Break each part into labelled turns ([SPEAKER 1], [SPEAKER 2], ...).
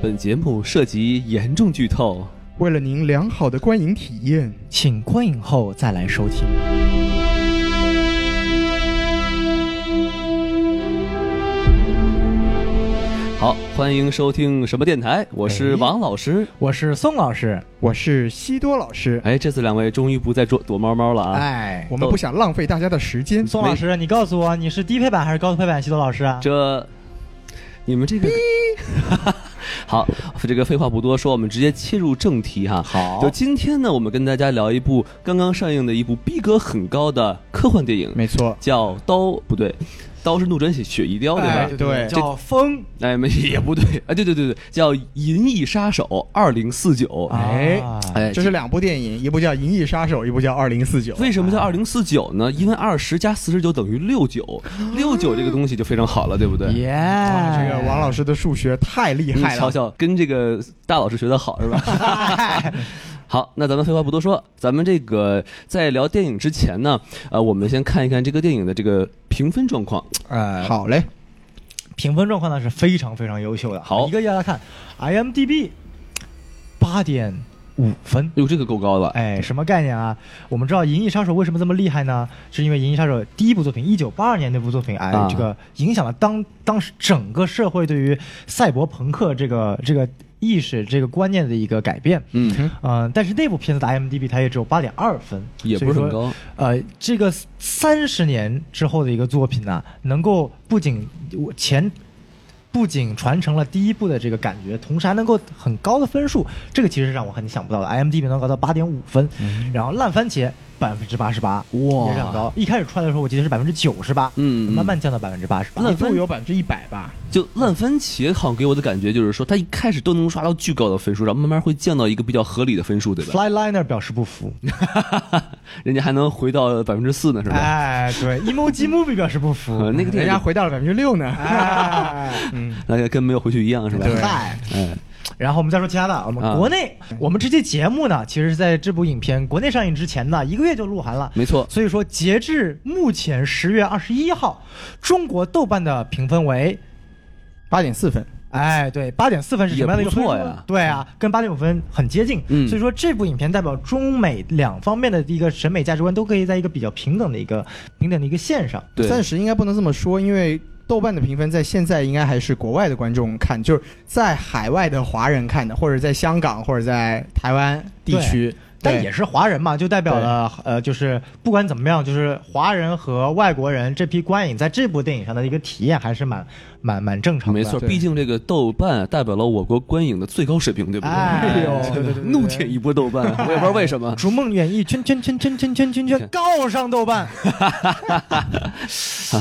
[SPEAKER 1] 本节目涉及严重剧透，
[SPEAKER 2] 为了您良好的观影体验，
[SPEAKER 3] 请观影后再来收听。
[SPEAKER 1] 好，欢迎收听什么电台？我是
[SPEAKER 3] 哎
[SPEAKER 1] 王老师。
[SPEAKER 3] 我是宋老师，
[SPEAKER 2] 我是西多老师。
[SPEAKER 1] 哎，这次两位终于不再躲躲猫猫了啊！
[SPEAKER 3] 哎
[SPEAKER 2] 我，们不想浪费大家的时间，
[SPEAKER 4] 宋老师，你告诉我你是低配版还是高配版？西多老师啊，
[SPEAKER 1] 这你们这个， 好，这个废话不多说，我们直接切入正题哈。
[SPEAKER 3] 好
[SPEAKER 1] 就今天呢，我们跟大家聊一部刚刚上映的一部逼格很高的科幻电影，
[SPEAKER 2] 没错，
[SPEAKER 1] 叫《刀》，不对，刀是怒斩雪雪遗雕，对吧？
[SPEAKER 2] 哎对
[SPEAKER 3] 叫风，
[SPEAKER 1] 哎，没也不对，哎，对对对对，叫《银翼杀手二零四九》。
[SPEAKER 2] 哎
[SPEAKER 3] 啊
[SPEAKER 1] 哎，
[SPEAKER 2] 这是两部电影，一部叫《银翼杀手》，一部叫《二零四九》。
[SPEAKER 1] 为什么叫二零四九呢？因为二十加四十九等于六九，六九这个东西就非常好了，对不对？
[SPEAKER 3] 耶，
[SPEAKER 4] 哎
[SPEAKER 2] 哇这个王老师的数学太厉
[SPEAKER 1] 你
[SPEAKER 2] 害了
[SPEAKER 1] 瞧，瞧，跟这个大老师学的好是吧？ 好，那咱们废话不多说，咱们这个在聊电影之前呢，呃，我们先看一看这个电影的这个评分状况。
[SPEAKER 3] 呃，
[SPEAKER 2] 好嘞，
[SPEAKER 4] 评分状况呢是非常非常优秀的。
[SPEAKER 1] 好
[SPEAKER 4] 一个一个来看，IMDB 八点五分。
[SPEAKER 1] 哟，这个够高了，
[SPEAKER 4] 哎，什么概念啊？我们知道《银翼杀手》为什么这么厉害呢？是因为《银翼杀手》第一部作品，一九八二年那部作品，哎，
[SPEAKER 1] 啊
[SPEAKER 4] 这个影响了当当时整个社会对于赛博朋克这个这个意识、这个观念的一个改变。
[SPEAKER 1] 嗯，
[SPEAKER 4] 嗯、但是那部片子的 IMDB 它也只有八点二分，
[SPEAKER 1] 也不
[SPEAKER 4] 所以
[SPEAKER 1] 是
[SPEAKER 4] 说
[SPEAKER 1] 很高。
[SPEAKER 4] 呃，这个三十年之后的一个作品呢、能够不仅我前不仅传承了第一部的这个感觉，同时还能够很高的分数，这个其实让我很想不到的。IMDB 能高到八点五分，然后烂番茄百分之八十八，
[SPEAKER 1] 嗯哇
[SPEAKER 4] 也是很高。一开始出来的时候，我记得是百分之九十八，
[SPEAKER 1] 嗯嗯
[SPEAKER 4] 慢慢降到百分之八十八。
[SPEAKER 1] 烂番
[SPEAKER 2] 有百分之一百吧？
[SPEAKER 1] 就烂番茄好像给我的感觉就是说，它一开始都能刷到巨高的分数，然后慢慢会降到一个比较合理的分数，对 吧？
[SPEAKER 4] Flyliner 表示不服，
[SPEAKER 1] 人家还能回到百分之四呢，是吧？
[SPEAKER 4] 哎， 对，Emoji Movie 表示不
[SPEAKER 1] 呃，
[SPEAKER 4] 服，
[SPEAKER 1] 那个
[SPEAKER 2] 人
[SPEAKER 1] 电
[SPEAKER 2] 家
[SPEAKER 1] 影
[SPEAKER 2] 回到了百分之六呢。
[SPEAKER 4] 哎，
[SPEAKER 1] 那个跟没有回去一样，是吧？
[SPEAKER 2] 对
[SPEAKER 4] 嗨。
[SPEAKER 1] 哎，
[SPEAKER 4] 然后我们再说其他的，我们
[SPEAKER 1] 啊
[SPEAKER 4] 国内，我们这期节目呢，其实是在这部影片国内上映之前呢，一个月就录完了。
[SPEAKER 1] 没错，
[SPEAKER 4] 所以说，截至目前十月二十一号，中国豆瓣的评分为，
[SPEAKER 2] 八点四分，
[SPEAKER 4] 哎，对，八点四分是什么样的一个分数
[SPEAKER 1] 也不错呀
[SPEAKER 4] 呢？对啊，跟八点五分很接近。
[SPEAKER 1] 嗯
[SPEAKER 4] 所以说这部影片代表中美两方面的一个审美价值观都可以在一个比较平等的一个平等的一个线上。
[SPEAKER 1] 对，
[SPEAKER 2] 暂时应该不能这么说，因为豆瓣的评分在现在应该还是国外的观众看，就是在海外的华人看的，或者在香港或者在台湾地区，
[SPEAKER 4] 但
[SPEAKER 2] 对
[SPEAKER 4] 也是华人嘛，就代表了呃，就是不管怎么样，就是华人和外国人这批观影在这部电影上的一个体验还是蛮蛮蛮正常的。
[SPEAKER 1] 没错，
[SPEAKER 2] 对
[SPEAKER 1] 毕竟这个豆瓣代表了我国观影的最高水平，对不对？
[SPEAKER 4] 哎呦
[SPEAKER 1] 这个
[SPEAKER 4] 对对对对对
[SPEAKER 1] 怒舔一波豆 瓣，我也不知道为什么。
[SPEAKER 4] 逐梦演艺圈圈圈圈圈圈圈 圈告上豆瓣，
[SPEAKER 1] 啊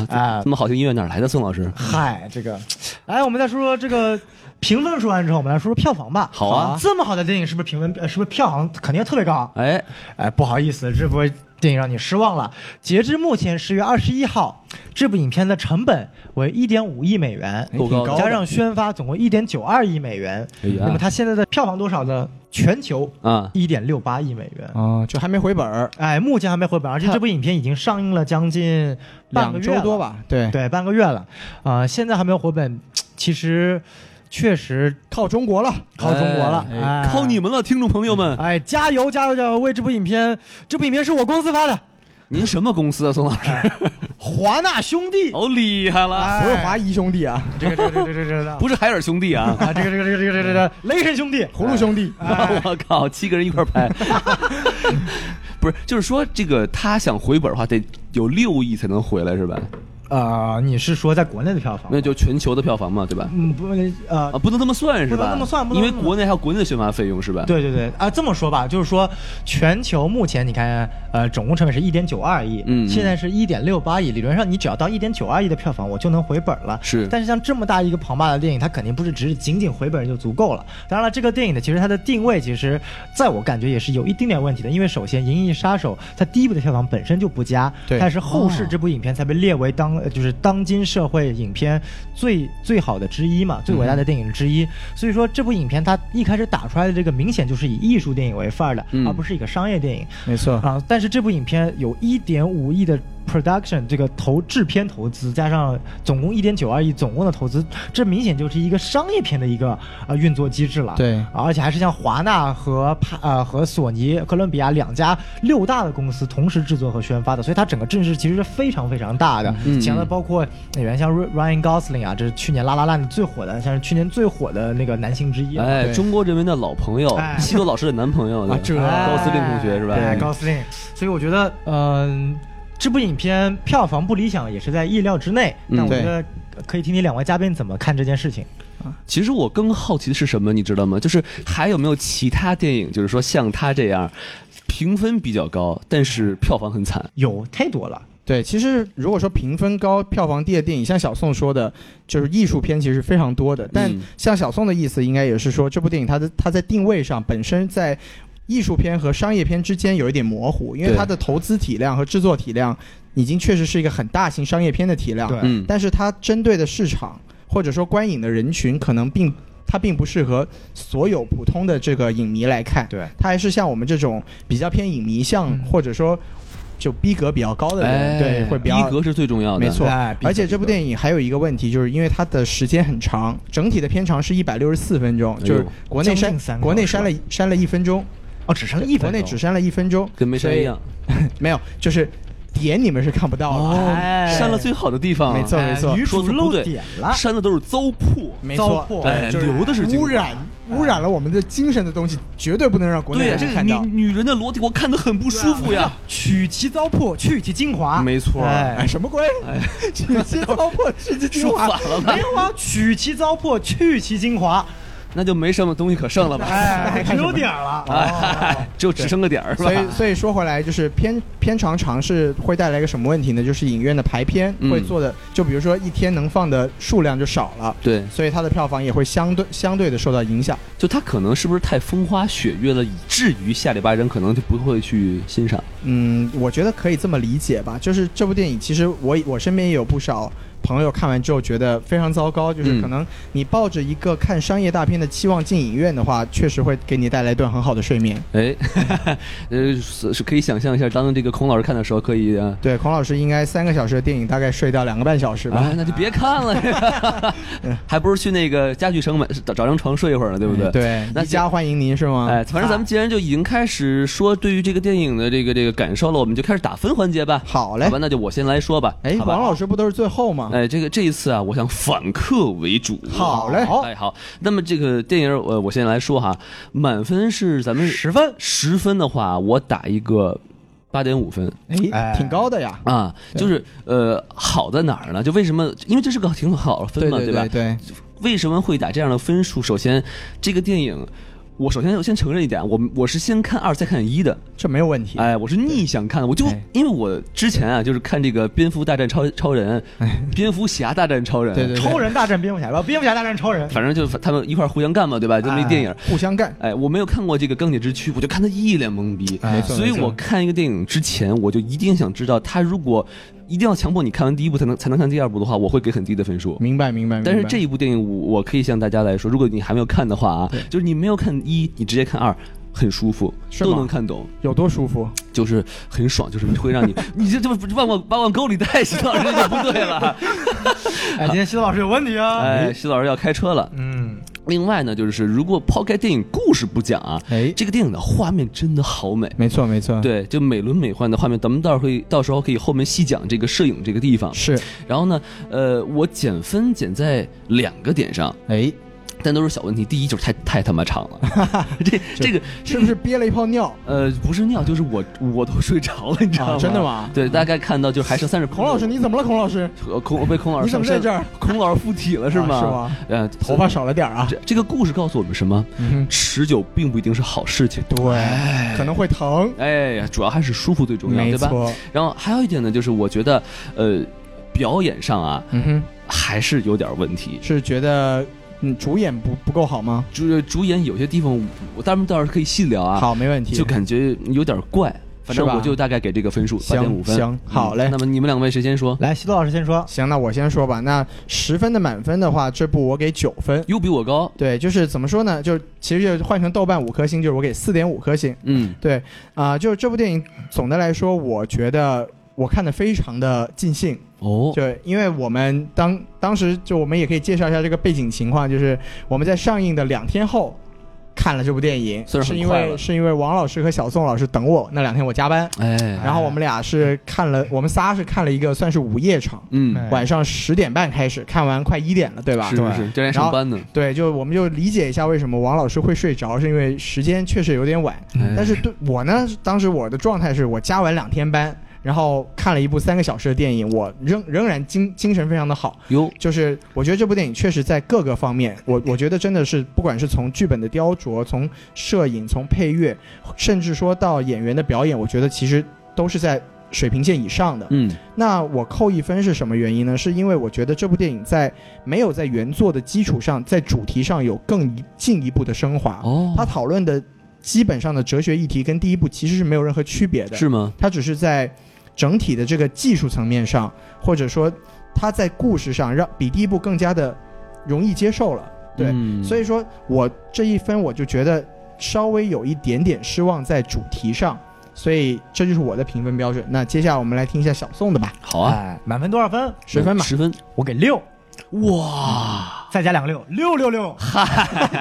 [SPEAKER 4] 啊，
[SPEAKER 1] 这么好听音乐哪儿来的？宋老师，
[SPEAKER 4] 嗨，这个，哎，我们再说说这个评分说完之后，我们来说说票房吧。
[SPEAKER 1] 好啊
[SPEAKER 4] 这么好的电影是不是评分呃是不是票房肯定特别高啊？
[SPEAKER 1] 哎，
[SPEAKER 4] 哎，不好意思，这部电影让你失望了。截至目前十月二十一号，这部影片的成本为一点五亿美元，
[SPEAKER 2] 哎
[SPEAKER 1] 够高的
[SPEAKER 4] 加上宣发总共一点九二亿美元。
[SPEAKER 1] 哎呀
[SPEAKER 4] 那么它现在的票房多少呢？全球
[SPEAKER 1] 啊，
[SPEAKER 4] 一点六八亿美元。
[SPEAKER 2] 啊、就还没回本儿，
[SPEAKER 4] 哎，目前还没回本，而且这部影片已经上映了将近半个
[SPEAKER 2] 两
[SPEAKER 4] 月
[SPEAKER 2] 周
[SPEAKER 4] 了
[SPEAKER 2] 多，吧？对，
[SPEAKER 4] 对，半个月了。啊、现在还没有回本，其实确实
[SPEAKER 2] 靠中国了，
[SPEAKER 4] 靠中国了，
[SPEAKER 1] 哎
[SPEAKER 4] 哎
[SPEAKER 1] 靠你们了，听众朋友们，
[SPEAKER 4] 哎，加油加油加油！为这部影片，这部影片是我公司发的，
[SPEAKER 1] 您什么公司啊，宋老师？
[SPEAKER 4] 华纳兄 弟。
[SPEAKER 1] 好厉害了，
[SPEAKER 4] 哎
[SPEAKER 2] 不是华谊兄弟啊，
[SPEAKER 4] 这个这个这个这个这个
[SPEAKER 1] 不是海尔兄弟啊！
[SPEAKER 4] 啊，这个这个这个这个这个雷神兄弟，
[SPEAKER 2] 葫芦兄弟，
[SPEAKER 4] 哎
[SPEAKER 1] 我靠，七个人一块儿 拍，不是，就是说这个他想回本的话，得有六亿才能回来，是吧？
[SPEAKER 4] 啊，你是说在国内的票房？
[SPEAKER 1] 那就全球的票房嘛，对吧？
[SPEAKER 4] 嗯，不呃
[SPEAKER 1] 啊，，不能这么算，是吧？
[SPEAKER 4] 不能这么算不
[SPEAKER 1] 因
[SPEAKER 4] 能
[SPEAKER 1] 为
[SPEAKER 4] 这么
[SPEAKER 1] 国内还有国内的宣发费用，是吧？，
[SPEAKER 4] 对对对啊，这么说吧，就是说全球目前你看，呃，总共成本是一点九二亿，
[SPEAKER 1] 嗯嗯
[SPEAKER 4] 现在是一点六八亿，理论上你只要到一点九二亿的票房，我就能回本了。
[SPEAKER 1] 是
[SPEAKER 4] 但是像这么大一个庞大的电影，它肯定不是只是仅仅回本就足够了。当然了，这个电影呢，其实它的定位其实在我感觉也是有一丁点问题的，因为首先《银翼杀手》它第一部的票房本身就不佳，
[SPEAKER 2] 对
[SPEAKER 4] 但是后世这部影片才被列为当、呃就是当今社会影片最最好的之一嘛，最伟大的电影之一。所以说这部影片它一开始打出来的这个明显就是以艺术电影为范儿的，
[SPEAKER 1] 嗯
[SPEAKER 4] 啊而不是一个商业电影
[SPEAKER 2] 没错
[SPEAKER 4] 啊、但是这部影片有一点五亿的 production 这个投制片投资加上总共一点九二亿总共的投资，这明显就是一个商业片的一个呃运作机制了。
[SPEAKER 2] 对
[SPEAKER 4] 啊而且还是像华纳和帕呃和索尼、哥伦比亚两家六大的公司同时制作和宣发的，所以它整个阵势其实是非常非常大的。
[SPEAKER 1] 嗯
[SPEAKER 4] 其他的包括演员像 Ryan Gosling 啊，这是去年《拉拉烂》最火的，像是去年最火的那个男星之一啊。
[SPEAKER 1] 哎，
[SPEAKER 2] 对啊
[SPEAKER 1] 中国人民的老朋友，
[SPEAKER 4] 哎
[SPEAKER 1] 西多老师的男朋友，对
[SPEAKER 2] 这哎
[SPEAKER 1] 高司令同学是吧？嗯
[SPEAKER 4] 啊对，高司令。所以我觉得，嗯、这部影片票房不理想也是在意料之内，
[SPEAKER 1] 嗯
[SPEAKER 4] 但我觉
[SPEAKER 2] 对
[SPEAKER 4] 得可以听听两位嘉宾怎么看这件事情。
[SPEAKER 1] 其实我更好奇的是什么，你知道吗？就是还有没有其他电影，就是说像他这样，评分比较高，但是票房很惨。
[SPEAKER 4] 有太多了，
[SPEAKER 2] 对，其实如果说评分高、票房低的电影，像小宋说的，就是艺术片其实非常多的。但
[SPEAKER 1] 嗯
[SPEAKER 2] 像小宋的意思，应该也是说，这部电影它的它在定位上本身在艺术片和商业片之间有一点模糊，因为
[SPEAKER 1] 对
[SPEAKER 2] 它的投资体量和制作体量已经确实是一个很大型商业片的体量，
[SPEAKER 4] 对
[SPEAKER 1] 嗯，
[SPEAKER 2] 但是它针对的市场或者说观影的人群，可能并它并不适合所有普通的这个影迷来看。
[SPEAKER 4] 对，
[SPEAKER 2] 他还是像我们这种比较偏影迷向，
[SPEAKER 4] 嗯
[SPEAKER 2] 或者说就逼格比较高的人，
[SPEAKER 1] 哎，
[SPEAKER 2] 对，会
[SPEAKER 1] 逼
[SPEAKER 2] 比较。
[SPEAKER 1] 格是最重要的，
[SPEAKER 2] 没错
[SPEAKER 4] 哎
[SPEAKER 2] 而且这部电影还有一个问题，就是因为它的时间很长，整体的片长是一百六十四分钟，
[SPEAKER 1] 哎呦
[SPEAKER 2] 就是国内
[SPEAKER 4] 将
[SPEAKER 2] 删
[SPEAKER 4] 近三个
[SPEAKER 2] 国内
[SPEAKER 4] 小时
[SPEAKER 2] 删了删了一分钟，
[SPEAKER 4] 哦，只剩一
[SPEAKER 2] 国
[SPEAKER 4] 分
[SPEAKER 2] 内
[SPEAKER 4] 钟，
[SPEAKER 2] 只删了一分钟，
[SPEAKER 1] 跟没删一样。
[SPEAKER 2] 没有，就是点你们是看不到的，
[SPEAKER 4] 哎
[SPEAKER 1] 删了最好的地方，
[SPEAKER 2] 没错
[SPEAKER 4] 哎
[SPEAKER 2] 没错
[SPEAKER 4] 女
[SPEAKER 1] 说
[SPEAKER 4] 主
[SPEAKER 1] 得不
[SPEAKER 4] 露
[SPEAKER 1] 对
[SPEAKER 4] 点了，
[SPEAKER 1] 删的都是糟粕。
[SPEAKER 2] 没
[SPEAKER 4] 糟
[SPEAKER 2] 错，
[SPEAKER 4] 粕
[SPEAKER 1] 哎，
[SPEAKER 2] 就是
[SPEAKER 1] 留的是精
[SPEAKER 2] 污
[SPEAKER 1] 华。
[SPEAKER 2] 染污染了我们的精神的东西，绝对不能让国内
[SPEAKER 1] 哎对呀，这
[SPEAKER 2] 人
[SPEAKER 1] 个
[SPEAKER 2] 看
[SPEAKER 1] 女
[SPEAKER 2] 到。啊
[SPEAKER 1] 女人的裸体，我看的很不舒服呀。
[SPEAKER 4] 取其糟粕，去其精华，
[SPEAKER 1] 没错
[SPEAKER 4] 哎
[SPEAKER 2] 哎，，什么鬼？这些糟粕，这些精
[SPEAKER 1] 说
[SPEAKER 2] 华
[SPEAKER 1] 反了吧？
[SPEAKER 4] 没有啊，取其糟粕，去其精华，
[SPEAKER 1] 那就没什么东西可剩了吧？
[SPEAKER 4] 哎，只有点儿了。哦
[SPEAKER 1] 哎，就只剩个点儿是吧
[SPEAKER 2] 所？以，所以说回来，就是片片长长是会带来一个什么问题呢？就是影院的排片
[SPEAKER 1] 嗯
[SPEAKER 2] 会做的，就比如说一天能放的数量就少了，
[SPEAKER 1] 对，
[SPEAKER 2] 所以它的票房也会相对相对的受到影响。
[SPEAKER 1] 就他可能是不是太风花雪月了，以至于下礼拜人可能就不会去欣赏。
[SPEAKER 2] 嗯，我觉得可以这么理解吧。就是这部电影，其实我我身边也有不少朋友看完之后觉得非常糟糕，就是
[SPEAKER 1] 嗯
[SPEAKER 2] 可能你抱着一个看商业大片的期望进影院的话，确实会给你带来一段很好的睡眠。
[SPEAKER 1] 哎， 呃，是是可以想象一下，当这个孔老师看的时候，可以啊，
[SPEAKER 2] 对，孔老师应该三个小时的电影大概睡掉两个半小时吧。
[SPEAKER 1] 哎，那就别看了 呀，还不如去那个家具城买找找张床睡一会儿呢，对不对？
[SPEAKER 2] 嗯。对，
[SPEAKER 1] 那
[SPEAKER 2] 宜家啊欢迎您是吗？
[SPEAKER 1] 哎，反正咱们既然就已经开始说对于这个电影的这个这个感受了，我们就开始打分环节吧。
[SPEAKER 2] 好嘞
[SPEAKER 1] 好吧，。那就我先来说吧。
[SPEAKER 2] 哎，
[SPEAKER 1] 好吧
[SPEAKER 2] 王老师不都是最后吗？
[SPEAKER 1] 哎，这个这一次啊，我想反客为主。
[SPEAKER 2] 好嘞
[SPEAKER 1] 哎好，那么这个电影，呃，我先来说哈，满分是咱们
[SPEAKER 4] 十分，
[SPEAKER 1] 十分的话，我打一个八点五分
[SPEAKER 2] 哎
[SPEAKER 4] 哎，
[SPEAKER 2] 挺高的呀。
[SPEAKER 1] 啊，
[SPEAKER 2] 对
[SPEAKER 1] 就是呃，好在哪儿呢？就为什么？因为这是个挺好的哎分嘛，
[SPEAKER 2] 对
[SPEAKER 1] 吧
[SPEAKER 2] 对？对，
[SPEAKER 1] 为什么会打这样的分数？首先，这个电影。我首先我先承认一点，我我是先看二再看一的，
[SPEAKER 2] 这没有问题。
[SPEAKER 1] 哎，我是逆向看的，我就
[SPEAKER 2] 哎
[SPEAKER 1] 因为我之前啊，就是看这个《蝙蝠大战超超人》《蝙蝠侠大战超人》，
[SPEAKER 2] 哎对对对
[SPEAKER 4] 超人大战蝙蝠侠，不，蝙蝠侠大战超人，
[SPEAKER 1] 反正就是他们一块儿互相干嘛，对吧？这么一电影，
[SPEAKER 2] 互相干，
[SPEAKER 1] 哎，我没有看过这个《钢铁之躯》，我就看他一脸懵逼。
[SPEAKER 2] 没错
[SPEAKER 1] 所以
[SPEAKER 2] 没错
[SPEAKER 1] 我看一个电影之前，我就一定想知道，他如果一定要强迫你看完第一部才能才能看第二部的话，我会给很低的分数。
[SPEAKER 2] 明白明白。明白
[SPEAKER 1] 但是这一部电影，我我可以向大家来说，如果你还没有看的话啊，就是你没有看一，你直接看二，很舒服，
[SPEAKER 2] 是吗
[SPEAKER 1] 都能看懂。
[SPEAKER 2] 有多舒服？
[SPEAKER 1] 就是很爽，就是会让你，你这这不往我把往沟里带，徐老师就不对了。
[SPEAKER 4] 哎，今天西子老师有问题啊！
[SPEAKER 1] 哎，徐老师要开车了。
[SPEAKER 4] 嗯，
[SPEAKER 1] 另外呢，就是如果抛开电影故事不讲啊，
[SPEAKER 2] 哎，
[SPEAKER 1] 这个电影的画面真的好美。
[SPEAKER 2] 没错没错，，
[SPEAKER 1] 对，就美轮美奂的画面，咱们到时候可以到时候可以后面细讲这个摄影这个地方。
[SPEAKER 2] 是，
[SPEAKER 1] 然后呢，呃，我减分减在两个点上，
[SPEAKER 2] 哎，
[SPEAKER 1] 但都是小问题。第一就是太太他妈长 了，这这个
[SPEAKER 2] 是不是憋了一泡尿？
[SPEAKER 1] 呃不是尿，就是我我都睡着了，你知道吗？
[SPEAKER 2] 啊真的吗
[SPEAKER 1] 对，大概看到就还剩三十。
[SPEAKER 2] 孔老师，你怎么了？孔老师，
[SPEAKER 1] 呃，孔被孔老师
[SPEAKER 2] 你怎么在这儿？
[SPEAKER 1] 孔老师附体了是吗？
[SPEAKER 2] 啊是吗？
[SPEAKER 1] 呃，
[SPEAKER 2] 头发少了点儿啊。
[SPEAKER 1] 这这个故事告诉我们什么？
[SPEAKER 2] 嗯
[SPEAKER 1] 持久并不一定是好事情。
[SPEAKER 2] 对，可能会疼。
[SPEAKER 1] 哎呀，主要还是舒服最重要，
[SPEAKER 2] 没
[SPEAKER 1] 对吧？
[SPEAKER 2] 错，
[SPEAKER 1] 然后还有一点呢，就是我觉得，呃，表演上啊
[SPEAKER 2] 嗯哼，
[SPEAKER 1] 还是有点问题。
[SPEAKER 2] 是觉得嗯主演不不够好吗？
[SPEAKER 1] 主主演有些地方，我咱们到时候可以细聊啊。，
[SPEAKER 2] 好，没问题。
[SPEAKER 1] 就感觉有点怪。反正
[SPEAKER 2] 是吧
[SPEAKER 1] 我就大概给这个分数八
[SPEAKER 2] 行
[SPEAKER 1] 点五分。
[SPEAKER 2] 行好嘞
[SPEAKER 1] 嗯那么你们两位谁先说？
[SPEAKER 4] 来，西子老师先说，
[SPEAKER 2] 行，那我先说吧。那十分的满分的话，这部我给九分。
[SPEAKER 1] 又比我高。
[SPEAKER 2] 对，就是怎么说呢？就其实就换成豆瓣五颗星，就是我给四点五颗星。
[SPEAKER 1] 嗯
[SPEAKER 2] 对啊、就是这部电影总的来说，我觉得我看的非常的尽兴。
[SPEAKER 1] 哦，
[SPEAKER 2] 就因为我们当当时就我们也可以介绍一下这个背景情况，就是我们在上映的两天后看了这部电影，
[SPEAKER 1] 算是
[SPEAKER 2] 是
[SPEAKER 1] 很
[SPEAKER 2] 因
[SPEAKER 1] 快了
[SPEAKER 2] 为是因为王老师和小宋老师等我那两天我加班，
[SPEAKER 1] 哎，
[SPEAKER 2] 然后我们俩是看了，我们仨是看了一个算是午夜场，
[SPEAKER 1] 嗯，
[SPEAKER 4] 哎
[SPEAKER 2] 晚上十点半开始，看完快一点了，对吧？
[SPEAKER 1] 是是是，这还上班呢，
[SPEAKER 2] 对，就我们就理解一下为什么王老师会睡着，是因为时间确实有点晚。
[SPEAKER 1] 哎
[SPEAKER 2] 但是对我呢，当时我的状态是我加完两天班，然后看了一部三个小时的电影，我仍仍然精精神非常的好。
[SPEAKER 1] 哟，
[SPEAKER 2] 就是我觉得这部电影确实在各个方面，我我觉得真的是不管是从剧本的雕琢，从摄影，从配乐，甚至说到演员的表演，我觉得其实都是在水平线以上的。
[SPEAKER 1] 嗯，
[SPEAKER 2] 那我扣一分是什么原因呢？是因为我觉得这部电影在没有在原作的基础上，在主题上有更一进一步的升华。
[SPEAKER 1] 哦，
[SPEAKER 2] 它讨论的基本上的哲学议题跟第一部其实是没有任何区别的，
[SPEAKER 1] 是吗？
[SPEAKER 2] 它只是在整体的这个技术层面上，或者说它在故事上让比第一部更加的容易接受了。对，
[SPEAKER 1] 嗯
[SPEAKER 2] 所以说我这一分我就觉得稍微有一点点失望在主题上。所以这就是我的评分标准。那接下来我们来听一下小宋的吧。
[SPEAKER 1] 好啊，
[SPEAKER 4] 哎，满分多少分？
[SPEAKER 2] 十分吧。
[SPEAKER 1] 十分，
[SPEAKER 4] 我给六，嗯
[SPEAKER 1] 哇，
[SPEAKER 4] 再加两个六，六六 六。哎嗨，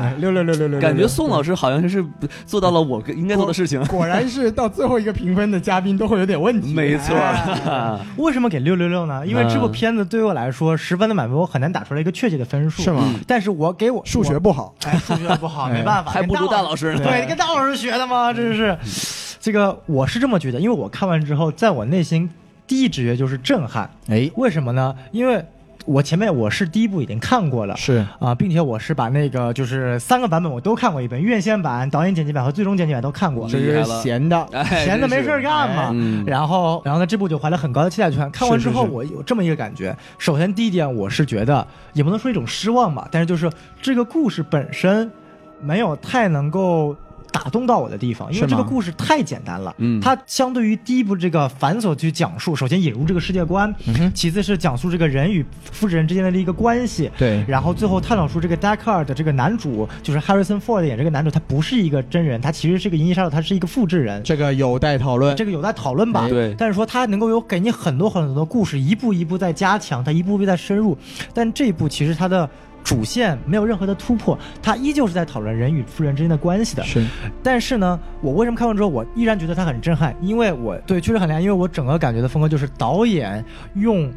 [SPEAKER 2] 哎六六六六六，
[SPEAKER 1] 感觉宋老师好像是做到了我应该做的事情，
[SPEAKER 2] 果然是到最后一个评分的嘉宾都会有点问题。
[SPEAKER 1] 没错，
[SPEAKER 2] 哎
[SPEAKER 4] 为什么给六六六呢？因为这部片子对我来
[SPEAKER 1] 嗯
[SPEAKER 4] 说，十分的满分，我很难打出来一个确切的分数。嗯
[SPEAKER 2] 是吗？
[SPEAKER 4] 但是我给我
[SPEAKER 2] 数学，不好，
[SPEAKER 4] 我哎，数学不 好，
[SPEAKER 2] 哎
[SPEAKER 4] 没办法，
[SPEAKER 1] 还不如大老师呢。
[SPEAKER 4] 对，跟大老师学的吗？真是，这个我是这么觉得，因为我看完之后，在我内心第一直觉就是震撼。
[SPEAKER 2] 哎，
[SPEAKER 4] 为什么呢？因为我前面我是第一部已经看过了。
[SPEAKER 2] 是
[SPEAKER 4] 啊，并且我是把那个就是三个版本我都看过一遍，院线版、导演剪辑版和最终剪辑版都看过，
[SPEAKER 2] 这就是闲的，
[SPEAKER 1] 哎
[SPEAKER 4] 闲着没事儿，干嘛。
[SPEAKER 1] 真是嗯，
[SPEAKER 4] 然后，然后呢？这部就怀了很高的期待去看。看完之后，
[SPEAKER 2] 是是是
[SPEAKER 4] 我有这么一个感觉。首先，第一点，我是觉得也不能说一种失望吧，但是就是这个故事本身没有太能够打动到我的地方，因为
[SPEAKER 2] 是
[SPEAKER 4] 这
[SPEAKER 2] 吗
[SPEAKER 4] 个故事太简单了。
[SPEAKER 1] 嗯
[SPEAKER 4] 它相对于第一部这个繁琐去讲述，首先引入这个世界观，
[SPEAKER 2] 嗯哼
[SPEAKER 4] 其次是讲述这个人与复制人之间的一个关系，
[SPEAKER 2] 对
[SPEAKER 4] 然后最后探讨出这个 Deckard 的这个男主，就是 Harrison Ford 演这个男主，他不是一个真人，他其实是个银翼杀手，他是一个复制人。
[SPEAKER 2] 这个有待讨论。
[SPEAKER 4] 这个有待讨论吧，
[SPEAKER 1] 对
[SPEAKER 4] 但是说他能够有给你很多很多的故事，一步一步在加强，他一步一步在深入。但这一步其实它的主线没有任何的突破，它依旧是在讨论人与富人之间的关系的。
[SPEAKER 2] 是
[SPEAKER 4] 但是呢，我为什么看完之后我依然觉得它很震撼？因为我对确实很厉害，因为我整个感觉的风格就是导演用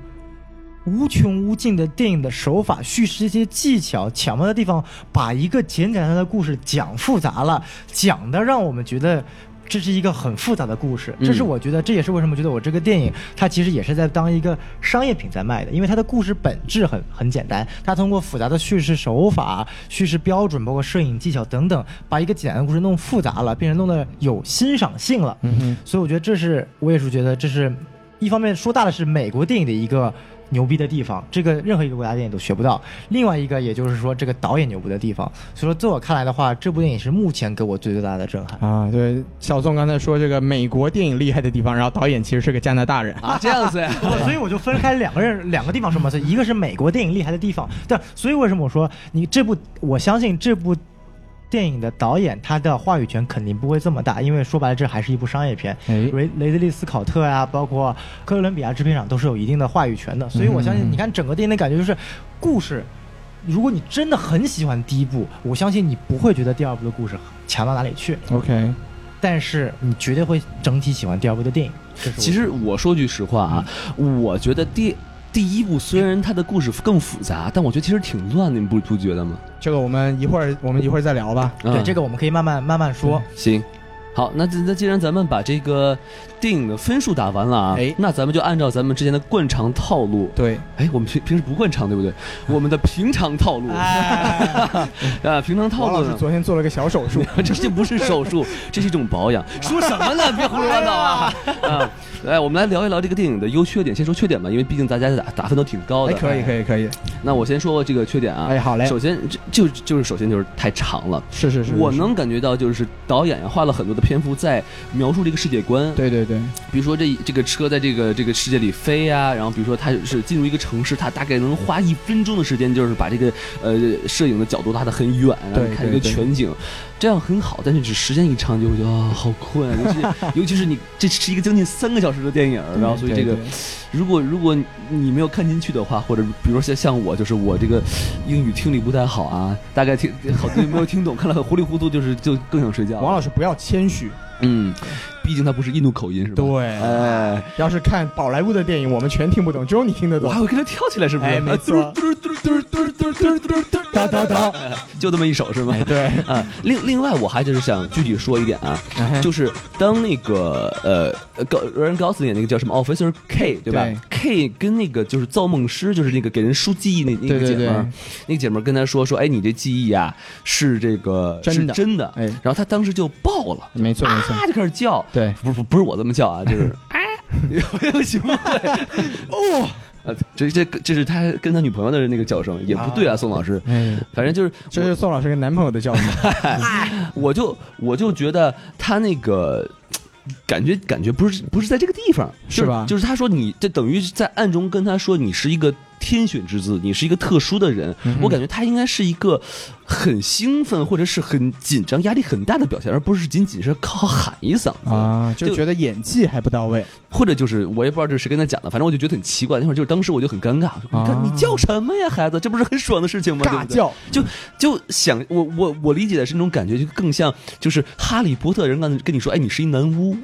[SPEAKER 4] 无穷无尽的电影的手法、叙事一些技巧、巧妙的地方，把一个简简单单的故事讲复杂了，讲的让我们觉得。这是一个很复杂的故事，
[SPEAKER 1] 嗯
[SPEAKER 4] 这是我觉得，这也是为什么觉得我这个电影它其实也是在当一个商业品在卖的，因为它的故事本质很很简单，它通过复杂的叙事手法、叙事标准，包括摄影技巧等等，把一个简单的故事弄复杂了，并且弄得有欣赏性了。
[SPEAKER 2] 嗯哼，
[SPEAKER 4] 所以我觉得这是我也是觉得这是一方面说大了是美国电影的一个牛逼的地方，这个任何一个国家电影都学不到。另外一个也就是说这个导演牛逼的地方，所以说在我看来的话，这部电影是目前给我最最大的震撼。
[SPEAKER 2] 啊，对，小宋刚才说这个美国电影厉害的地方，然后导演其实是个加拿大人。
[SPEAKER 1] 啊，这样子呀，
[SPEAKER 4] 我所以我就分开两个人两个地方说嘛，所以一个是美国电影厉害的地方，但所以为什么我说你这部，我相信这部电影的导演他的话语权肯定不会这么大，因为说白了这还是一部商业片。
[SPEAKER 2] 哎，
[SPEAKER 4] 雷雷德利·斯考特呀、包括哥伦比亚制片厂都是有一定的话语权的，所以我相
[SPEAKER 1] 嗯
[SPEAKER 4] 信，你看整个电影的感觉就是故事。如果你真的很喜欢第一部，我相信你不会觉得第二部的故事强到哪里去，
[SPEAKER 2] OK，
[SPEAKER 4] 但是你绝对会整体喜欢第二部的电影。这是我
[SPEAKER 1] 其实我说句实话啊，我觉得第第一部虽然它的故事更复杂，但我觉得其实挺乱的，你不不觉得吗？
[SPEAKER 2] 这个我们一会儿我们一会儿再聊吧。
[SPEAKER 4] 对、这
[SPEAKER 1] 个
[SPEAKER 4] 个我们可以慢慢慢慢说。
[SPEAKER 1] 行。好，那那那既然咱们把这个电影的分数打完了啊，
[SPEAKER 2] 哎
[SPEAKER 1] 那咱们就按照咱们之前的惯常套路，
[SPEAKER 2] 对，
[SPEAKER 1] 哎，我们平平时不惯常对不对？我们的平常套路，
[SPEAKER 4] 哎
[SPEAKER 1] 啊，平常
[SPEAKER 2] 王
[SPEAKER 1] 套
[SPEAKER 2] 老
[SPEAKER 1] 路
[SPEAKER 2] 师
[SPEAKER 1] 呢？
[SPEAKER 2] 昨天做了个小手术。
[SPEAKER 1] 这这不是手 术，这是一种保养。说什么呢？别胡说八道啊！啊，哎，我们来聊一聊这个电影的优缺点。先说缺点吧，因为毕竟大家打打分都挺高
[SPEAKER 2] 哎，
[SPEAKER 1] 的。啊
[SPEAKER 2] 可以，可以，可以。
[SPEAKER 1] 那我先说这个缺点啊。
[SPEAKER 2] 哎，好嘞，
[SPEAKER 1] 首先，这就就是首先就是太长了。
[SPEAKER 2] 是是是，
[SPEAKER 1] 我
[SPEAKER 2] 是
[SPEAKER 1] 能感觉到，就是导演呀花了很多的篇幅在描述这个世界观。
[SPEAKER 2] 对对对，
[SPEAKER 1] 比如说这这个车在这个这个世界里飞啊，然后比如说它是进入一个城市，它大概能花一分钟的时间，就是把这个呃摄影的角度拉得很远，然后
[SPEAKER 2] 对
[SPEAKER 1] 你看一个
[SPEAKER 2] 对对
[SPEAKER 1] 全景，这样很好。但是只时间一长，就会觉得啊、好困啊，尤其 尤其是你这是一个将近三个小时的电影，然后所以这个
[SPEAKER 2] 对对
[SPEAKER 1] 如果如果你没有看进去的话，或者比如说像像我，就是我这个英语听力不太好啊，大概听好多没有听懂，看了很糊里糊涂，就是就更想睡觉。
[SPEAKER 2] 王老师不要谦虚，
[SPEAKER 1] 嗯，毕竟它不是印度口音是吧？
[SPEAKER 2] 对
[SPEAKER 1] 哎。
[SPEAKER 2] 要是看宝莱坞的电影，我们全听不懂，只有你听得
[SPEAKER 1] 我
[SPEAKER 2] 懂
[SPEAKER 1] 还。会跟着跳起来，是不是？啊
[SPEAKER 2] 哎没错
[SPEAKER 1] 嘟儿嘟儿嘟儿嘟儿嘟儿嘟儿嘟儿嘟儿
[SPEAKER 2] 哒哒哒， 哎
[SPEAKER 1] 就这么一首是吗？
[SPEAKER 2] 对，
[SPEAKER 1] 啊，另另外我还就是想具体说一点啊，
[SPEAKER 2] 哎
[SPEAKER 1] 就是当那个呃呃高罗兰高斯演那个叫什么 Officer K 对吧
[SPEAKER 2] 对
[SPEAKER 1] ？K 跟那个就是造梦师，就是那个给人输记忆那那个
[SPEAKER 2] 对对
[SPEAKER 1] 姐们儿
[SPEAKER 2] 对，
[SPEAKER 1] 那个姐们儿跟他说说，哎，你这记忆啊是这个
[SPEAKER 2] 真
[SPEAKER 1] 是
[SPEAKER 2] 的
[SPEAKER 1] 真的，
[SPEAKER 2] 哎
[SPEAKER 1] 然后他当时就爆了。
[SPEAKER 2] 没错没错，
[SPEAKER 1] 啊，就开始叫，
[SPEAKER 2] 对
[SPEAKER 1] 不是不不是我这么叫啊，就是哎，有行吗？ 哦，呃，这这这是他跟他女朋友的那个叫声，也不对啊，宋老师，
[SPEAKER 2] 哎，
[SPEAKER 1] 反正就是
[SPEAKER 2] 这是宋老师跟男朋友的教育。
[SPEAKER 1] 我就我就觉得他那个。感觉感觉不是不是在这个地方，就是
[SPEAKER 2] 吧
[SPEAKER 1] 就是他说你这等于在暗中跟他说你是一个天选之子，你是一个特殊的人。
[SPEAKER 2] 嗯
[SPEAKER 1] 我感觉他应该是一个很兴奋或者是很紧张、压力很大的表现，而不是仅仅是靠喊一嗓子
[SPEAKER 2] 啊，
[SPEAKER 1] 就
[SPEAKER 2] 就觉得演技还不到位，
[SPEAKER 1] 或者就是我也不知道这是谁跟他讲的，反正我就觉得很奇怪。那会儿就是当时我就很尴尬，我说你看
[SPEAKER 2] 啊
[SPEAKER 1] 你叫什么呀，孩子，这不是很爽的事情吗？
[SPEAKER 2] 尬
[SPEAKER 1] 对不对
[SPEAKER 2] 叫，
[SPEAKER 1] 就想我我我理解的是那种感觉，就更像就是哈利波特人刚才跟你说，哎，你是一男巫，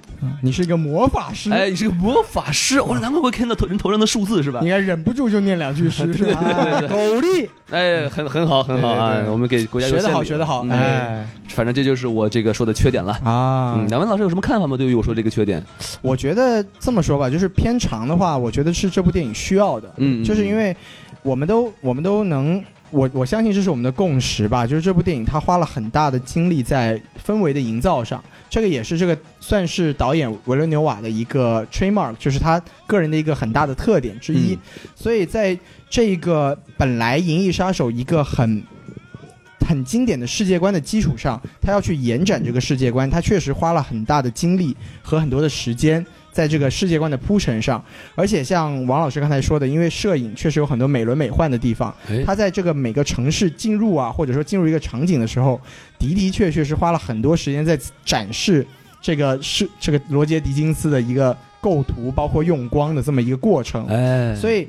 [SPEAKER 2] 你是一个魔法师，
[SPEAKER 1] 哎，你是个魔法师，我说难怪会看到头人头上的数字是吧
[SPEAKER 2] 嗯你？应该忍不住就念两句诗，是吧？
[SPEAKER 1] 对对对
[SPEAKER 2] 啊狗力，
[SPEAKER 1] 哎，很很好很好啊
[SPEAKER 2] 对对，对
[SPEAKER 1] 我们给国家
[SPEAKER 2] 学得好
[SPEAKER 1] 有献
[SPEAKER 2] 学
[SPEAKER 1] 礼
[SPEAKER 2] 得好，
[SPEAKER 1] 嗯
[SPEAKER 2] 哎
[SPEAKER 1] 反正这就是我这个说的缺点了。
[SPEAKER 2] 啊
[SPEAKER 1] 嗯，，两位老师有什么看法吗？对于我说这个缺点，
[SPEAKER 2] 我觉得这么说吧，就是偏长的话，我觉得是这部电影需要的，
[SPEAKER 1] 嗯嗯
[SPEAKER 2] 就是因为我们都我们都能。我我相信这是我们的共识吧，就是这部电影它花了很大的精力在氛围的营造上，这个也是这个算是导演维伦纽瓦的一个 trademark，就是他个人的一个很大的特点之一。
[SPEAKER 1] 嗯
[SPEAKER 2] 所以在这个本来《银翼杀手》一个很很经典的世界观的基础上，他要去延展这个世界观，他确实花了很大的精力和很多的时间在这个世界观的铺陈上。而且像王老师刚才说的，因为摄影确实有很多美轮美奂的地方，
[SPEAKER 1] 哎
[SPEAKER 2] 他在这个每个城市进入啊，或者说进入一个场景的时候，的的确确是花了很多时间在展示这个是这个罗杰·狄金斯的一个构图，包括用光的这么一个过程。
[SPEAKER 1] 哎，
[SPEAKER 2] 所以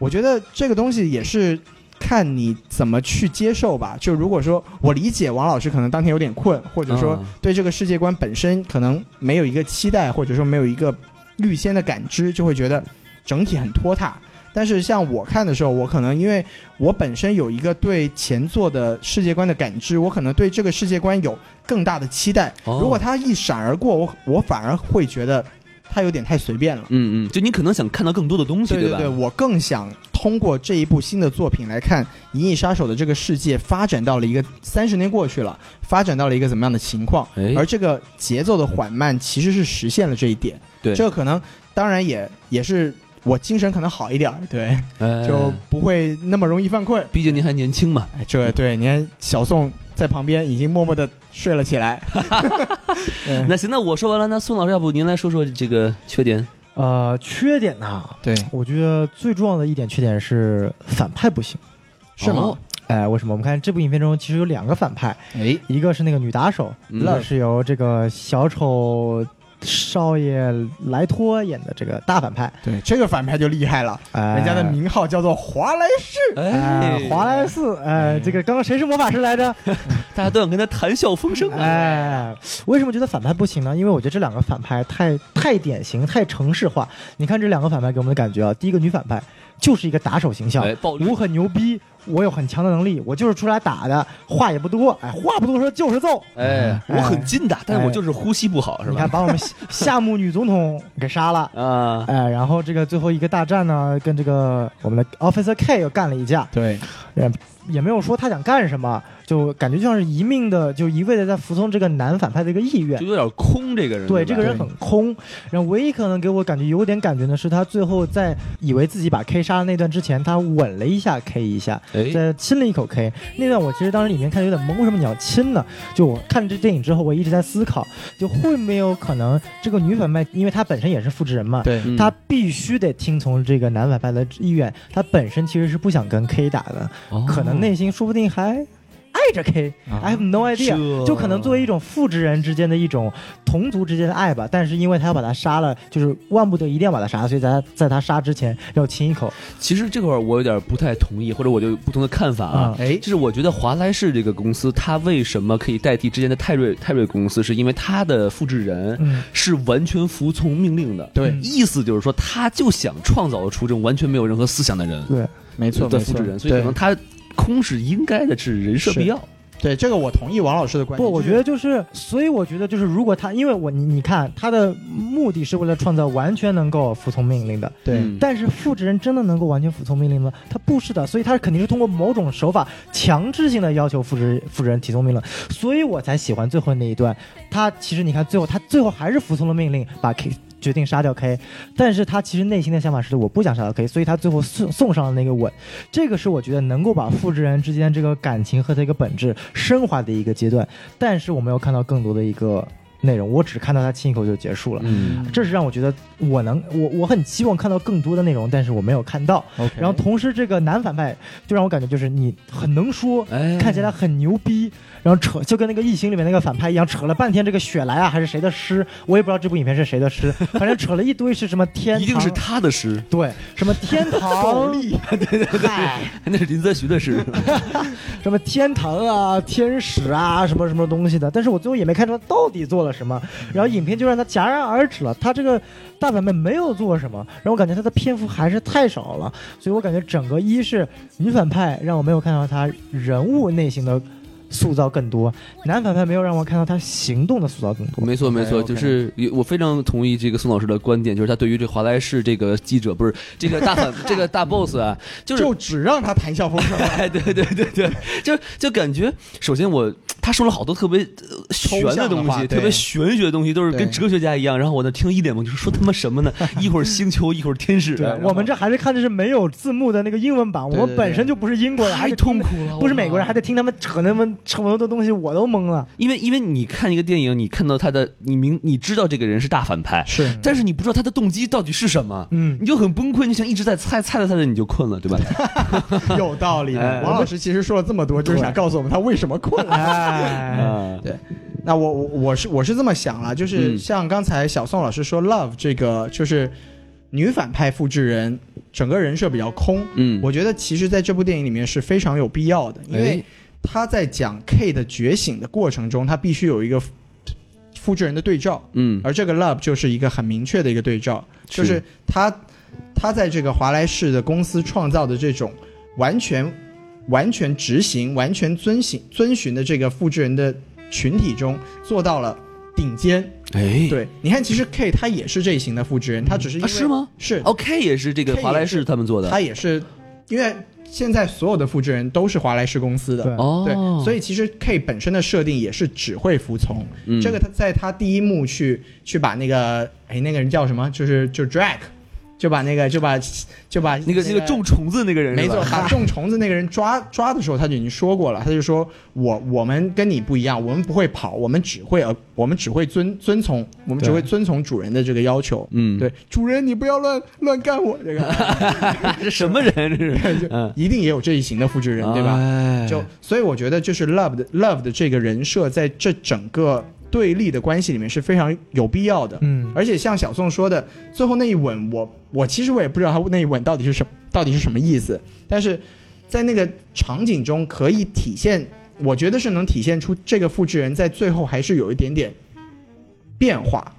[SPEAKER 2] 我觉得这个东西也是看你怎么去接受吧。就如果说我理解王老师可能当天有点困，或者说
[SPEAKER 1] 嗯
[SPEAKER 2] 对这个世界观本身可能没有一个期待，或者说没有一个预先的感知，就会觉得整体很拖沓。但是像我看的时候，我可能因为我本身有一个对前作的世界观的感知，我可能对这个世界观有更大的期待。
[SPEAKER 1] 哦
[SPEAKER 2] 如果它一闪而过，我我反而会觉得它有点太随便了。
[SPEAKER 1] 嗯嗯，就你可能想看到更多的东西，
[SPEAKER 2] 对对
[SPEAKER 1] 吧？
[SPEAKER 2] 对，我更想通过这一部新的作品来看《银翼杀手》的这个世界发展到了一个三十年过去了，发展到了一个怎么样的情况？
[SPEAKER 1] 哎
[SPEAKER 2] 而这个节奏的缓慢其实是实现了这一点。
[SPEAKER 1] 对
[SPEAKER 2] 这个可能当然也也是我精神可能好一点儿，对，
[SPEAKER 1] 哎
[SPEAKER 2] 就不会那么容易犯困。
[SPEAKER 1] 毕竟您还年轻嘛。
[SPEAKER 2] 哎，这对，你看小宋在旁边已经默默的睡了起来。
[SPEAKER 4] 哎
[SPEAKER 2] 嗯
[SPEAKER 1] 那行，那我说完了，那宋老师，要不您来说说这个缺点？
[SPEAKER 4] 呃，缺点呐、
[SPEAKER 2] 对，
[SPEAKER 4] 我觉得最重要的一点缺点是反派不行。
[SPEAKER 2] 是吗
[SPEAKER 1] 哦？
[SPEAKER 4] 哎，为什么？我们看这部影片中，其实有两个反派，
[SPEAKER 2] 哎，
[SPEAKER 4] 一个是那个女打手，
[SPEAKER 1] 嗯
[SPEAKER 4] 一个是由这个小丑少爷莱托演的这个大反派。
[SPEAKER 2] 对，这个反派就厉害了，
[SPEAKER 4] 哎、
[SPEAKER 2] 人家的名号叫做华莱士。
[SPEAKER 4] 哎
[SPEAKER 1] 哎，，
[SPEAKER 4] 华莱士，哎，这个刚刚谁是魔法师 来着？
[SPEAKER 1] 大家都想跟他谈笑风生啊。
[SPEAKER 4] 哎，为什么觉得反派不行呢？因为我觉得这两个反派太太典型、太城市化。你看这两个反派给我们的感觉啊，第一个女反派就是一个打手形象，
[SPEAKER 1] 哎，暴力
[SPEAKER 4] 我很牛逼，我有很强的能力，我就是出来打的，话也不多，哎，话不多说就是揍。
[SPEAKER 1] 哎，我很近的，但是我
[SPEAKER 4] 哎
[SPEAKER 1] 就是呼吸不好，是
[SPEAKER 4] 你看，
[SPEAKER 1] 吧？
[SPEAKER 4] 把我们夏夏目女总统给杀了。
[SPEAKER 1] 啊，
[SPEAKER 4] 哎，然后这个最后一个大战呢，跟这个我们的 Officer K 又干了一架，
[SPEAKER 2] 对，
[SPEAKER 4] 也没有说他想干什么，就感觉就像是一命的，就一味的在服从这个男反派的一个意愿
[SPEAKER 1] 就。有点空这个人。
[SPEAKER 4] 对，
[SPEAKER 1] 吧
[SPEAKER 4] 这个人很空。然后唯一可能给我感觉有点感觉呢，是他最后在以为自己把 K 杀了那段之前，他吻了一下 K 一下，
[SPEAKER 1] 哎，
[SPEAKER 4] 再亲了一口 K。那段我其实当时里面看有点懵，为什么你要亲呢？就我看这电影之后，我一直在思考，就会没有可能这个女反派，因为她本身也是复制人嘛，
[SPEAKER 2] 对
[SPEAKER 1] 嗯
[SPEAKER 4] 她必须得听从这个男反派的意愿，她本身其实是不想跟 K 打的，
[SPEAKER 1] 哦
[SPEAKER 4] 可能内心说不定还爱着 K。I
[SPEAKER 2] 啊哎
[SPEAKER 4] have no idea。
[SPEAKER 1] 这
[SPEAKER 4] 就可能作为一种复制人之间的一种同族之间的爱吧，但是因为他要把他杀了，就是万不得已一定要把他杀，所以在他在他杀之前要亲一口
[SPEAKER 1] 其实这块儿我有点不太同意，或者我就有不同的看法啊。
[SPEAKER 4] 啊、
[SPEAKER 2] 哎
[SPEAKER 1] 就，是我觉得华莱士这个公司，它为什么可以代替之前的泰瑞泰瑞公司，是因为它的复制人
[SPEAKER 4] 嗯
[SPEAKER 1] 是完全服从命令的。
[SPEAKER 2] 对
[SPEAKER 4] 嗯
[SPEAKER 1] 意思就是说，他就想创造出这种完全没有任何思想的人，
[SPEAKER 4] 对，
[SPEAKER 2] 没错，
[SPEAKER 1] 的
[SPEAKER 2] 没
[SPEAKER 1] 复
[SPEAKER 2] 错
[SPEAKER 1] 制人，所以可能
[SPEAKER 2] 对
[SPEAKER 1] 他空是应该的，是人设必要。
[SPEAKER 2] 对这个我同意王老师的观点。
[SPEAKER 4] 不，我
[SPEAKER 2] 就是
[SPEAKER 4] 觉得就是，所以我觉得就是，如果他，因为我你你看，他的目的是为了创造完全能够服从命令的，
[SPEAKER 2] 对
[SPEAKER 1] 嗯
[SPEAKER 4] 但是复制人真的能够完全服从命令吗？他不是的，所以他肯定是通过某种手法强制性的要求复制复制人提从命令，所以我才喜欢最后那一段。他其实你看最后他最后还是服从了命令，把 K 决定杀掉 K，但是他其实内心的想法是我不想杀掉 K，所以他最后送送上了那个吻。这个是我觉得能够把复制人之间这个感情和这个本质升华的一个阶段，但是我没有看到更多的一个内容，我只看到他亲一口就结束了。
[SPEAKER 1] 嗯，
[SPEAKER 4] 这是让我觉得我能我我很期望看到更多的内容，但是我没有看到。
[SPEAKER 2] ，OK
[SPEAKER 4] 然后同时这个男反派就让我感觉就是你很能说，
[SPEAKER 1] 哎，
[SPEAKER 4] 看起来很牛逼，然后扯就跟那个异形里面那个反派一样，扯了半天这个雪莱啊还是谁的诗，我也不知道这部影片是谁的诗， 反正扯了一堆是什么天堂，
[SPEAKER 1] 一定是他的诗，
[SPEAKER 4] 对什么天 堂， 嗨
[SPEAKER 1] 那是林则徐的诗。
[SPEAKER 4] 什么天堂啊、天使啊，什么什么东西的，但是我最后也没看出来到底做了什么。
[SPEAKER 1] 嗯
[SPEAKER 4] 然后影片就让他戛然而止了，他这个大反派没有做什么，让我感觉他的篇幅还是太少了，所以我感觉整个一是女反派让我没有看到她人物内心的塑造更多，男反派没有让我看到他行动的塑造更多。
[SPEAKER 1] 没错，没错，
[SPEAKER 2] OK，OK
[SPEAKER 1] 就是我非常同意这个宋老师的观点，就是他对于这华莱士这个记者不是这个大反这个大 boss 啊，就是
[SPEAKER 2] 就只让他谈笑风 生
[SPEAKER 1] 哎，对对对对，就就感觉，首先我他说了好多特别呃玄
[SPEAKER 2] 抽象的
[SPEAKER 1] 东
[SPEAKER 2] 话
[SPEAKER 1] 西，
[SPEAKER 2] 对
[SPEAKER 1] 特别玄学的东西，都是跟
[SPEAKER 2] 对
[SPEAKER 1] 哲学家一样。然后我那听一脸懵，就是说他妈什 么呢？一会儿星球，一会儿天使，啊
[SPEAKER 4] 对
[SPEAKER 1] 然后
[SPEAKER 4] 我们这还是看的是没有字幕的那个英文版，我
[SPEAKER 2] 对对
[SPEAKER 4] 们本身就不是英国人，还
[SPEAKER 1] 太
[SPEAKER 4] 得
[SPEAKER 1] 痛
[SPEAKER 4] 听
[SPEAKER 1] 苦 了，
[SPEAKER 4] 不是
[SPEAKER 1] 我
[SPEAKER 4] 美国人，
[SPEAKER 1] 靠
[SPEAKER 4] 还得听他们扯那么扯那么多东西，我都懵了。
[SPEAKER 1] 因为因为你看一个电影，你看到他的，你明你知道这个人是大反派，
[SPEAKER 2] 是
[SPEAKER 1] 但是你不知道他的动机到底是什么。
[SPEAKER 4] 嗯，
[SPEAKER 1] 你就很崩溃，你想一直在猜，猜着猜着你就困了， 对吧？
[SPEAKER 2] 有道理
[SPEAKER 1] 哎
[SPEAKER 2] 的。王老师其实说了这么多，就是想告诉我们他为什么困了。
[SPEAKER 4] 哎，
[SPEAKER 1] 啊，
[SPEAKER 2] 那我我我是我是这么想了，就是
[SPEAKER 1] 嗯
[SPEAKER 2] 像刚才小宋老师说，Love 这个就是女反派复制人，整个人设比较空。
[SPEAKER 1] 嗯，哎
[SPEAKER 2] 我觉得其实在这部电影里面是非常有必要的，因为他在讲 K 的觉醒的过程中，他必须有一个复复制人的对照。
[SPEAKER 1] 嗯，
[SPEAKER 2] 而这个 love 就是一个很明确的一个对照，
[SPEAKER 1] 是
[SPEAKER 2] 就是他他在这个华莱士的公司创造的这种完全完全执行、完全遵行遵循的这个复制人的群体中做到了顶尖。
[SPEAKER 1] 哎，
[SPEAKER 2] 对，你看，其实 K 他也是这一型的复制人，他只是因
[SPEAKER 1] 啊，
[SPEAKER 2] 为、
[SPEAKER 1] 是？吗
[SPEAKER 2] 是，
[SPEAKER 1] ？OK，也是这个
[SPEAKER 2] K 也
[SPEAKER 1] 华莱士
[SPEAKER 2] 是
[SPEAKER 1] 他们做的，
[SPEAKER 2] 他也是因为现在所有的复制人都是华莱士公司的。
[SPEAKER 4] 对
[SPEAKER 1] 哦，
[SPEAKER 2] 对，所以其实 K 本身的设定也是只会服从，
[SPEAKER 1] 嗯
[SPEAKER 2] 这个他在他第一幕去去把那个哎那个人叫什么，就是就 drag，就把那个就把就把
[SPEAKER 1] 那个那个种虫子那个人是
[SPEAKER 2] 没错
[SPEAKER 1] 吧，
[SPEAKER 2] 把种虫子那个人抓抓的时候他就已经说过了，他就说我我们跟你不一样，我们不会跑，我们只会呃我们只会遵遵从，我们只会遵从主人的这个要求。
[SPEAKER 1] 嗯，
[SPEAKER 2] 对，主人你不要乱乱干我这个，
[SPEAKER 1] 这什么人？这 是，
[SPEAKER 2] 就
[SPEAKER 1] 嗯，
[SPEAKER 2] 一定也有这一型的复制人，对吧？
[SPEAKER 1] 哎
[SPEAKER 2] 就所以我觉得就是 love 的 love 的这个人设在这整个对立的关系里面是非常有必要的。
[SPEAKER 4] 嗯，
[SPEAKER 2] 而且像小宋说的，最后那一吻我，我其实我也不知道他那一吻到底是什么，到底是什么意思。但是在那个场景中，可以体现，我觉得是能体现出这个复制人在最后还是有一点点变化。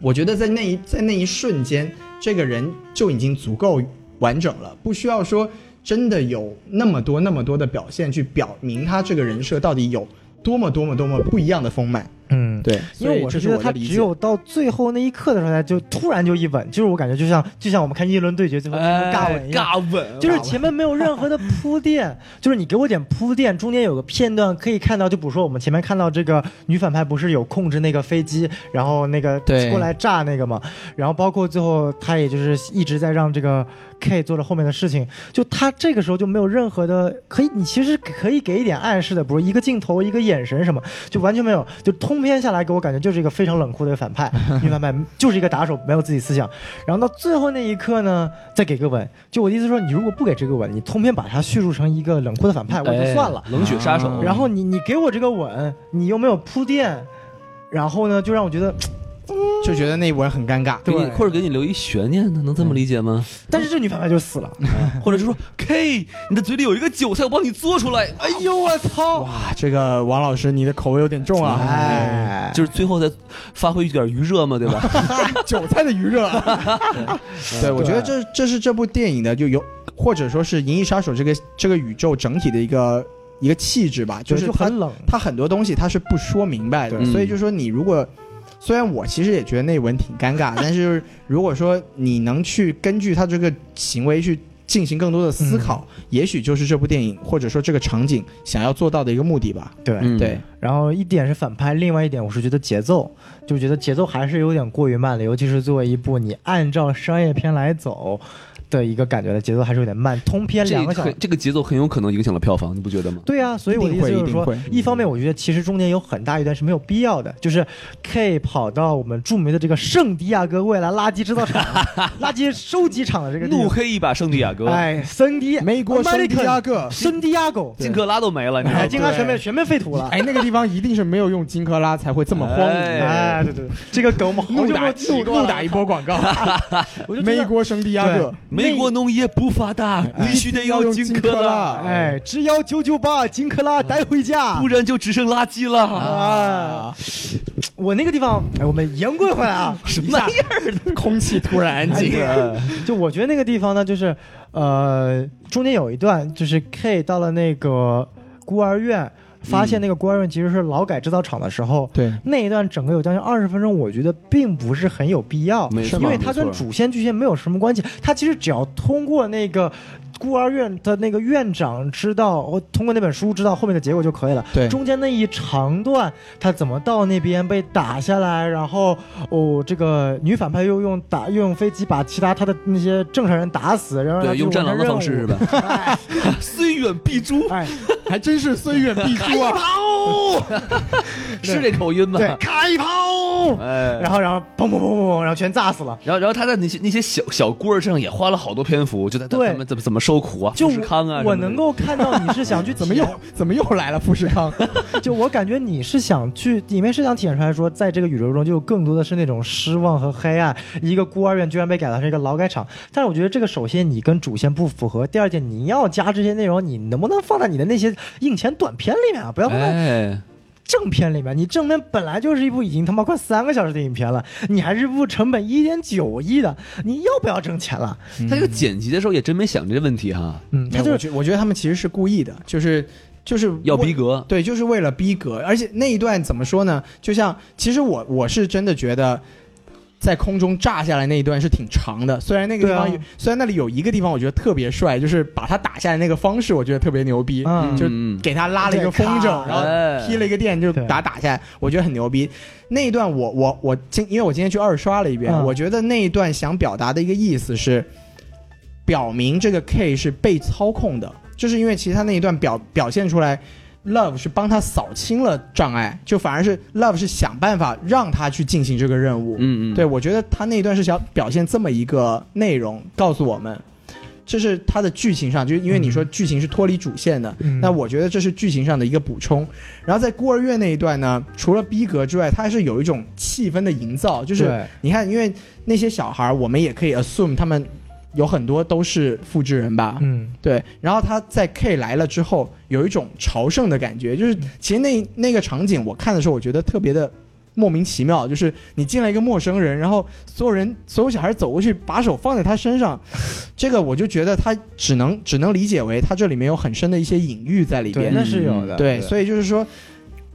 [SPEAKER 2] 我觉得在那一在那一瞬间，这个人就已经足够完整了，不需要说真的有那么多那么多的表现去表明他这个人设到底有多么多么多么不一样的丰满。
[SPEAKER 4] 嗯，
[SPEAKER 2] 对，
[SPEAKER 4] 因为
[SPEAKER 2] 所以
[SPEAKER 4] 我
[SPEAKER 2] 这
[SPEAKER 4] 是
[SPEAKER 2] 是
[SPEAKER 4] 觉得
[SPEAKER 2] 我
[SPEAKER 4] 他
[SPEAKER 2] 的理
[SPEAKER 4] 只
[SPEAKER 2] 解。
[SPEAKER 4] 有到最后那一刻的时候，他就突然就一吻，就是我感觉就像就像我们看一轮对决最后
[SPEAKER 2] 哎
[SPEAKER 4] 哎尬啊吻一样，
[SPEAKER 1] 尬吻，
[SPEAKER 4] 就是前面没有 任何的铺垫，就是你给我点铺垫，中间有个片段可以看到，就比如说我们前面看到这个女反派不是有控制那个飞机，然后那个
[SPEAKER 2] 对
[SPEAKER 4] 过来炸那个嘛，然后包括最后她也就是一直在让这个 K 做着后面的事情，就她这个时候就没有任何的可以，你其实可以给一点暗示的，比如一个镜头、一个眼神什么，就完全没有，就通篇下来给我感觉就是一个非常冷酷的反派，女反派就是一个打手，没有自己思想。然后到最后那一刻呢，再给个吻。就我的意思说，你如果不给这个吻，你通篇把它叙述成一个冷酷的反派，我就算了。
[SPEAKER 1] 哎冷血杀手，
[SPEAKER 2] 啊
[SPEAKER 4] 然后你你给我这个吻，你又没有铺垫，然后呢，就让我觉得，
[SPEAKER 2] 就觉得那一吻很尴尬。
[SPEAKER 1] 给你
[SPEAKER 4] 对
[SPEAKER 1] 或者给你留一悬念呢，能这么理解吗？
[SPEAKER 4] 但是这女反派就死了。
[SPEAKER 1] 或者是说 K，你的嘴里有一个韭菜，我帮你做出来。哎，
[SPEAKER 4] 哎呦我操！
[SPEAKER 2] 哇，这个王老师你的口味有点重啊！哎，
[SPEAKER 4] 哎，
[SPEAKER 1] 就是最后再发挥一点余热嘛，对吧？
[SPEAKER 2] 韭菜的余热。啊对，我觉得这这是这部电影的就有，或者说是《银翼杀手》这个这个宇宙整体的一个一个气质吧，
[SPEAKER 4] 就是就
[SPEAKER 2] 它嗯
[SPEAKER 4] 很冷。
[SPEAKER 2] 它很多东西它是不说明白的，
[SPEAKER 1] 对
[SPEAKER 2] 所以就说你如果。虽然我其实也觉得那文挺尴 尬，但是如果说你能去根据他这个行为去进行更多的思考，也许就是这部电影或者说这个场景想要做到的一个目的吧。
[SPEAKER 4] 对，
[SPEAKER 1] 嗯
[SPEAKER 2] 对，
[SPEAKER 4] 然后一点是反派，另外一点我是觉得节奏，就觉得节奏还是有点过于慢了，尤其是作为一部你按照商业片来走的一个感觉的节奏还是有点慢，通篇
[SPEAKER 1] 这
[SPEAKER 4] 两个小时
[SPEAKER 1] 很。这个节奏很有可能影响了票房，你不觉得吗？
[SPEAKER 4] 对啊，所以我的意思
[SPEAKER 2] 一
[SPEAKER 4] 就
[SPEAKER 2] 定
[SPEAKER 4] 是
[SPEAKER 2] 会
[SPEAKER 4] 说
[SPEAKER 2] 一定，
[SPEAKER 4] 一方面我觉得其实中间有很大一段是没有必要的，就是 K 跑到我们著名的这个圣地亚哥未来垃圾制 造厂、垃圾收集厂的这个地
[SPEAKER 1] 怒
[SPEAKER 4] 方，
[SPEAKER 1] 黑一把圣地亚哥，
[SPEAKER 4] 哎，圣地
[SPEAKER 2] 美国圣地亚
[SPEAKER 4] American
[SPEAKER 2] 哥，
[SPEAKER 4] 圣地亚哥，
[SPEAKER 1] 金克拉都没了，你知道
[SPEAKER 4] 哎，
[SPEAKER 1] 吗？
[SPEAKER 4] 金刚
[SPEAKER 2] 啊对
[SPEAKER 4] 全面全面废土了。
[SPEAKER 2] 哎，那个地方一定是没有用金克拉才会这 么荒芜。
[SPEAKER 1] 哎
[SPEAKER 4] 哎，对对，对这个梗我们好
[SPEAKER 2] 怒
[SPEAKER 4] 久没
[SPEAKER 2] 打
[SPEAKER 4] 有提
[SPEAKER 2] 怒
[SPEAKER 4] 过
[SPEAKER 2] 怒
[SPEAKER 4] 了。
[SPEAKER 2] 打一波广告，
[SPEAKER 4] 我就觉得
[SPEAKER 2] 美国圣地亚哥
[SPEAKER 1] 美国农业不发达，必须得有金克拉，
[SPEAKER 4] 哎，只要九九八金克拉带回家
[SPEAKER 1] 不。然就只剩垃圾了。
[SPEAKER 4] 啊！我那个地方，哎，我们言归回来啊，哎
[SPEAKER 1] 什么玩意儿？
[SPEAKER 2] 空气突然安静。
[SPEAKER 4] 就我觉得那个地方呢，就是呃，中间有一段，就是 K 到了那个孤儿院，发
[SPEAKER 2] 嗯
[SPEAKER 4] 现那个孤儿院其实是劳改制造厂的时候，
[SPEAKER 2] 对，
[SPEAKER 4] 那一段整个有将近二十分钟，我觉得并不是很有必要，
[SPEAKER 1] 没错
[SPEAKER 4] 因为它跟主线剧情没有什么关系。它其实只要通过那个孤儿院的那个院长知道，我通过那本书知道后面的结果就可以了。
[SPEAKER 2] 对
[SPEAKER 4] 中间那一长段，他怎么到那边被打下来，然后哦，这个女反派又用打又用飞机把其他他的那些正常人打死，然后让他
[SPEAKER 1] 对，
[SPEAKER 4] 去
[SPEAKER 1] 用
[SPEAKER 4] 完
[SPEAKER 1] 战
[SPEAKER 4] 成
[SPEAKER 1] 狼的
[SPEAKER 4] 任
[SPEAKER 1] 方式是？
[SPEAKER 4] 务
[SPEAKER 1] 吧？ 虽远必诛，
[SPEAKER 4] 哎，
[SPEAKER 2] 还真是虽远必诛啊！
[SPEAKER 1] 是这口音吧？
[SPEAKER 4] 对，开炮！
[SPEAKER 1] 哎，
[SPEAKER 4] 然后，然后砰砰砰砰砰，然后全炸死了。
[SPEAKER 1] 然后，然后他在那些那些小小孤儿身上也花了好多篇幅，就在他
[SPEAKER 4] 对
[SPEAKER 1] 们怎么怎么受苦啊，
[SPEAKER 4] 就
[SPEAKER 1] 富士康啊，
[SPEAKER 4] 我
[SPEAKER 1] 什么的
[SPEAKER 4] 能够看到你是想去
[SPEAKER 2] 怎么
[SPEAKER 4] 体
[SPEAKER 2] 又
[SPEAKER 4] 验
[SPEAKER 2] 怎么又来了富士康？
[SPEAKER 4] 就我感觉你是想去，里面是想体现出来说，在这个宇宙中，就有更多的是那种失望和黑暗。一个孤儿院居然被改造成一个劳改场，但是我觉得这个首先你跟主线不符合，第二件你要加这些内容，你能不能放在你的那些硬钱短片里面啊？不要放在
[SPEAKER 1] 哎，
[SPEAKER 4] 正片里面，你正片本来就是一部已经他妈快三个小时的影片了，你还是部成本一点九亿的，你要不要挣钱了？
[SPEAKER 1] 他这个剪辑的时候也真没想这问题哈，
[SPEAKER 4] 嗯，他
[SPEAKER 2] 没有哎我
[SPEAKER 4] 就是
[SPEAKER 2] 觉我觉得他们其实是故意的，就是就是
[SPEAKER 1] 要
[SPEAKER 2] 为
[SPEAKER 1] 逼格，
[SPEAKER 2] 对，就是为了逼格。而且那一段怎么说呢？就像其实我我是真的觉得。在空中炸下来那一段是挺长的，虽然那个地方有、
[SPEAKER 4] 对啊
[SPEAKER 2] 虽然那里有一个地方我觉得特别帅，就是把他打下来那个方式，我觉得特别牛逼，
[SPEAKER 4] 嗯
[SPEAKER 2] 就
[SPEAKER 1] 嗯
[SPEAKER 2] 给他拉了一个风筝，
[SPEAKER 4] 对咔
[SPEAKER 2] 然后
[SPEAKER 1] 哎
[SPEAKER 2] 劈了一个电就
[SPEAKER 4] 对
[SPEAKER 2] 打打下来，我觉得很牛逼。那一段我我我今因为我今天去二刷了一遍，
[SPEAKER 4] 嗯
[SPEAKER 2] 我觉得那一段想表达的一个意思是，表明这个 K 是被操控的，就是因为其实他那一段表表现出来。Love 是帮他扫清了障碍，就反而是 Love 是想办法让他去进行这个任务。
[SPEAKER 1] 嗯嗯，
[SPEAKER 2] 对，我觉得他那一段是想表现这么一个内容，告诉我们，这是他的剧情上，就是因为你说剧情是脱离主线的，
[SPEAKER 4] 嗯
[SPEAKER 2] 那我觉得这是剧情上的一个补充。然后在孤儿院那一段呢，除了逼格之外，它还是有一种气氛的营造，就是
[SPEAKER 4] 对
[SPEAKER 2] 你看，因为那些小孩儿，我们也可以 assume 他们有很多都是复制人吧，
[SPEAKER 4] 嗯。
[SPEAKER 2] 对，然后他在 K 来了之后，有一种朝圣的感觉，就是其实那那个场景，我看的时候，我觉得特别的莫名其妙，就是你进来一个陌生人，然后所有人所有小孩走过去，把手放在他身上，这个我就觉得他只能只能理解为他这里面有很深的一些隐喻在里
[SPEAKER 4] 对，
[SPEAKER 2] 边，
[SPEAKER 4] 那是有的。
[SPEAKER 2] 对，所以就是说。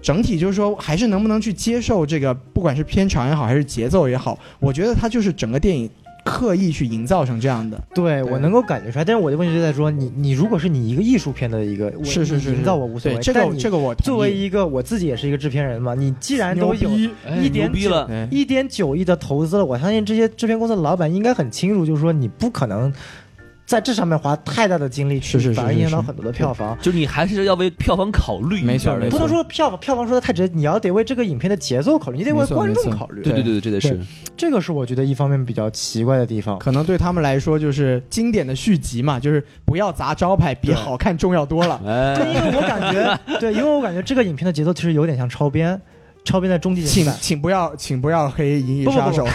[SPEAKER 2] 整体就是说，还是能不能去接受这个，不管是片长也好，还是节奏也好，我觉得它就是整个电影刻意去营造成这样的。
[SPEAKER 4] 对我
[SPEAKER 2] 对
[SPEAKER 4] 能够感觉出来，但是我的问题就在说，你你如果是你一个艺术片的一个，我
[SPEAKER 2] 是是
[SPEAKER 4] 你
[SPEAKER 2] 是，
[SPEAKER 4] 营造我无所谓
[SPEAKER 2] 对。这个
[SPEAKER 4] 但你
[SPEAKER 2] 这个我
[SPEAKER 4] 作为
[SPEAKER 2] 一
[SPEAKER 4] 一个我自己也是一个制片人嘛，你既然都有
[SPEAKER 1] 哎
[SPEAKER 4] 一点
[SPEAKER 1] 牛逼
[SPEAKER 4] 九
[SPEAKER 1] 了，
[SPEAKER 2] 对
[SPEAKER 4] 一点九亿的投资了，我相信这些制片公司的老板应该很清楚，就是说你不可能在这上面花太大的精力去，
[SPEAKER 2] 是是是
[SPEAKER 4] 反而影响到
[SPEAKER 2] 是是
[SPEAKER 4] 很多的票房。
[SPEAKER 1] 就是你还是要为票房考虑一下
[SPEAKER 2] 没错
[SPEAKER 1] 的
[SPEAKER 2] 没
[SPEAKER 4] 不
[SPEAKER 2] 错
[SPEAKER 4] 能说票房票房说的太直接，你要得为这个影片的节奏考虑，你得为
[SPEAKER 2] 没错
[SPEAKER 4] 观众
[SPEAKER 2] 没错
[SPEAKER 4] 考虑。
[SPEAKER 1] 对对对对，这得是
[SPEAKER 4] 对这个是我觉得一方面比较奇怪的地方。
[SPEAKER 2] 可能对他们来说就是经典的续集嘛，就是不要砸招牌，比
[SPEAKER 4] 对
[SPEAKER 2] 好看重要多了。
[SPEAKER 4] 对，因
[SPEAKER 1] 哎，
[SPEAKER 4] 为我感觉，对，因为我感觉这个影片的节奏其实有点像超编，超编的终极
[SPEAKER 2] 请
[SPEAKER 4] 形态。
[SPEAKER 2] 请不要请不要黑《银翼
[SPEAKER 4] 不不
[SPEAKER 2] 杀
[SPEAKER 4] 不
[SPEAKER 2] 手》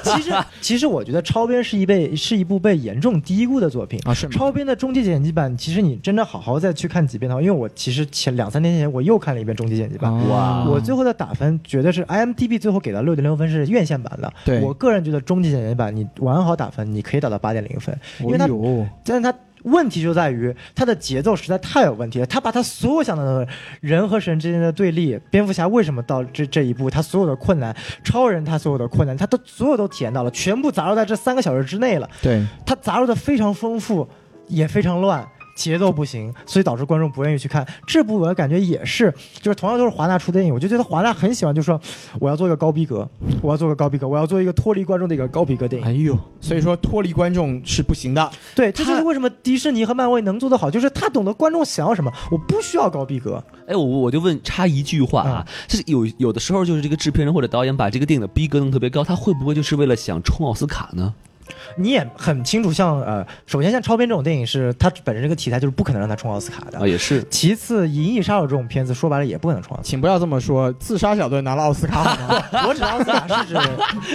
[SPEAKER 4] 其实，其实我觉得超编是一被是一部被严重低估的作品。
[SPEAKER 2] 啊，是吗？
[SPEAKER 4] 超编的终极剪辑版，其实你真的好好再去看几遍的话，因为我其实前两三天前我又看了一遍终极剪辑版，
[SPEAKER 2] 啊
[SPEAKER 1] 哇
[SPEAKER 4] 我最后的打分绝对是 IMDB 最后给到六点六分是院线版的，
[SPEAKER 2] 对
[SPEAKER 4] 我个人觉得终极剪辑版你完好打分，你可以打到八点零分，因为它
[SPEAKER 2] 哎呦
[SPEAKER 4] 但是它问题就在于它的节奏实在太有问题了。它把它所有想到的人和神之间的对立，蝙蝠侠为什么到这这一步，他所有的困难，超人他所有的困难，他都所有都体验到了，全部杂糅在这三个小时之内了。
[SPEAKER 2] 对
[SPEAKER 4] 它杂糅的非常丰富，也非常乱。节奏不行，所以导致观众不愿意去看这部。我感觉也是，就是同样都是华纳出电影，我就觉得华纳很喜欢，就说我要做一个高逼格，我要做个高逼格，我要做一个脱离观众的一个高逼格电影。
[SPEAKER 2] 哎呦，所以说脱离观众是不行的。
[SPEAKER 4] 对，这就
[SPEAKER 2] 他
[SPEAKER 4] 是为什么迪士尼和漫威能做得好，就是他懂得观众想要什么，我不需要高逼格。
[SPEAKER 1] 哎，我我就问插一句话啊，
[SPEAKER 2] 嗯
[SPEAKER 1] 就是有有的时候就是这个制片人或者导演把这个电影的逼格弄特别高，他会不会就是为了想冲奥斯卡呢？
[SPEAKER 4] 你也很清楚像，呃，首先像超编这种电影是它本身这个题材就是不可能让它冲奥斯卡
[SPEAKER 1] 啊，
[SPEAKER 2] 哎
[SPEAKER 4] 的。
[SPEAKER 1] 也是，
[SPEAKER 4] 其次，《银翼杀手》这种片子说白了也不可能冲奥斯卡。
[SPEAKER 2] 请不要这么说，自杀小队拿了奥斯卡好吗？
[SPEAKER 4] 我指的奥斯卡是指，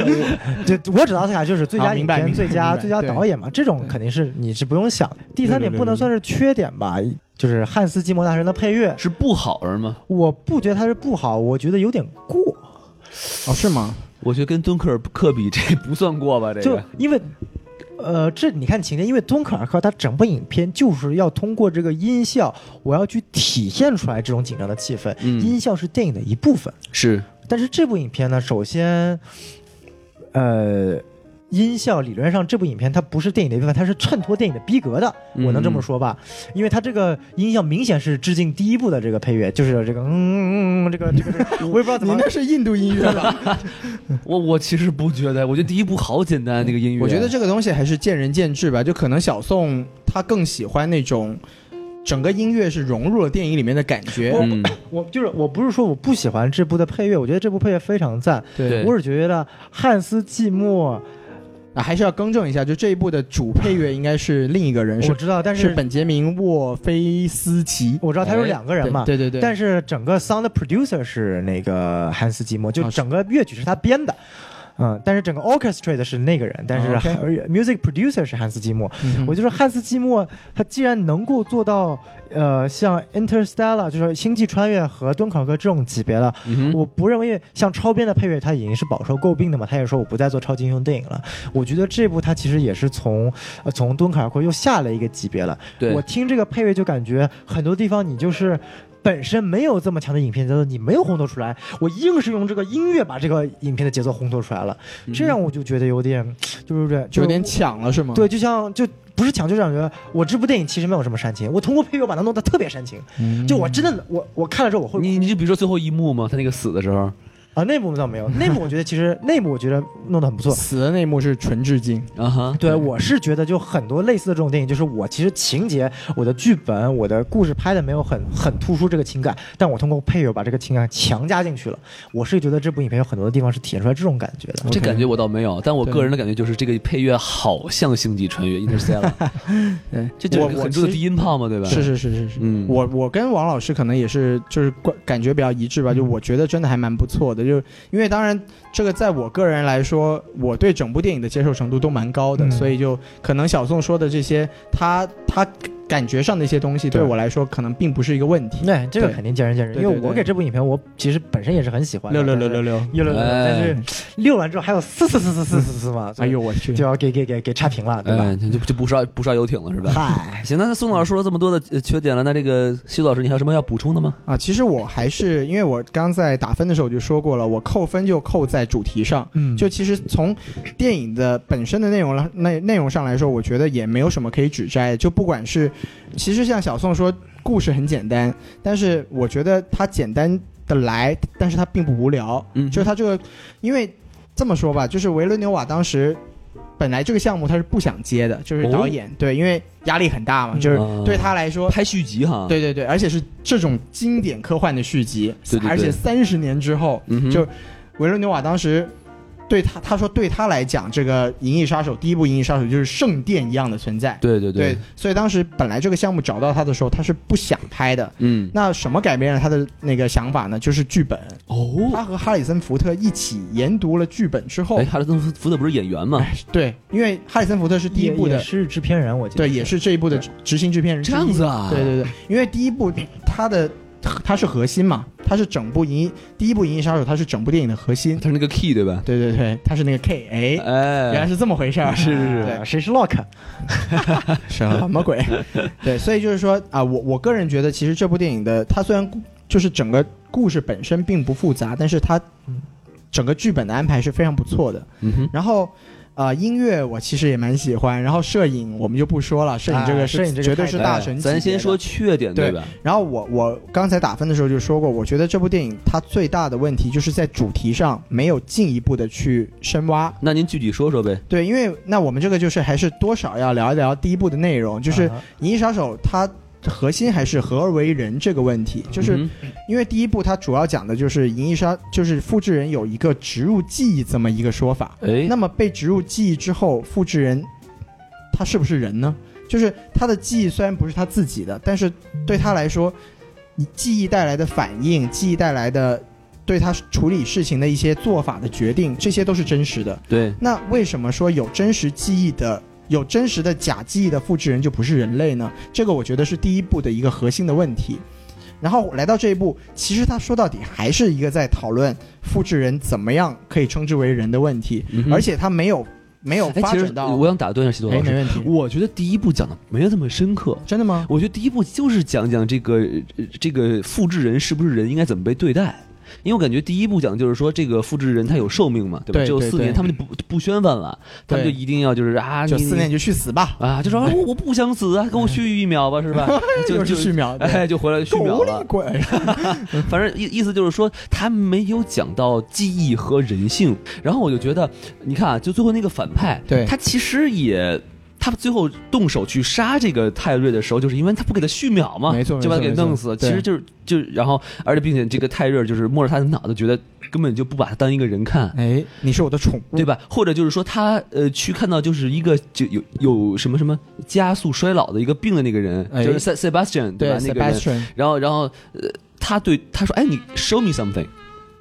[SPEAKER 4] 呃就我指的奥斯卡就是最
[SPEAKER 2] 啊
[SPEAKER 4] 佳
[SPEAKER 2] 明
[SPEAKER 4] 影
[SPEAKER 2] 白
[SPEAKER 4] 片、
[SPEAKER 2] 明白
[SPEAKER 4] 最佳
[SPEAKER 2] 明白
[SPEAKER 4] 最佳
[SPEAKER 2] 对
[SPEAKER 4] 导演嘛，这种
[SPEAKER 2] 对
[SPEAKER 4] 肯定是你是不用想的。第三点
[SPEAKER 2] 对对对
[SPEAKER 4] 不能算是缺点吧，就是汉斯季默大神的配乐，
[SPEAKER 1] 是不好儿吗？
[SPEAKER 4] 我不觉得它是不好，我觉得有点过。
[SPEAKER 2] 哦，是吗？
[SPEAKER 1] 我觉得跟敦刻尔克比，这不算过吧？这
[SPEAKER 4] 就
[SPEAKER 1] 个
[SPEAKER 4] 因为，呃，这你看情节，因为敦刻尔克它整部影片就是要通过这个音效，我要去体现出来这种紧张的气氛。
[SPEAKER 1] 嗯
[SPEAKER 4] 音效是电影的一部分，
[SPEAKER 1] 是
[SPEAKER 4] 但是这部影片呢，首先，呃。音效理论上，这部影片它不是电影的一部分，它是衬托电影的逼格的，
[SPEAKER 2] 嗯
[SPEAKER 4] 我能这么说吧？因为它这个音效明显是致敬第一部的这个配乐，就是这个嗯嗯嗯，嗯这个这个，这个我也不知道怎
[SPEAKER 2] 你
[SPEAKER 4] 么
[SPEAKER 2] 那是印度音乐吧？
[SPEAKER 1] 我我其实不觉得，我觉得第一部好简单，那个音乐，
[SPEAKER 2] 我觉得这个东西还是见仁见智吧。就可能小宋他更喜欢那种整个音乐是融入了电影里面的感觉。
[SPEAKER 4] 我
[SPEAKER 1] 嗯，
[SPEAKER 4] 我就是我不是说我不喜欢这部的配乐，我觉得这部配乐非常赞。
[SPEAKER 1] 对
[SPEAKER 4] 我只觉得汉斯季默，
[SPEAKER 2] 啊，还是要更正一下，就这一部的主配乐应该是另一个人，
[SPEAKER 4] 我
[SPEAKER 2] 是
[SPEAKER 4] 知道，但
[SPEAKER 2] 是
[SPEAKER 4] 是
[SPEAKER 2] 本杰明沃菲斯奇。
[SPEAKER 4] 我知道他有两个人嘛。
[SPEAKER 2] 对对对，
[SPEAKER 4] 但
[SPEAKER 2] 是
[SPEAKER 4] 是整个 sound producer 是那个汉斯季默，就
[SPEAKER 2] 啊是
[SPEAKER 4] 整个乐曲是他编的，嗯，但是整个 orchestrate 是那个人，但是
[SPEAKER 2] 啊，OK 嗯
[SPEAKER 4] music producer 是汉斯季默。我就说汉斯季默，他既然能够做到，呃，像 Interstellar 就是《星际穿越》和敦刻尔克这种级别了，
[SPEAKER 1] 嗯哼
[SPEAKER 4] 我不认为像超编的配乐，他已经是饱受诟病的嘛。他也说我不再做超级英雄电影了。我觉得这部他其实也是从呃从敦刻尔克又下了一个级别了。
[SPEAKER 1] 对
[SPEAKER 4] 我听这个配乐就感觉很多地方你就是。本身没有这么强的影片节奏，你没有烘托出来，我硬是用这个音乐把这个影片的节奏烘托出来了，这样我就觉得有点，就是有点，就是
[SPEAKER 2] 嗯有点抢了是吗？
[SPEAKER 4] 对，就像就不是强，就感觉我这部电影其实没有什么煽情，我通过配乐把它弄得特别煽情，
[SPEAKER 2] 嗯，
[SPEAKER 4] 就我真的我我看了之后我会
[SPEAKER 1] 你你就比如说最后一幕嘛，他那个死的时候，
[SPEAKER 4] 啊，内幕倒没有，内幕我觉得其实内幕我觉得弄得很不错。
[SPEAKER 2] 死的那一幕是纯致敬。
[SPEAKER 1] 啊哈，
[SPEAKER 4] 对，我是觉得就很多类似的这种电影，就是我其实情节、我的剧本、我的故事拍的没有很很突出这个情感，但我通过配乐把这个情感强加进去了。我是觉得这部影片有很多的地方是体现出来这种感觉的。
[SPEAKER 1] 这
[SPEAKER 2] OK
[SPEAKER 1] 感觉我倒没有，但我
[SPEAKER 2] 对
[SPEAKER 1] 个人的感觉就是这个配乐好像《星际穿 越》Interstellar，
[SPEAKER 2] 对，
[SPEAKER 1] 这就
[SPEAKER 2] 我
[SPEAKER 1] 是
[SPEAKER 2] 我
[SPEAKER 1] 很重的
[SPEAKER 2] 其实
[SPEAKER 1] 低音炮嘛，对吧？
[SPEAKER 2] 是，是是是是。
[SPEAKER 1] 嗯，
[SPEAKER 2] 我我跟王老师可能也是，就是观感觉比较一致吧。就我觉得真的还蛮不错的，就因为当然这个在我个人来说，我对整部电影的接受程度都蛮高的，
[SPEAKER 4] 嗯
[SPEAKER 2] 所以就可能小宋说的这些，他他感觉上的一些东西，对
[SPEAKER 4] 对
[SPEAKER 2] 我来说可能并不是一个问题。
[SPEAKER 4] 对，这个
[SPEAKER 2] 对
[SPEAKER 4] 肯定见仁见智，
[SPEAKER 2] 对
[SPEAKER 4] 因为
[SPEAKER 2] 对
[SPEAKER 4] 我
[SPEAKER 2] 对
[SPEAKER 4] 给这部影片，我其实本身也是很喜欢的。
[SPEAKER 2] 六六六六六，
[SPEAKER 4] 六六六，
[SPEAKER 1] 哎
[SPEAKER 4] 但是六完之后还有四四四四四四四嘛，
[SPEAKER 2] 哎呦我去
[SPEAKER 4] 就，要给给给给差评了，对吧？
[SPEAKER 1] 哎，就就不刷不刷游艇了是吧？
[SPEAKER 2] 啊
[SPEAKER 4] 嗨，
[SPEAKER 1] 行，那宋老师说了这么多的呃缺点了，那这个西子老师，你还有什么要补充的吗？
[SPEAKER 2] 啊，其实我还是因为我刚在打分的时候我就说过了，我扣分就扣在主题上。
[SPEAKER 4] 嗯
[SPEAKER 2] 就其实从电影的本身的内容了内内容上来说，我觉得也没有什么可以指摘。就不管是，其实像小宋说，故事很简单，但是我觉得它简单的来，但是它并不无聊。
[SPEAKER 1] 嗯
[SPEAKER 2] 就是它这个，因为这么说吧，就是维伦纽瓦当时本来这个项目他是不想接的，就是导
[SPEAKER 1] 哦
[SPEAKER 2] 演、对，因为压力很大嘛，
[SPEAKER 4] 嗯
[SPEAKER 2] 就是
[SPEAKER 1] 啊
[SPEAKER 2] 对他来说，
[SPEAKER 1] 拍续集哈，，
[SPEAKER 2] 对对对，而且是这种经典科幻的续集，
[SPEAKER 1] 对对对
[SPEAKER 2] 而且三十年之后，
[SPEAKER 1] 嗯哼，
[SPEAKER 2] 就维伦纽瓦当时对他他说对他来讲，这个《银翼杀手》第一部《银翼杀手》就是圣殿一样的存在。
[SPEAKER 1] 对对
[SPEAKER 2] 对，，所以当时本来这个项目找到他的时候，他是不想拍的。
[SPEAKER 1] 嗯，
[SPEAKER 2] 那什么改变了他的那个想法呢？就是剧本。
[SPEAKER 1] 哦，
[SPEAKER 2] 他和哈里森·福特一起研读了剧本之后
[SPEAKER 1] 哎，，哈里森福福特不是演员吗？
[SPEAKER 2] 对，因为哈里森·福特是第一
[SPEAKER 4] 也
[SPEAKER 2] 部的
[SPEAKER 4] 也，是制片人，我记得
[SPEAKER 2] 对，也是这一部的
[SPEAKER 4] 对
[SPEAKER 2] 执行制片人之
[SPEAKER 1] 这
[SPEAKER 2] 一。
[SPEAKER 1] 样子啊，
[SPEAKER 2] 对对对，因为第一部它的它是核心嘛，它是整部《银翼》第一部《银翼杀手》，它是整部电影的核心。
[SPEAKER 1] 他是那个 key 对吧？
[SPEAKER 2] 对对对，它是那个 K，哎，
[SPEAKER 1] 哎，
[SPEAKER 2] 原来是这么回事儿。
[SPEAKER 4] 是是
[SPEAKER 2] 对
[SPEAKER 4] 啊是，谁是 Lock？
[SPEAKER 2] 什么鬼？对，所以就是说啊，我我个人觉得，其实这部电影的它虽然故就是整个故事本身并不复杂，但是它整个剧本的安排是非常不错的。
[SPEAKER 1] 嗯哼，
[SPEAKER 2] 然后。呃，音乐我其实也蛮喜欢，然后摄影我们就不说了，摄影这个
[SPEAKER 4] 啊
[SPEAKER 2] 是、
[SPEAKER 4] 摄影这个
[SPEAKER 2] 绝对
[SPEAKER 4] 太
[SPEAKER 2] 是
[SPEAKER 1] 哎
[SPEAKER 2] 大神级别的。
[SPEAKER 1] 咱先说缺点
[SPEAKER 2] 对
[SPEAKER 1] 吧？
[SPEAKER 2] 然后我我刚才打分的时候就说过，我觉得这部电影它最大的问题就是在主题上没有进一步的去深挖。
[SPEAKER 1] 那您具体说说呗。
[SPEAKER 2] 对，因为那我们这个就是还是多少要聊一聊第一部的内容，就是《
[SPEAKER 4] 啊
[SPEAKER 2] 银翼杀手》它核心还是合而为人这个问题，就是
[SPEAKER 1] 嗯
[SPEAKER 2] 因为第一部它主要讲的就是银翼杀，就是复制人有一个植入记忆这么一个说法。
[SPEAKER 1] 哼哎，
[SPEAKER 2] 那么被植入记忆之后，复制人他是不是人呢？就是他的记忆虽然不是他自己的，但是对他来说，你记忆带来的反应，记忆带来的对他处理事情的一些做法的决定，这些都是真实的。
[SPEAKER 1] 对，
[SPEAKER 2] 那为什么说有真实记忆的、有真实的假记忆的复制人就不是人类呢？这个我觉得是第一步的一个核心的问题。然后来到这一步，其实他说到底还是一个在讨论复制人怎么样可以称之为人的问题，
[SPEAKER 1] 嗯哼
[SPEAKER 2] 而且他没有没有
[SPEAKER 1] 哎，
[SPEAKER 2] 发
[SPEAKER 1] 其实
[SPEAKER 2] 展到。
[SPEAKER 1] 我想打断一下西多
[SPEAKER 2] 哎
[SPEAKER 1] 老
[SPEAKER 2] 没
[SPEAKER 1] 师，
[SPEAKER 2] 问题，
[SPEAKER 1] 我觉得第一部讲的没有那么深刻。
[SPEAKER 2] 真的吗？
[SPEAKER 1] 我觉得第一部就是讲讲这个呃这个复制人是不是人应该怎么被对待，因为我感觉第一部讲的就是说这个复制人他有寿命嘛，对吧？
[SPEAKER 2] 对
[SPEAKER 1] 只有
[SPEAKER 2] 对
[SPEAKER 1] 四年，
[SPEAKER 2] 对
[SPEAKER 1] 他们就不不宣愤了，他们就
[SPEAKER 2] 对
[SPEAKER 1] 一定要就是啊，
[SPEAKER 2] 就
[SPEAKER 1] 你
[SPEAKER 2] 四年就去死吧，
[SPEAKER 1] 啊， 就说啊我我不想死啊，给我续一秒吧，是吧？ 就
[SPEAKER 2] 又是
[SPEAKER 1] 就
[SPEAKER 2] 续秒，对
[SPEAKER 1] 哎，就回来续
[SPEAKER 2] 够
[SPEAKER 1] 秒
[SPEAKER 2] 厉
[SPEAKER 1] 了。
[SPEAKER 2] 鬼。
[SPEAKER 1] 反正意意思就是说，他没有讲到记忆和人性。然后我就觉得，你看啊，就最后那个反派，
[SPEAKER 2] 对
[SPEAKER 1] 他其实也。他最后动手去杀这个泰瑞的时候，就是因为他不给他续秒嘛，
[SPEAKER 2] 没错
[SPEAKER 1] 就把他
[SPEAKER 2] 没
[SPEAKER 1] 给
[SPEAKER 2] 错
[SPEAKER 1] 弄
[SPEAKER 2] 没
[SPEAKER 1] 死。
[SPEAKER 2] 错
[SPEAKER 1] 其实
[SPEAKER 2] 对
[SPEAKER 1] 就是就然后，而且并且这个泰瑞就是摸着他的脑袋，觉得根本就不把他当一个人看，
[SPEAKER 2] 哎，你是我的宠物
[SPEAKER 1] 对，吧？或者就是说他呃去看到就是一个就有有什么什么加速衰老的一个病的那个人，
[SPEAKER 2] 哎
[SPEAKER 1] 就是塞 Sebastian
[SPEAKER 2] 对
[SPEAKER 1] 吧？那个人，
[SPEAKER 2] ，Sebastian，
[SPEAKER 1] 然后然后呃他对他说哎你 show me something，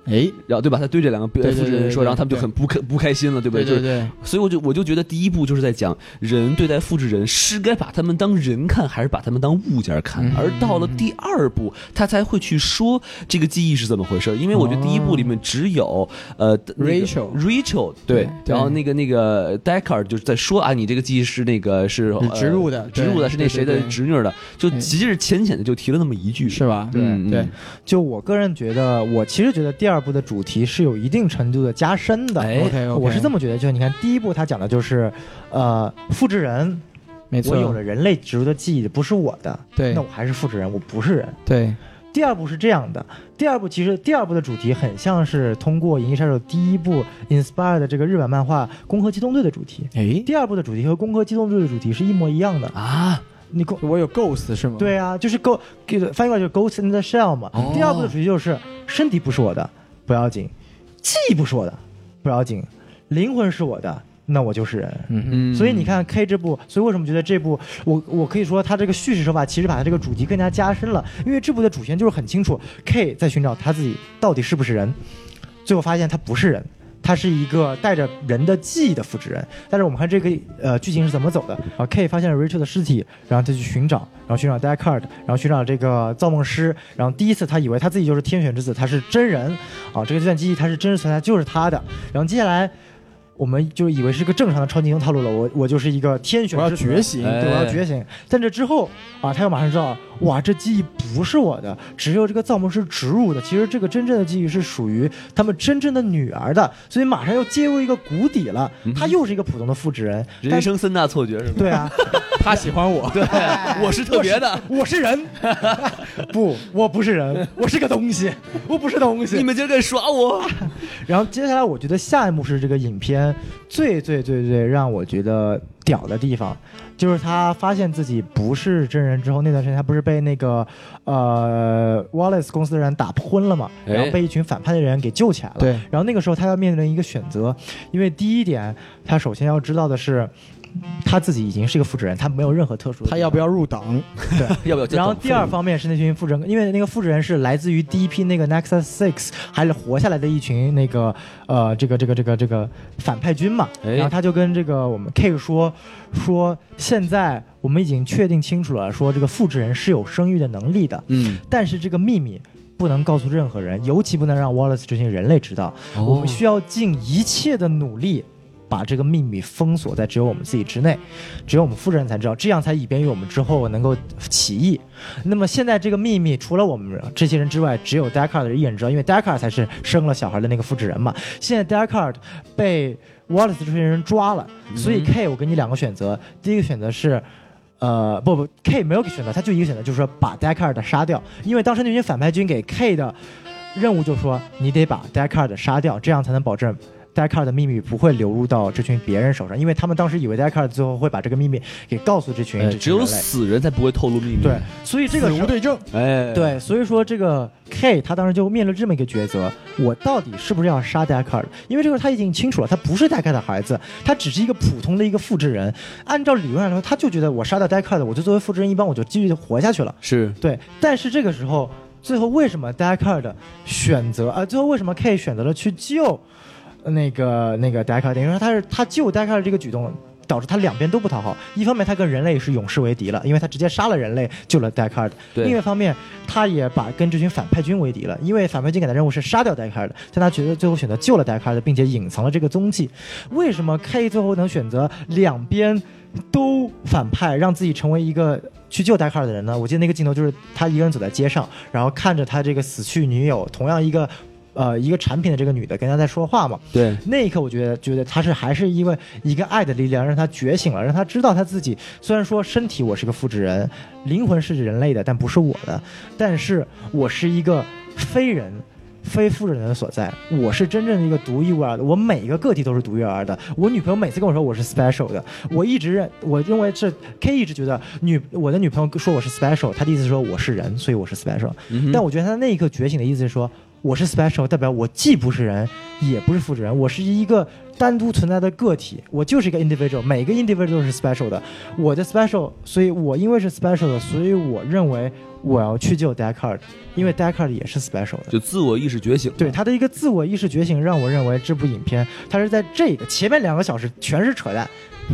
[SPEAKER 2] 哎，
[SPEAKER 1] 然后对吧？他对这两个
[SPEAKER 2] 对对
[SPEAKER 1] 复制人说，
[SPEAKER 2] 对对
[SPEAKER 1] 然后他们就很不开不开心了，对不
[SPEAKER 2] 对
[SPEAKER 1] 对？就
[SPEAKER 2] 对
[SPEAKER 1] 是
[SPEAKER 2] 对，
[SPEAKER 1] 所以我就我就觉得第一步就是在讲人对待复制人是该把他们当人看，还是把他们当物件看？
[SPEAKER 2] 嗯
[SPEAKER 1] 而到了第二步，他才会去说这个记忆是怎么回事。因为我觉得第一步里面只有呃那个
[SPEAKER 2] Rachel 嗯
[SPEAKER 1] Rachel 对，
[SPEAKER 2] 对
[SPEAKER 1] 然后那个那个 Decker 就是在说啊，你这个记忆是那个是
[SPEAKER 2] 是
[SPEAKER 1] 呃
[SPEAKER 2] 植入的
[SPEAKER 1] 植入的
[SPEAKER 2] 对
[SPEAKER 1] 是那谁
[SPEAKER 2] 对
[SPEAKER 1] 的
[SPEAKER 2] 对对
[SPEAKER 1] 侄女的，就
[SPEAKER 2] 嗯
[SPEAKER 1] 其实浅浅的就提了那么一句，
[SPEAKER 2] 是吧？
[SPEAKER 4] 对
[SPEAKER 1] 嗯
[SPEAKER 2] 对
[SPEAKER 1] 嗯
[SPEAKER 4] 就我个人觉得，我其实觉得第二部的主题是有一定程度的加深的。
[SPEAKER 1] 哎
[SPEAKER 2] OK，OK
[SPEAKER 4] 我是这么觉得，就是你看第一部它讲的就是，呃，复制人，
[SPEAKER 2] 没错，
[SPEAKER 4] 我有了人类植入的记忆，不是我的，
[SPEAKER 2] 对
[SPEAKER 4] 那我还是复制人，我不是人。
[SPEAKER 2] 对
[SPEAKER 4] 第二部是这样的，第二部其实第二部的主题很像是通过《银翼杀手》第一部 inspire 的这个日本漫画《攻壳机动队》的主题。
[SPEAKER 2] 哎，
[SPEAKER 4] 第二部的主题和《攻壳机动队》的主题是一模一样的。
[SPEAKER 1] 啊，
[SPEAKER 4] 你攻
[SPEAKER 2] 我有 Ghost 是吗？
[SPEAKER 4] 对啊，就是 go 给翻译过来就是 Ghost in the Shell 嘛。
[SPEAKER 1] 哦
[SPEAKER 4] 第二部的主题就是身体不是我的，不要紧；记忆不是我的，不要紧；灵魂是我的，那我就是人。
[SPEAKER 2] 嗯哼，
[SPEAKER 1] 嗯
[SPEAKER 4] 所以你看 K 这部，所以为什么觉得这部我我可以说它这个叙事手法其实把它这个主题更加加深了，因为这部的主线就是很清楚，K 在寻找他自己到底是不是人，最后发现他不是人，它是一个带着人的记忆的复制人。但是我们看这个呃剧情是怎么走的啊？K 发现了 Rachel 的尸体，然后他去寻找，然后寻找 Deckard，然后寻找这个造梦师，然后第一次他以为他自己就是天选之子，他是真人啊，这个计算机他是真实存在，就是他的。然后接下来。我们就以为是个正常的超级英雄套路了，我我就是一个天选
[SPEAKER 2] 我要
[SPEAKER 4] 之子
[SPEAKER 2] 觉醒，
[SPEAKER 1] 哎
[SPEAKER 4] 对，我要觉醒。但这之后啊，他又马上知道，哇，这记忆不是我的，只有这个造梦师植入的。其实这个真正的记忆是属于他们真正的女儿的，所以马上又跌入一个谷底了。他又是一个普通的复制人，但
[SPEAKER 1] 人生三大错觉是吧？
[SPEAKER 4] 对啊，
[SPEAKER 2] 他喜欢我，
[SPEAKER 1] 对， 我是特别的。
[SPEAKER 4] 我是人， 不，我不是人，我是个东西，我不是东西
[SPEAKER 1] 你。们今儿敢耍啊我？
[SPEAKER 4] 然后接下来，我觉得下一幕是这个影片最最最最让我觉得屌的地方，就是他发现自己不是真人之后，那段时间他不是被那个呃 Wallace 公司的人打昏了嘛，
[SPEAKER 1] 哎
[SPEAKER 4] 然后被一群反派的人给救起来了。
[SPEAKER 2] 对，
[SPEAKER 4] 然后那个时候他要面临一个选择，因为第一点，他首先要知道的是。他自己已经是一个复制人，他没有任何特殊的地方。
[SPEAKER 2] 他要不要入 党？
[SPEAKER 1] 要不要叫
[SPEAKER 4] 然后
[SPEAKER 1] 等
[SPEAKER 4] 第二
[SPEAKER 1] 风
[SPEAKER 4] 方面是那群复制人，因为那个复制人是来自于第一批那个 Nexus Six 还是活下来的一群那个呃这个这个这个这个反派军嘛，
[SPEAKER 1] 哎
[SPEAKER 4] 然后他就跟这个我们 K 说说现在我们已经确定清楚了，说这个复制人是有生育的能力的，
[SPEAKER 1] 嗯，
[SPEAKER 4] 但是这个秘密。不能告诉任何人，尤其不能让 Wallace 这群人类知道。
[SPEAKER 1] 嗯哦
[SPEAKER 4] 我们需要尽一切的努力，把这个秘密封锁在只有我们自己之内，只有我们复制人才知道，这样才以便于我们之后能够起义。那么现在这个秘密除了我们这些人之外，只有 Deckard 一人知道，因为 Deckard 才是生了小孩的那个复制人嘛。现在 Deckard 被 Wallace 这群人抓了，所以 K，我给你两个选择，第一个选择是。呃，不不，K 没有给选择，他就一个选择，就是说把 Deckard 杀掉，因为当时那群反派军给 K 的任务就说你得把 Deckard 杀掉，这样才能保证 Deckard 的秘密不会流入到这群别人手上，因为他们当时以为 Deckard 最后会把这个秘密给告诉这群
[SPEAKER 1] 哎
[SPEAKER 4] 这群
[SPEAKER 1] 只有
[SPEAKER 4] 人类
[SPEAKER 1] 死人才不会透露秘密。
[SPEAKER 4] 对，所以这个
[SPEAKER 2] 死
[SPEAKER 4] 时
[SPEAKER 2] 无
[SPEAKER 4] 候
[SPEAKER 2] 对证，
[SPEAKER 1] 哎，
[SPEAKER 4] 对，所以说这个 K 他当时就面临这么一个抉择：我到底是不是要杀 Deckard？因为这个时候他已经清楚了，他不是 Deckard 的孩子，他只是一个普通的一个复制人。按照理论来说，他就觉得我杀掉 Deckard，我就作为复制人一般我就继续活下去了。
[SPEAKER 1] 是
[SPEAKER 4] 对，但是这个时候，最后为什么 Deckard 选择啊、最后为什么 K 选择了去救呃那个那个 Deckard？等于说他是他救 Deckard 这个举动。导致他两边都不讨好，一方面他跟人类是永世为敌了，因为他直接杀了人类救了 Deckard；
[SPEAKER 1] 对
[SPEAKER 4] 另一方面，他也把跟这群反派军为敌了，因为反派军给他任务是杀掉 Deckard，但他觉得最后选择救了 Deckard，并且隐藏了这个踪迹。为什么 K 最后能选择两边都反派，让自己成为一个去救戴卡尔的人呢？我记得那个镜头就是他一个人走在街上，然后看着他这个死去女友，同样一个呃一个产品的这个女的跟他在说话嘛。
[SPEAKER 1] 对，
[SPEAKER 4] 那一刻，我觉得觉得他是还是因为一个爱的力量让他觉醒了，让他知道他自己虽然说身体我是个复制人，灵魂是人类的，但不是我的，但是我是一个非人。非复制人的所在，我是真正的一个独一无二的，我每一个个体都是独一无二的。我女朋友每次跟我说我是 special 的，我一直认，我认为这 K 一直觉得女我的女朋友说我是 special，她的意思是说我是人，所以我是 special。
[SPEAKER 1] 嗯哼
[SPEAKER 4] 但我觉得他那一刻觉醒的意思是说，我是 special，代表我既不是人，也不是复制人，我是一个单独存在的个体，我就是一个 individual，每个 individual 都是 special 的，我的 special，所以我因为是 special 的，所以我认为我要去救 Deckard，因为 Deckard 也是 special 的。
[SPEAKER 1] 就自我意识觉醒。
[SPEAKER 4] 对他的一个自我意识觉醒，让我认为这部影片它是在这个前面两个小时全是扯淡，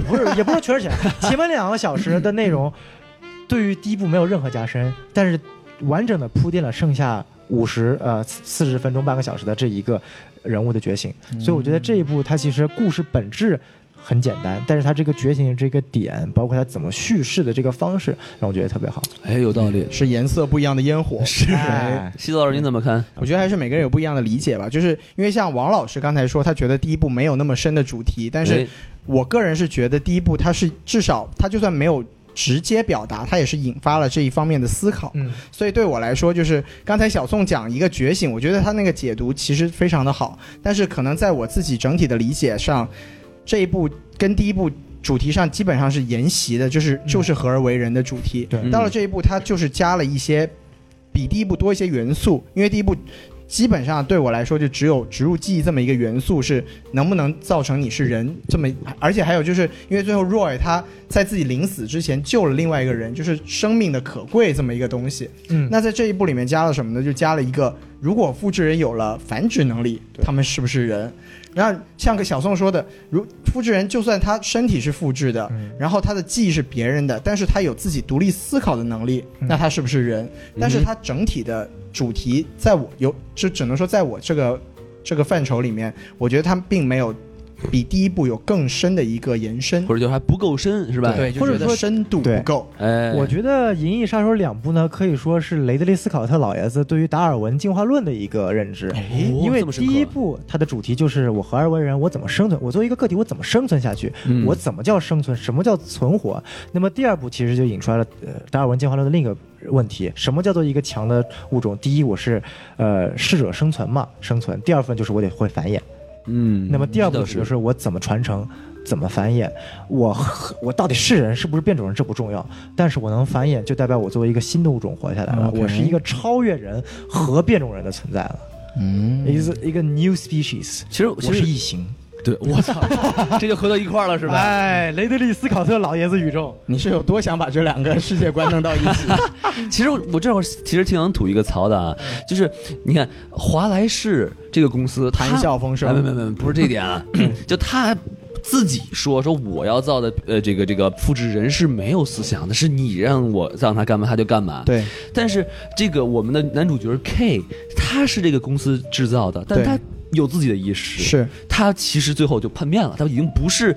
[SPEAKER 4] 不是也不是全是扯淡，前面两个小时的内容对于第一部没有任何加深，但是完整的铺垫了剩下五十呃四十分钟半个小时的这一个人物的觉醒，所以我觉得这一部它其实故事本质。很简单，但是它这个觉醒的这个点，包括它怎么叙事的这个方式，让我觉得特别好。
[SPEAKER 1] 哎，有道理。
[SPEAKER 2] 是颜色不一样的烟 火。
[SPEAKER 1] 是
[SPEAKER 2] 啊
[SPEAKER 4] 哎
[SPEAKER 1] 西子老师您怎么看？
[SPEAKER 2] 我觉得还是每个人有不一样的理解吧，就是因为像王老师刚才说，他觉得第一部没有那么深的主题，但是
[SPEAKER 1] 哎
[SPEAKER 2] 我个人是觉得第一部它是至少它就算没有直接表达，它也是引发了这一方面的思考。
[SPEAKER 4] 嗯，
[SPEAKER 2] 所以对我来说，就是刚才小宋讲一个觉醒，我觉得他那个解读其实非常的好，但是可能在我自己整体的理解上，这一部跟第一部。主题上基本上是沿袭的，就是就是合而为人的主题。
[SPEAKER 4] 对
[SPEAKER 1] 嗯
[SPEAKER 2] 到了这一步，它就是加了一些比第一部多一些元素，因为第一部基本上对我来说就只有植入记忆这么一个元素是能不能造成你是人这么，而且还有就是因为最后 Roy 他在自己临死之前救了另外一个人，就是生命的可贵这么一个东西。
[SPEAKER 4] 嗯
[SPEAKER 2] 那在这一步里面加了什么呢？就加了一个如果复制人有了繁殖能力，他们是不是人？然后像个小宋说的，如复制人就算他身体是复制的，
[SPEAKER 4] 嗯
[SPEAKER 2] 然后他的记忆是别人的，但是他有自己独立思考的能力，
[SPEAKER 4] 嗯
[SPEAKER 2] 那他是不是人？但是
[SPEAKER 1] 嗯
[SPEAKER 2] 他整体的主题，在我有就只能说在我这个这个范畴里面，我觉得他并没有比第一部有更深的一个延伸，
[SPEAKER 1] 或者就还不够深，是吧？
[SPEAKER 2] 对，就
[SPEAKER 4] 或者
[SPEAKER 2] 觉得
[SPEAKER 4] 说
[SPEAKER 2] 深度
[SPEAKER 4] 对
[SPEAKER 2] 不够。
[SPEAKER 1] 哎，
[SPEAKER 4] 我觉得《银翼杀手》两部呢，可以说是雷德利·斯考特老爷子对于达尔文进化论的一个认知。
[SPEAKER 1] 哎
[SPEAKER 4] 因为
[SPEAKER 1] 这么
[SPEAKER 4] 第
[SPEAKER 1] 深刻
[SPEAKER 4] 一部它的主题就是我合二为人，我怎么生存？我作为一个个体，我怎么生存下去？
[SPEAKER 1] 嗯
[SPEAKER 4] 我怎么叫生存？什么叫存活？那么第二部其实就引出来了、呃、达尔文进化论的另一个问题：什么叫做一个强的物种？第一，我是呃适者生存嘛，生存；第二份就是我得会繁衍。
[SPEAKER 1] 嗯，
[SPEAKER 4] 那么第二步
[SPEAKER 1] 这倒
[SPEAKER 4] 指的是我怎么传承，怎么繁衍，我和我到底是人是不是变种人这不重要，但是我能繁衍就代表我作为一个新的物种活下来了，
[SPEAKER 2] OK
[SPEAKER 4] 我是一个超越人和变种人的存在了，
[SPEAKER 2] 嗯
[SPEAKER 4] 一个一个 new species，
[SPEAKER 1] 其实
[SPEAKER 4] 我
[SPEAKER 1] 其
[SPEAKER 4] 是
[SPEAKER 1] 实
[SPEAKER 4] 异形。
[SPEAKER 1] 对，我 操，这就合到一块儿了，是吧？
[SPEAKER 4] 哎，雷德利·斯考特老爷子宇宙，
[SPEAKER 2] 你是有多想把这两个世界观弄到一起？
[SPEAKER 1] 其实我这会儿其实挺想吐一个槽的啊，就是你看华莱士这个公司，它
[SPEAKER 2] 谈笑
[SPEAKER 1] 哎，
[SPEAKER 2] 风
[SPEAKER 1] 没
[SPEAKER 2] 生，
[SPEAKER 1] 没没，不是这点啊，就他自己说说我要造的呃这个这个复制人是没有思想的，是你让我让他干嘛他就干嘛。
[SPEAKER 2] 对，
[SPEAKER 1] 但是这个我们的男主角 K，他是这个公司制造的，但
[SPEAKER 2] 对
[SPEAKER 1] 他有自己的意识，
[SPEAKER 2] 是
[SPEAKER 1] 他其实最后就叛变了，他已经不是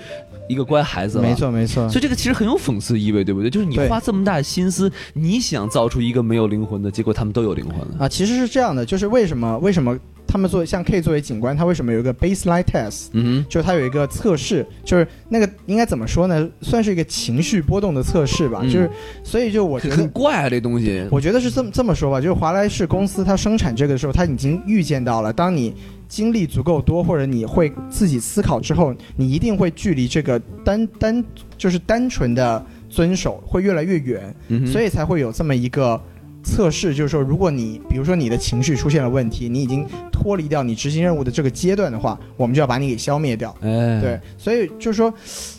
[SPEAKER 1] 一个乖孩子了。
[SPEAKER 2] 没。错没错
[SPEAKER 1] 所。以这个其实很有讽刺意味，对不对？就是你
[SPEAKER 2] 嗯对
[SPEAKER 1] 花这么大的心思，你想造出一个没有灵魂的，结果他们都有灵魂了。
[SPEAKER 2] 啊，其实是这样的，就是为什么为什么他们作为像 K 作为警官，他为什么有一个 baseline test？
[SPEAKER 1] 嗯
[SPEAKER 2] 就是他有一个测试，就是那个应该怎么说呢？算是一个情绪波动的测试吧。
[SPEAKER 1] 嗯
[SPEAKER 2] 就是，所以就我
[SPEAKER 1] 哼，
[SPEAKER 2] 觉
[SPEAKER 1] 很
[SPEAKER 2] 得，
[SPEAKER 1] 怪啊，这东西。
[SPEAKER 2] 我觉得是这么这么说吧，就是华莱士公司它生产这个的时候，它已经预见到了，当你经历足够多，或者你会自己思考之后，你一定会距离这个单单就是单纯的遵守会越来越远。
[SPEAKER 1] 嗯哼
[SPEAKER 2] 所以才会有这么一个测试，就是说，如果你比如说你的情绪出现了问题，你已经脱离掉你执行任务的这个阶段的话，我们就要把你给消灭掉。
[SPEAKER 1] 哎，
[SPEAKER 2] 对，所以就是说，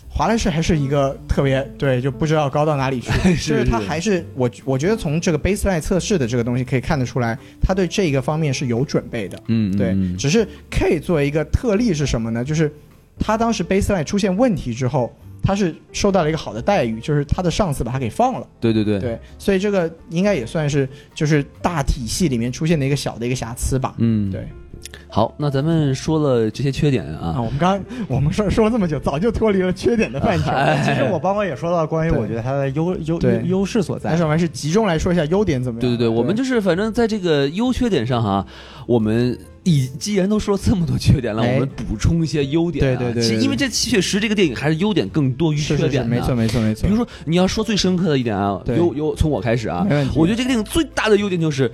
[SPEAKER 2] 华莱士还是一个特别对，就不知道高到哪里去。 就是是他
[SPEAKER 1] 是
[SPEAKER 2] 还是我我觉得从这个 baseline 测试的这个东西可以看得出来，他对这个方面是有准备的。
[SPEAKER 1] 嗯，
[SPEAKER 2] 对
[SPEAKER 1] 嗯，
[SPEAKER 2] 只是 K 作为一个特例是什么呢？就是他当时 baseline 出现问题之后，他是受到了一个好的待遇，就是他的上司把他给放了。
[SPEAKER 1] 对对对，
[SPEAKER 2] 对，所以这个应该也算是就是大体系里面出现的一个小的一个瑕疵吧。
[SPEAKER 1] 嗯，
[SPEAKER 2] 对
[SPEAKER 1] 好，那咱们说了这些缺点
[SPEAKER 2] 啊，
[SPEAKER 1] 啊，
[SPEAKER 2] 我们刚我们说说了这么久，早就脱离了缺点的范畴，
[SPEAKER 4] 其实我刚刚也说到关于
[SPEAKER 2] 对
[SPEAKER 4] 我觉得它的优优优
[SPEAKER 2] 对
[SPEAKER 4] 优势所在
[SPEAKER 2] 但是。我们还是集中来说一下优点怎么样。
[SPEAKER 1] 对对对，我们就是反正在这个优缺点上哈、我们已既然都说了这么多缺点了，
[SPEAKER 2] 哎
[SPEAKER 1] 我们补充一些优点、啊。
[SPEAKER 2] 对对对对
[SPEAKER 1] 其实
[SPEAKER 2] 对
[SPEAKER 1] 因为这确实这个电影还是优点更多于缺
[SPEAKER 2] 是是
[SPEAKER 1] 点
[SPEAKER 2] 是，
[SPEAKER 1] 的。啊
[SPEAKER 2] 没错没错没错
[SPEAKER 1] 比如。说，你要说最深刻的一点啊，
[SPEAKER 2] 对
[SPEAKER 1] 有有，从我开始啊
[SPEAKER 2] 没问，题
[SPEAKER 1] 我觉得这个电影最大的优点就是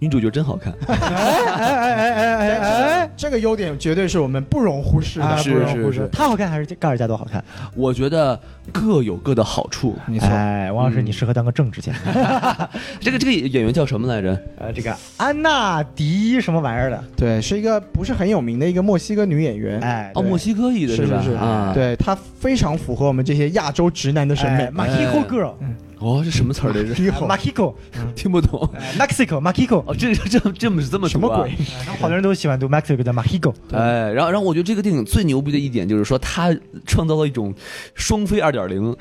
[SPEAKER 1] 女主角真好 看，
[SPEAKER 4] 哎哎哎哎
[SPEAKER 2] 哎哎，这个优点绝对是我们不容忽视
[SPEAKER 4] 啊，
[SPEAKER 2] 的，
[SPEAKER 1] 是
[SPEAKER 4] 不容忽
[SPEAKER 1] 是
[SPEAKER 4] 视。他好看还是盖尔加朵好看？
[SPEAKER 1] 我觉得各有各的好处。
[SPEAKER 2] 没错。
[SPEAKER 4] 哎，王老师，你适合当个政治家。
[SPEAKER 2] 嗯
[SPEAKER 1] 这个这个演员叫什么来着？
[SPEAKER 4] 呃，这个安娜迪什么玩意儿的？
[SPEAKER 2] 对，是一个不是很有名的一个墨西哥女演员，
[SPEAKER 4] 哎，
[SPEAKER 1] 哦，
[SPEAKER 4] 对
[SPEAKER 1] 墨西哥裔的
[SPEAKER 2] 是
[SPEAKER 1] 吧
[SPEAKER 2] 是？是
[SPEAKER 1] 啊，，
[SPEAKER 2] 对她非常符合我们这些亚洲直男的审美嗯
[SPEAKER 4] 哎。，Mexico girl，
[SPEAKER 1] 哦，这什么词儿来 着？
[SPEAKER 2] 以后
[SPEAKER 4] Mexico，Mexico，
[SPEAKER 1] 听不懂。
[SPEAKER 4] 哎 Mexico，
[SPEAKER 1] 哦，这这这么这么
[SPEAKER 2] 什么
[SPEAKER 1] 读啊
[SPEAKER 2] 鬼？
[SPEAKER 4] 好多人都喜欢读 Mexico 叫 Mexico，
[SPEAKER 1] 哎，然后然后我觉得这个电影最牛逼的一点就是说，它创造了一种双飞二点零，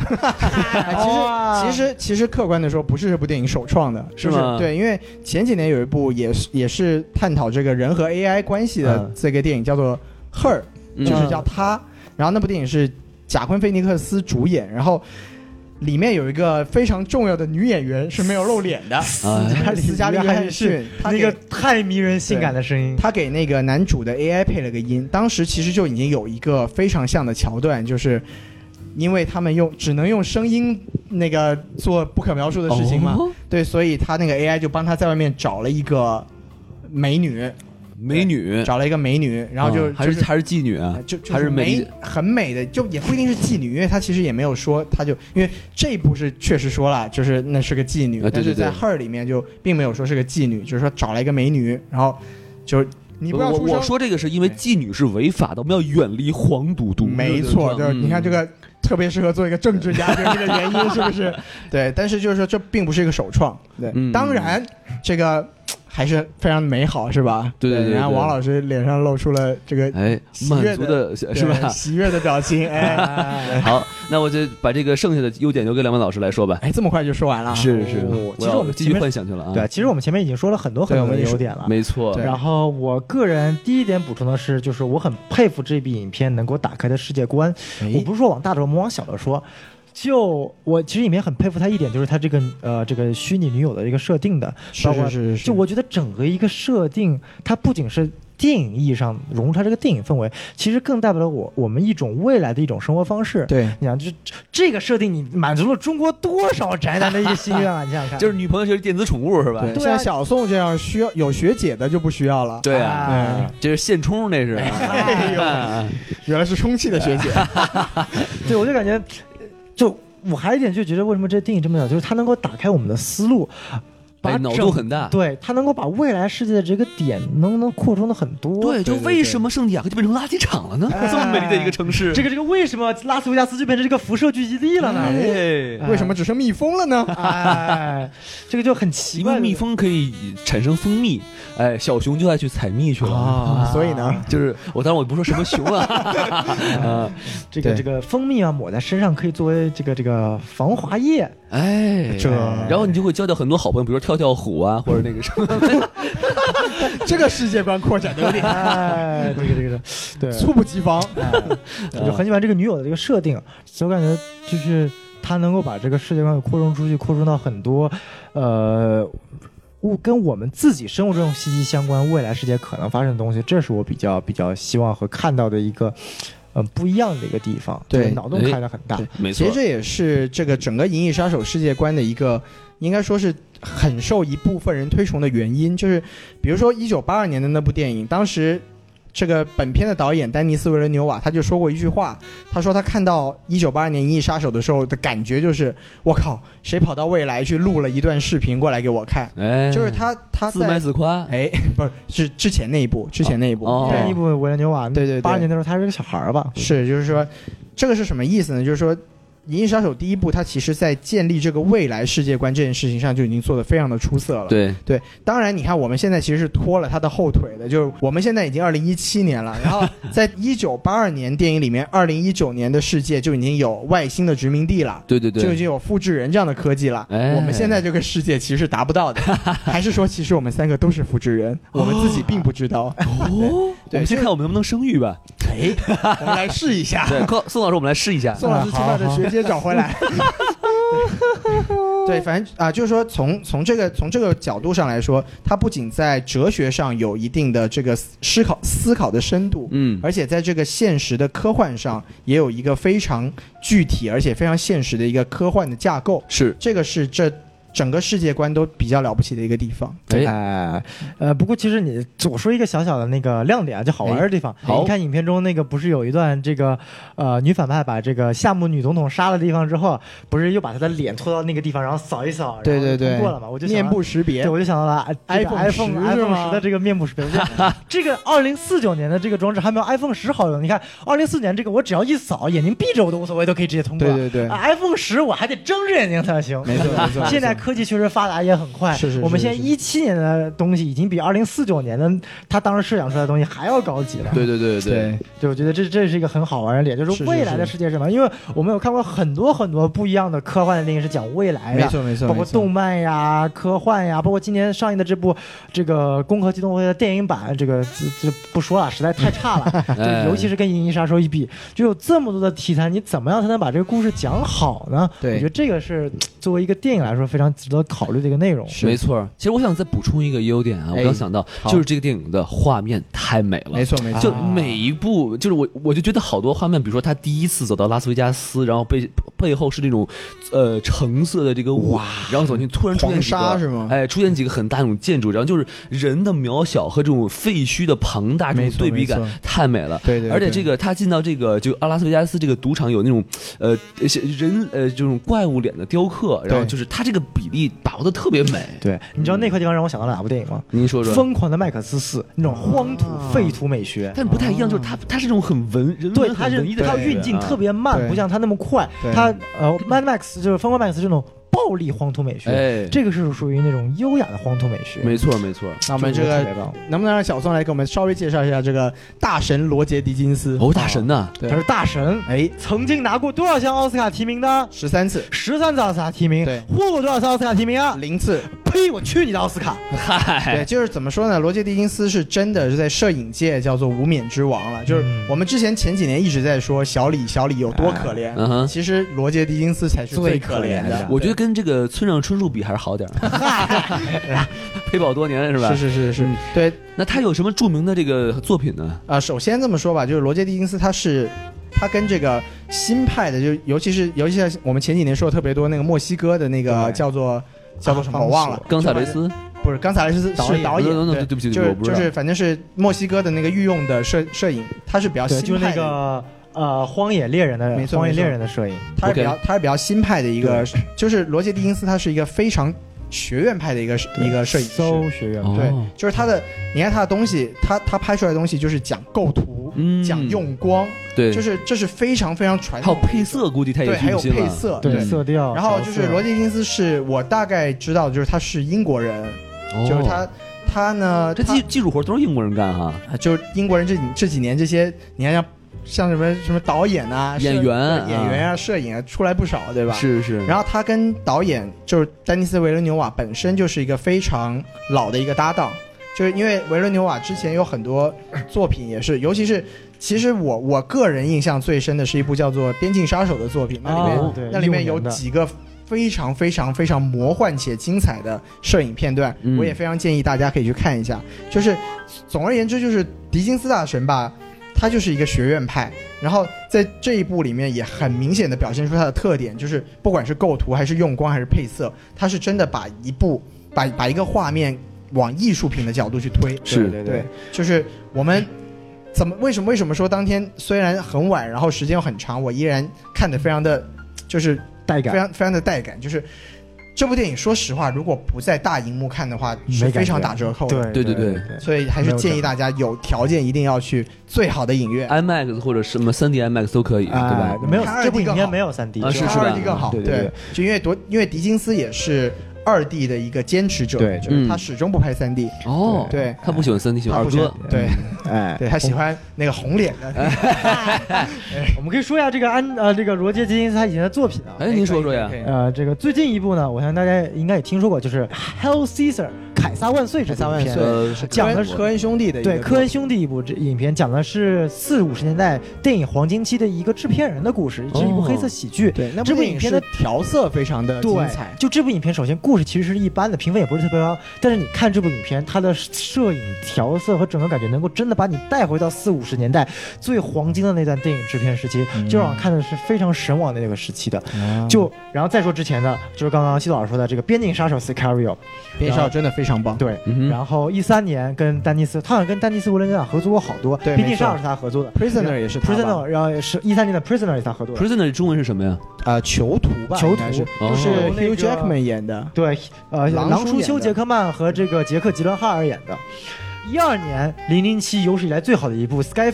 [SPEAKER 2] 哎其实其实其实客观的说，不是这部电影首创的，
[SPEAKER 1] 是
[SPEAKER 2] 就
[SPEAKER 1] 吗
[SPEAKER 2] 对，因为前几年有一部也是也是探讨这个人和 AI 关系的
[SPEAKER 4] 嗯
[SPEAKER 2] 这个电影，叫做《Her》，
[SPEAKER 1] 嗯
[SPEAKER 2] 就是叫她。然后那部电影是贾昆菲尼克斯主演，然后里面有一个非常重要的女演员是没有露脸的，
[SPEAKER 1] 哎
[SPEAKER 2] 斯嘉丽
[SPEAKER 4] 斯嘉丽
[SPEAKER 2] 约
[SPEAKER 4] 约
[SPEAKER 2] 翰
[SPEAKER 4] 翰
[SPEAKER 2] 逊
[SPEAKER 4] 逊，
[SPEAKER 2] 她
[SPEAKER 4] 那个
[SPEAKER 2] 给
[SPEAKER 4] 太迷人性感的声音，
[SPEAKER 2] 他给那个男主的 AI 配了个音，当时其实就已经有一个非常像的桥段，就是因为他们用只能用声音那个做不可描述的事情嘛，
[SPEAKER 1] 哦
[SPEAKER 2] 对，所以他那个 AI 就帮他在外面找了一个美女，
[SPEAKER 1] 美女，
[SPEAKER 2] 找了一个美女，然后就、
[SPEAKER 1] 呃啊还是
[SPEAKER 2] 就是呃
[SPEAKER 1] 还是妓女啊，
[SPEAKER 2] 就就
[SPEAKER 1] 还是美
[SPEAKER 2] 美很美的，就也不一定是妓女，因为他其实也没有说，他就因为这一部是确实说了，就是那是个妓女，
[SPEAKER 1] 啊对
[SPEAKER 2] 但是
[SPEAKER 1] 对对
[SPEAKER 2] 在 Her 里面就并没有说是个妓女，就是说找了一个美女，然后就是你不要
[SPEAKER 1] 我
[SPEAKER 2] 出声
[SPEAKER 1] 我说这个是因为妓女是违法的，我们要远离黄赌毒。
[SPEAKER 2] 没错，就是嗯你看这个特别适合做一个政治家，就是这个原 因，是不是？对，但是就是说这并不是一个首创，对，
[SPEAKER 1] 嗯
[SPEAKER 2] 当然这个。还是非常美好，是吧？
[SPEAKER 1] 对对对对
[SPEAKER 2] 然后王老师脸上露出了这个
[SPEAKER 1] 哎，
[SPEAKER 2] 喜
[SPEAKER 1] 满
[SPEAKER 2] 悦
[SPEAKER 1] 足
[SPEAKER 2] 的
[SPEAKER 1] 的是吧
[SPEAKER 2] 对？喜悦的表情， 哎，
[SPEAKER 1] 好，那我就把这个剩下的优点留给两位老师来说吧。
[SPEAKER 2] 哎，这么快就说完了？
[SPEAKER 1] 是是，
[SPEAKER 4] 哦其实
[SPEAKER 1] 要
[SPEAKER 4] 我们
[SPEAKER 1] 继
[SPEAKER 4] 前
[SPEAKER 1] 续
[SPEAKER 4] 面
[SPEAKER 1] 幻想去了啊。
[SPEAKER 4] 对，其实我们前面已经说了很多很
[SPEAKER 2] 对
[SPEAKER 4] 多
[SPEAKER 2] 我
[SPEAKER 4] 的
[SPEAKER 2] 们也
[SPEAKER 4] 优
[SPEAKER 2] 说
[SPEAKER 4] 点了。
[SPEAKER 1] 没错
[SPEAKER 2] 对，
[SPEAKER 4] 然后我个人第一点补充的是，就是我很佩服这部影片能给我打开的世界观。
[SPEAKER 2] 哦
[SPEAKER 4] 我不是说往大的说，我们往小的说。就我其实里面很佩服他一点，就是他这个呃这个虚拟女友的一个设定的，
[SPEAKER 2] 是
[SPEAKER 4] 包括
[SPEAKER 2] 是是是，
[SPEAKER 4] 就我觉得整个一个设定，它不仅是电影意义上融入它这个电影氛围，其实更代表了我我们一种未来的一种生活方式。，
[SPEAKER 2] 对
[SPEAKER 4] 你想，就这这个设定，你满足了中国多少宅男的一个心愿啊！你想想看，
[SPEAKER 1] 就是女朋友就是电子宠物是吧？
[SPEAKER 2] 对，
[SPEAKER 4] 对啊
[SPEAKER 2] 像小宋这样需要有学姐的就不需要了。
[SPEAKER 1] 对啊，
[SPEAKER 4] 啊，
[SPEAKER 1] 这是现充，那是啊。
[SPEAKER 2] 哎呦
[SPEAKER 1] 啊
[SPEAKER 2] 原来是充气的学 姐，
[SPEAKER 4] 对，我就感觉，呃就我还有一点就觉得，为什么这电影这么屌，就是它能够打开我们的思路，把
[SPEAKER 1] 哎，
[SPEAKER 4] 整、
[SPEAKER 1] 脑洞很大。
[SPEAKER 4] 对，它能够把未来世界的这个点能能扩充的很多。
[SPEAKER 1] 对，就
[SPEAKER 2] 对对
[SPEAKER 1] 为什么圣地亚哥就变成垃圾场了呢？
[SPEAKER 4] 哎
[SPEAKER 1] 这么美丽的一个城市，
[SPEAKER 4] 这个这个为什么拉斯维加斯就变成这个辐射聚集地了呢？
[SPEAKER 1] 哎，
[SPEAKER 2] 为什么只剩蜜蜂了 呢？
[SPEAKER 4] 哎，这个就很奇
[SPEAKER 1] 因
[SPEAKER 4] 怪。
[SPEAKER 1] 为蜜蜂可以产生蜂蜜，哎，小熊就爱去采蜜去了。
[SPEAKER 4] 啊，
[SPEAKER 2] 所以呢，
[SPEAKER 1] 就是我，当然我不说什么熊啊， 啊，
[SPEAKER 4] 这个
[SPEAKER 2] 对
[SPEAKER 4] 这个蜂蜜啊，抹在身上可以作为这个这个防 滑液。
[SPEAKER 1] 哎，
[SPEAKER 4] 这
[SPEAKER 1] 然后你就会交到很多好朋友，比如说跳跳虎啊，或者那个什么，
[SPEAKER 2] 这个世界观扩展的有点
[SPEAKER 4] 哎，这个这个对，
[SPEAKER 2] 猝不及 防。
[SPEAKER 4] 哎我就很喜欢这个女友的这个设定，啊所以我感觉就是她能够把这个世界观给扩充出去，扩充到很多呃。物跟我们自己生活中息息相关，未来世界可能发生的东西，这是我比较比较希望和看到的一个，呃，不一样的一个地方。
[SPEAKER 2] 对
[SPEAKER 4] 就是脑洞
[SPEAKER 1] 哎
[SPEAKER 4] 开的很大
[SPEAKER 2] 对。
[SPEAKER 1] 没
[SPEAKER 2] 其实这也是这个整个《银翼杀手》世界观的一个，应该说是很受一部分人推崇的原因，就是比如说一九八二年的那部电影，当时。这个本片的导演丹尼斯·维伦纽瓦他就说过一句话，他说他看到一九八二年《银翼杀手》的时候的感觉就是，我靠，谁跑到未来去录了一段视频过来给我看？
[SPEAKER 1] 哎，
[SPEAKER 2] 就是他他
[SPEAKER 1] 自卖
[SPEAKER 2] 在
[SPEAKER 1] 自夸，
[SPEAKER 2] 哎，不是是之前那一部，之前那一部，
[SPEAKER 1] 哦
[SPEAKER 2] 对
[SPEAKER 4] 第一部维伦纽瓦，
[SPEAKER 2] 对对对
[SPEAKER 4] 八十年的时候他是个小孩儿吧？
[SPEAKER 2] 是，就是说，这个是什么意思呢？就是说，《银翼杀手》第一部，它其实在建立这个未来世界观这件事情上就已经做得非常的出色了。，
[SPEAKER 1] 对，
[SPEAKER 2] 当然，你看我们现在其实是拖了它的后腿的，就是我们现在已经二零一七年了， 然后在一九八二年电影里面，二零一九年的世界就已经有外星的殖民地了。
[SPEAKER 1] 对对对，
[SPEAKER 2] 就已经有复制人这样的科技了。
[SPEAKER 1] 哎
[SPEAKER 2] 我们现在这个世界其实是达不到的，还是说其实我们三个都是复制人，我们自己并不知道。
[SPEAKER 1] 哦，我
[SPEAKER 2] 对
[SPEAKER 1] 们先
[SPEAKER 2] 这
[SPEAKER 1] 看我们能不能生育 吧。
[SPEAKER 2] 哎，我们来试一下。
[SPEAKER 1] 对，高宋老师，我们来试一下。
[SPEAKER 2] 宋老师去把这学姐找回来。对，反正啊、就是说从从这个从这个角度上来说，它不仅在哲学上有一定的这个思思考思考的深度，
[SPEAKER 1] 嗯，
[SPEAKER 2] 而且在这个现实的科幻上也有一个非常具体而且非常现实的一个科幻的架构。
[SPEAKER 1] 是，
[SPEAKER 2] 这个是这整个世界观都比较了不起的一个地方。
[SPEAKER 1] 哎，
[SPEAKER 4] 哎，呃，不过其实你我说一个小小的那个亮点啊，就好玩的地方。
[SPEAKER 2] 哎
[SPEAKER 1] 好
[SPEAKER 4] 你看影片中那个不是有一段这个呃女反派把这个夏目女总统杀了地方之后，不是又把她的脸拖到那个地方，然后扫一扫，然后
[SPEAKER 2] 对对对
[SPEAKER 4] 通过了嘛？我就想
[SPEAKER 2] 面
[SPEAKER 4] 到。
[SPEAKER 2] 部识别
[SPEAKER 4] 对，，我就想到了这个
[SPEAKER 2] 哎 iPhone 10
[SPEAKER 4] 10
[SPEAKER 2] 是
[SPEAKER 4] iPhone
[SPEAKER 2] 吗
[SPEAKER 4] 十的这个面 部识别，我想这个二零四九年的这个装置还没有 iPhone 十好用。你看，二零四年这个我只要一扫，眼睛闭着我都无所谓，都可以直接通过。
[SPEAKER 2] 对对对，
[SPEAKER 4] 啊，iPhone 十我还得睁着眼睛才行。
[SPEAKER 2] 没错没 错。
[SPEAKER 4] 现在
[SPEAKER 2] 没错
[SPEAKER 4] 科技确实发达也很快，
[SPEAKER 2] 是是是
[SPEAKER 4] 我们现在
[SPEAKER 2] 是
[SPEAKER 4] 一七年的东西已经比二零四九年的他当时设想出来的东西还要高级了。
[SPEAKER 1] 对对对对
[SPEAKER 2] 对，
[SPEAKER 4] 对，我觉得这这是一个很好玩的点，就是是
[SPEAKER 2] 是
[SPEAKER 4] 未来的
[SPEAKER 2] 是
[SPEAKER 4] 世界是什么？因为我们有看过很多很多不一样的科幻的电影是讲未来
[SPEAKER 2] 没
[SPEAKER 4] 的。
[SPEAKER 2] 错没错，
[SPEAKER 4] 包
[SPEAKER 2] 没
[SPEAKER 4] 括
[SPEAKER 2] 错
[SPEAKER 4] 动漫呀、科幻呀，包括今年上映的这部这个《攻壳机动队》的电影版，这个这这不说了，实在太差 了。
[SPEAKER 1] 对
[SPEAKER 2] 哎
[SPEAKER 4] 就尤其是跟《银翼杀手》一比，就有这么多的题材，你怎么样才能把这个故事讲好呢？
[SPEAKER 2] 对
[SPEAKER 4] 我觉得这个是作为一个电影来说非常值得考虑的一个内容。
[SPEAKER 1] 没错儿。其实我想再补充一个优点啊，我
[SPEAKER 2] 哎
[SPEAKER 1] 刚想到，
[SPEAKER 2] 好
[SPEAKER 1] 就是这个电影的画面太美了
[SPEAKER 2] 没。错没错。
[SPEAKER 1] 就
[SPEAKER 4] 啊
[SPEAKER 1] 每一部，就是我，我就觉得好多画面，比如说他第一次走到拉斯维加斯，然后背背后是那种，呃，橙色的这个雾，然后走进，突然出现几
[SPEAKER 2] 黄
[SPEAKER 1] 个
[SPEAKER 2] 沙是吗
[SPEAKER 1] 哎，出现几个很大那种建筑，然后就是人的渺小和这种废墟的庞大这
[SPEAKER 2] 没
[SPEAKER 1] 种
[SPEAKER 2] 错
[SPEAKER 1] 对比感
[SPEAKER 2] 没错，
[SPEAKER 1] 太美了。
[SPEAKER 2] 对对，
[SPEAKER 1] 而且这
[SPEAKER 2] 个
[SPEAKER 1] 个他进到这个就阿拉斯维加斯这个赌场有那种呃人呃这种怪物脸的雕刻，然后
[SPEAKER 2] 对
[SPEAKER 1] 就是他这个比例把握的特别美。
[SPEAKER 4] 对，你知道那块地方让我想到了哪部电影吗？
[SPEAKER 1] 您说
[SPEAKER 4] 《
[SPEAKER 1] 说，
[SPEAKER 4] 疯狂的麦克斯四》那种荒土
[SPEAKER 2] 啊
[SPEAKER 4] 废土美学。
[SPEAKER 1] 但不太一样，就是他他是这种很文人
[SPEAKER 4] 对，
[SPEAKER 1] 文
[SPEAKER 4] 它
[SPEAKER 1] 很
[SPEAKER 4] 是
[SPEAKER 1] 文艺的
[SPEAKER 4] 它
[SPEAKER 1] 感觉
[SPEAKER 4] 运镜
[SPEAKER 1] 啊
[SPEAKER 4] 特别慢，
[SPEAKER 2] 对
[SPEAKER 4] 不像它那么快
[SPEAKER 2] 对。
[SPEAKER 4] 它呃，Mad Max 就是《疯狂麦克斯》这种暴暴力黄土美学，
[SPEAKER 1] 哎，
[SPEAKER 4] 这个是属于那种优雅的黄土美学。
[SPEAKER 1] 没错没错。
[SPEAKER 2] 那我们这
[SPEAKER 4] 个
[SPEAKER 2] 个
[SPEAKER 4] 特别棒
[SPEAKER 2] 能不能让小宋来给我们稍微介绍一下这个大神罗杰·狄金斯？
[SPEAKER 1] 哦，大神 呐，
[SPEAKER 2] 对
[SPEAKER 4] 他是大神，
[SPEAKER 2] 哎，
[SPEAKER 4] 曾经拿过多少项奥斯卡提名呢？
[SPEAKER 2] 十三次，
[SPEAKER 4] 十三次奥斯卡提名，
[SPEAKER 2] 对
[SPEAKER 4] 获过多少次奥斯卡提名啊？
[SPEAKER 2] 零次，
[SPEAKER 4] 呸！我去你的奥斯卡！
[SPEAKER 2] 对，
[SPEAKER 1] 嗨，
[SPEAKER 2] 就是怎么说呢？罗杰·狄金斯是真的是在摄影界叫做无冕之王了。就是
[SPEAKER 4] 嗯
[SPEAKER 2] 我们之前前几年一直在说小李，小李有多可怜，
[SPEAKER 1] 嗯哼，
[SPEAKER 2] 其实罗杰·狄金斯才是最可怜
[SPEAKER 4] 最可怜
[SPEAKER 2] 的
[SPEAKER 4] 的。
[SPEAKER 1] 我觉得跟这个村上春树比还是好点儿， 陪跑多年是吧？
[SPEAKER 2] 是是是是
[SPEAKER 1] 嗯，
[SPEAKER 2] 对啊、呃
[SPEAKER 1] 那他有什么著名的这个作品呢？
[SPEAKER 2] 首先这么说吧，就是罗杰·狄金斯他是。他跟这个新派的，就尤其是尤其是我们前几年说的特别多那个墨西哥的那个
[SPEAKER 4] 对
[SPEAKER 2] 叫做叫做什
[SPEAKER 1] 啊
[SPEAKER 2] 么我忘了，
[SPEAKER 1] 冈萨雷斯
[SPEAKER 2] 不是刚才是
[SPEAKER 4] 导演
[SPEAKER 2] 是导演，
[SPEAKER 1] no, no, no,
[SPEAKER 2] 对
[SPEAKER 1] 对不起
[SPEAKER 2] 就
[SPEAKER 1] 对
[SPEAKER 2] 是
[SPEAKER 1] 不起我不知
[SPEAKER 2] 就
[SPEAKER 1] 道
[SPEAKER 2] 是反正是墨西哥的那个御用的摄摄影，他是比较
[SPEAKER 4] 对，
[SPEAKER 2] 新
[SPEAKER 4] 就是那
[SPEAKER 2] 派的
[SPEAKER 4] 个呃，《荒野猎人》的
[SPEAKER 2] 没
[SPEAKER 4] 《
[SPEAKER 2] 错
[SPEAKER 4] 荒野
[SPEAKER 2] 没错
[SPEAKER 4] 猎人》的摄影，
[SPEAKER 2] 他是比
[SPEAKER 1] OK
[SPEAKER 2] 较他是比较新派的一个，就是罗杰·狄金斯，他是一个非常学院派的一个一个摄影师。
[SPEAKER 4] 搜学院派
[SPEAKER 1] 哦
[SPEAKER 2] 对，就是他的，你看他的东西，他他拍出来的东西就是讲构图，
[SPEAKER 1] 嗯
[SPEAKER 2] 讲用光，
[SPEAKER 1] 对，
[SPEAKER 2] 就是这是非常非常传
[SPEAKER 1] 还
[SPEAKER 2] 统
[SPEAKER 1] 有
[SPEAKER 2] 的。
[SPEAKER 1] 配色，估计他也
[SPEAKER 2] 对，还有
[SPEAKER 1] 用心了
[SPEAKER 2] 配色，
[SPEAKER 1] 对
[SPEAKER 2] 对。
[SPEAKER 4] 色调。
[SPEAKER 2] 然后就是罗杰·狄金斯是我大概知道，就是他是英国人，
[SPEAKER 1] 哦
[SPEAKER 2] 就是他他呢，
[SPEAKER 1] 这
[SPEAKER 2] 他
[SPEAKER 1] 技技术活都是英国人干哈，
[SPEAKER 2] 啊就是英国人这几这几年这些，你看像像什么什么导演啊、
[SPEAKER 1] 演
[SPEAKER 2] 摄
[SPEAKER 1] 员嗯
[SPEAKER 2] 对演员啊、摄影啊出来不少，对吧？
[SPEAKER 1] 是是，
[SPEAKER 2] 然后他跟导演就是丹尼斯·维伦纽瓦本身就是一个非常老的一个搭档，就是因为维伦纽瓦之前有很多作品也是，尤其是其实我我个人印象最深的是一部叫做《边境杀手》的作品，那里面、
[SPEAKER 1] 哦
[SPEAKER 4] 对
[SPEAKER 2] 那里面有
[SPEAKER 4] 15年的
[SPEAKER 2] 几个。非常非常非常魔幻且精彩的摄影片段，
[SPEAKER 1] 嗯
[SPEAKER 2] 我也非常建议大家可以去看一下。就是总而言之，就是狄金斯大神吧，他就是一个学院派，然后在这一部里面也很明显的表现出它的特点，就是不管是构图还是用光还是配色，它是真的把一部把把一个画面往艺术品的角度去推。
[SPEAKER 1] 是
[SPEAKER 4] 对
[SPEAKER 2] 对，就是我们怎么为什么为什么说当天虽然很晚，然后时间又很长，我依然看得非常的就是
[SPEAKER 4] 带
[SPEAKER 2] 非。常非常的带感，就是。这部电影，说实话，如果不在大荧幕看的话，是非
[SPEAKER 4] 没感
[SPEAKER 2] 常
[SPEAKER 4] 觉
[SPEAKER 2] 打折扣的。
[SPEAKER 4] 对
[SPEAKER 1] 对对对
[SPEAKER 4] 对，
[SPEAKER 2] 所以还是建议大家有条件一定要去最好的影
[SPEAKER 4] 啊
[SPEAKER 2] 院。
[SPEAKER 1] IMAX 或者什么 3D IMAX 都可以，对吧
[SPEAKER 4] 哎？没有
[SPEAKER 2] 看二 D
[SPEAKER 4] 这部影
[SPEAKER 2] 更
[SPEAKER 4] 片
[SPEAKER 2] 好
[SPEAKER 4] 没有三 D，
[SPEAKER 1] 啊是是吧
[SPEAKER 2] 二 D 更好，
[SPEAKER 4] 对对
[SPEAKER 2] 对
[SPEAKER 4] 对，
[SPEAKER 2] 就因为多，因为狄金斯也是二 D 的一个坚持者，
[SPEAKER 4] 对
[SPEAKER 2] 就是
[SPEAKER 1] 嗯
[SPEAKER 2] 他始终不拍三 D，
[SPEAKER 1] 哦，
[SPEAKER 2] 对
[SPEAKER 1] 他不喜欢 3D，喜欢
[SPEAKER 2] 他
[SPEAKER 1] 二
[SPEAKER 2] 不喜
[SPEAKER 1] 哥哎
[SPEAKER 2] 欢，对
[SPEAKER 4] 哎
[SPEAKER 2] 对，他喜欢那个红脸的，
[SPEAKER 4] 我们可以说一下这个安呃这个罗杰·基金斯他以前的作品啊。
[SPEAKER 1] 哎，您说说呀
[SPEAKER 2] 可以，可以可以
[SPEAKER 4] 呃，这个最近一部呢，我相信大家应该也听说过，就是《Hell Caesar》凯撒万岁这部
[SPEAKER 2] 凯撒万
[SPEAKER 4] 影片
[SPEAKER 2] 岁
[SPEAKER 1] 呃，
[SPEAKER 4] 讲的
[SPEAKER 2] 科
[SPEAKER 4] 是
[SPEAKER 2] 恩科恩兄弟的一个
[SPEAKER 4] 对科恩兄弟一部这影片，讲的是四五十年代电影黄金期的一个制片人的故事，
[SPEAKER 1] 哦
[SPEAKER 4] 是一部黑色喜剧。
[SPEAKER 2] 对，那
[SPEAKER 4] 这部
[SPEAKER 2] 部
[SPEAKER 4] 影
[SPEAKER 2] 影
[SPEAKER 4] 片
[SPEAKER 2] 片
[SPEAKER 4] 的
[SPEAKER 2] 的调色非常的精
[SPEAKER 4] 对
[SPEAKER 2] 彩，，
[SPEAKER 4] 就这部影片，首先故事其实是一般的，评分也不是特别高，但是你看这部影片，它的摄影、调色和整个感觉，能够真的把你带回到四五十年代最黄金的那段电影制片时期，
[SPEAKER 2] 嗯
[SPEAKER 4] 就让我看的是非常神往的那个时期的。就然后再说之前的，就是刚刚西老师说的这个《边境杀手 Sicario》，
[SPEAKER 2] 编
[SPEAKER 4] 然
[SPEAKER 2] 少
[SPEAKER 4] 后
[SPEAKER 2] 真的非常棒，
[SPEAKER 4] 对，
[SPEAKER 1] 嗯哼，
[SPEAKER 4] 然后一三年跟丹尼斯，他好像跟丹尼斯·维伦纽瓦合作过好多，
[SPEAKER 2] 对
[SPEAKER 4] 《边境
[SPEAKER 2] 没错
[SPEAKER 4] 杀手》是他合作的，
[SPEAKER 2] ，Prisoner 也是他吧
[SPEAKER 4] ，Prisoner，然后也是一三年的 Prisoner 也是他合作的。
[SPEAKER 1] Prisoner 中文是什么呀？
[SPEAKER 2] 啊囚徒吧，
[SPEAKER 4] 呃囚
[SPEAKER 2] 应
[SPEAKER 4] 徒
[SPEAKER 2] 该是
[SPEAKER 1] 哦
[SPEAKER 2] 就是
[SPEAKER 4] 由那
[SPEAKER 2] Hugh
[SPEAKER 4] 个
[SPEAKER 2] Jackman 演的，
[SPEAKER 4] 对，呃，
[SPEAKER 2] 狼
[SPEAKER 4] 狼
[SPEAKER 2] 叔
[SPEAKER 4] 叔
[SPEAKER 2] 演
[SPEAKER 4] 修
[SPEAKER 2] 的
[SPEAKER 4] 杰克曼和这个杰克吉伦哈尔演的。一二年，零零七有史以来最好的一部《Skyfall》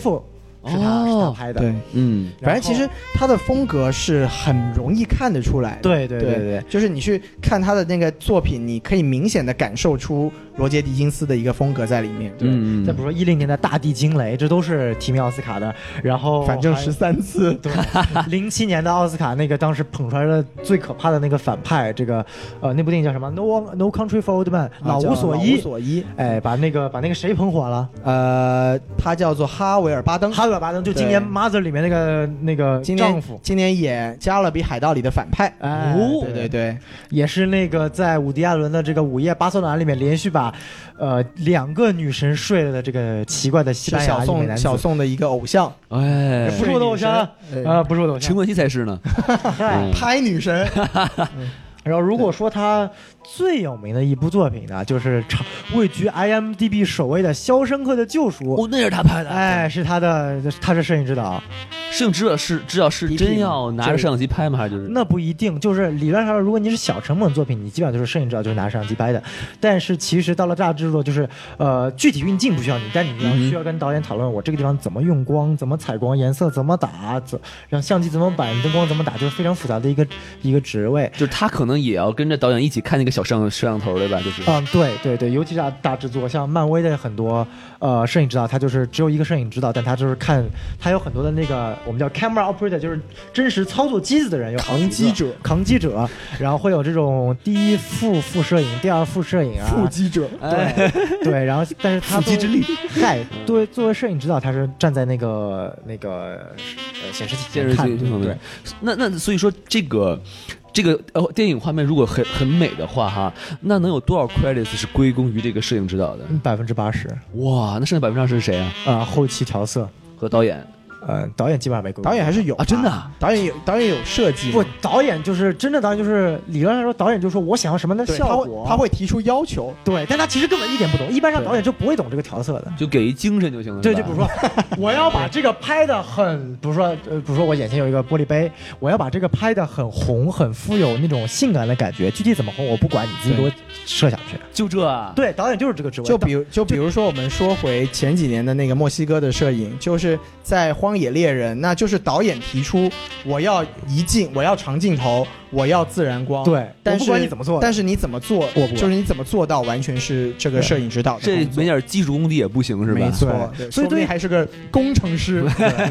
[SPEAKER 4] 是他、是他
[SPEAKER 1] 哦，
[SPEAKER 4] 拍的。
[SPEAKER 2] 对，
[SPEAKER 1] 嗯，
[SPEAKER 4] 然
[SPEAKER 2] 反
[SPEAKER 4] 后
[SPEAKER 2] 正其实他的风格是很容易看得出来的，
[SPEAKER 4] 对对对
[SPEAKER 2] 对
[SPEAKER 4] 对，
[SPEAKER 2] 就是你去看他的那个作品，你可以明显的感受出罗杰·狄金斯的一个风格在里面。对，
[SPEAKER 1] 嗯，
[SPEAKER 4] 再比如说一零年的《大地惊雷》，这都是提名奥斯卡的。然后
[SPEAKER 2] 反正
[SPEAKER 4] 还
[SPEAKER 2] 十三次。
[SPEAKER 4] 对，零七年的奥斯卡那个当时捧出来的最可怕的那个反派，这个呃那部电影叫什么？No One- No Country for Old Men，、老
[SPEAKER 2] 啊叫
[SPEAKER 4] 无所
[SPEAKER 2] 老无
[SPEAKER 4] 依。
[SPEAKER 2] 所依。
[SPEAKER 4] 哎，把那个把那个谁捧火了？
[SPEAKER 2] 呃，他叫做哈维尔·巴登，
[SPEAKER 4] 哈维尔巴登，就今
[SPEAKER 2] 对
[SPEAKER 4] 年《Mother》里面那个那个
[SPEAKER 2] 今
[SPEAKER 4] 丈
[SPEAKER 2] 年
[SPEAKER 4] 夫。
[SPEAKER 2] 今年演《加勒比海盗》里的反派。
[SPEAKER 4] 哎，
[SPEAKER 2] 对对对，
[SPEAKER 4] 也是那个在伍迪·艾伦的这个《午夜巴塞罗那》里面连续把，呃，两个女神睡了的这个奇怪的西
[SPEAKER 2] 是
[SPEAKER 4] 班牙
[SPEAKER 2] 小
[SPEAKER 4] 裔美
[SPEAKER 2] 宋
[SPEAKER 4] 男
[SPEAKER 2] 小
[SPEAKER 4] 子。
[SPEAKER 2] 宋的一个偶像，
[SPEAKER 1] 哎，
[SPEAKER 4] 不是我的偶像啊，
[SPEAKER 2] 呃，
[SPEAKER 4] 啊，不是我的偶
[SPEAKER 1] 陈
[SPEAKER 2] 嗯
[SPEAKER 4] 像。
[SPEAKER 1] 冠希才是呢，
[SPEAKER 2] 啊
[SPEAKER 4] 嗨
[SPEAKER 1] 嗯
[SPEAKER 2] 拍女神。
[SPEAKER 4] 然后如果说他最有名的一部作品呢，就是长位居 IMDB 首位的《肖申克的救赎》。
[SPEAKER 1] 哦，那是他拍的，
[SPEAKER 4] 哎，，是他的，他是摄影指导，
[SPEAKER 1] 摄影指导是指导是
[SPEAKER 2] 一
[SPEAKER 1] 真
[SPEAKER 2] 批嘛
[SPEAKER 1] 要拿着摄像机拍吗？还是就是
[SPEAKER 4] 那不一定。就是理论上，如果你是小成本作品，你基本上就是摄影指导就是拿摄像机拍的。但是其实到了大制作，就是呃具体运镜不需要你，但你要
[SPEAKER 1] 嗯哼
[SPEAKER 4] 需要跟导演讨论我这个地方怎么用光、怎么采光、颜色怎么打、怎让相机怎么摆、灯光怎么打，就是非常复杂的一个一个职位。
[SPEAKER 1] 就是他可能也要跟着导演一起看那个小摄像摄像头，对吧？就是
[SPEAKER 4] 嗯，对对对，尤其是大大制作，像漫威的很多呃摄影指导，他就是只有一个摄影指导，但他就是看他有很多的那个我们叫 camera operator，就是真实操作机子的人，有好几
[SPEAKER 2] 扛机
[SPEAKER 4] 个
[SPEAKER 2] 者
[SPEAKER 4] 扛机者，然后会有这种第一副副摄影、第二副摄影啊，
[SPEAKER 2] 腹肌者，
[SPEAKER 1] 哎
[SPEAKER 4] 对对，然后但是他
[SPEAKER 1] 腹肌
[SPEAKER 4] 作
[SPEAKER 1] 之
[SPEAKER 4] 为，嗨，作为作为摄影指导，他是站在那个那个呃显示器
[SPEAKER 1] 电
[SPEAKER 4] 前
[SPEAKER 1] 视
[SPEAKER 4] 看
[SPEAKER 1] 剧
[SPEAKER 4] 的，对
[SPEAKER 1] 对，，那那所以说这个这个呃电影画面如果很很美的话哈，那能有多少 credits 是归功于这个摄影指导的？
[SPEAKER 4] 百分之八十
[SPEAKER 1] 哇，那剩下百分之二十是谁啊？
[SPEAKER 4] 啊，后期调色，
[SPEAKER 1] 和导演
[SPEAKER 4] 呃，导演基本上没归功
[SPEAKER 2] 导演还是有
[SPEAKER 1] 啊真的
[SPEAKER 2] 吧
[SPEAKER 1] 啊
[SPEAKER 2] 导演有导演有设计嘛，
[SPEAKER 4] 不，导演就是真的导演，就是理论上说，导演就说我想要什么样的
[SPEAKER 2] 对，
[SPEAKER 4] 效
[SPEAKER 2] 他
[SPEAKER 4] 果
[SPEAKER 2] 会，他会提出要求，
[SPEAKER 4] 对，但他其实根本一点不懂，一般上
[SPEAKER 2] 对
[SPEAKER 4] 导演就不会懂这个调色的。
[SPEAKER 2] 嗯
[SPEAKER 1] 就给一精神就行了，
[SPEAKER 4] 对，
[SPEAKER 1] 是
[SPEAKER 4] 就
[SPEAKER 1] 吧
[SPEAKER 4] 比如说，我要把这个拍的很，比如说，呃，比如说我眼前有一个玻璃杯，我要把这个拍的很红，很富有那种性感的感觉，具体怎么红我不管，你自己给我设想去。
[SPEAKER 1] 就这啊，
[SPEAKER 4] 对，导演就是这个职位。
[SPEAKER 2] 就比如就比如说，我们说回前几年的那个墨西哥的摄影，就是在《荒野猎人》，那就是导演提出我要一镜，我要长镜头，我要自然光。，
[SPEAKER 4] 对，
[SPEAKER 2] 但
[SPEAKER 4] 我不管
[SPEAKER 2] 是
[SPEAKER 4] 你怎么做，
[SPEAKER 2] 但是你怎么做，
[SPEAKER 4] 我不
[SPEAKER 2] 就是你怎么做到，完全是这个
[SPEAKER 4] 对
[SPEAKER 2] 摄影指导的
[SPEAKER 1] 这
[SPEAKER 2] 工作
[SPEAKER 1] 没点基础功底也不行是吧
[SPEAKER 2] 没？错
[SPEAKER 4] 对，
[SPEAKER 2] 对
[SPEAKER 4] 所以
[SPEAKER 2] 说不定
[SPEAKER 4] 对
[SPEAKER 2] 还是个工程师。 嗯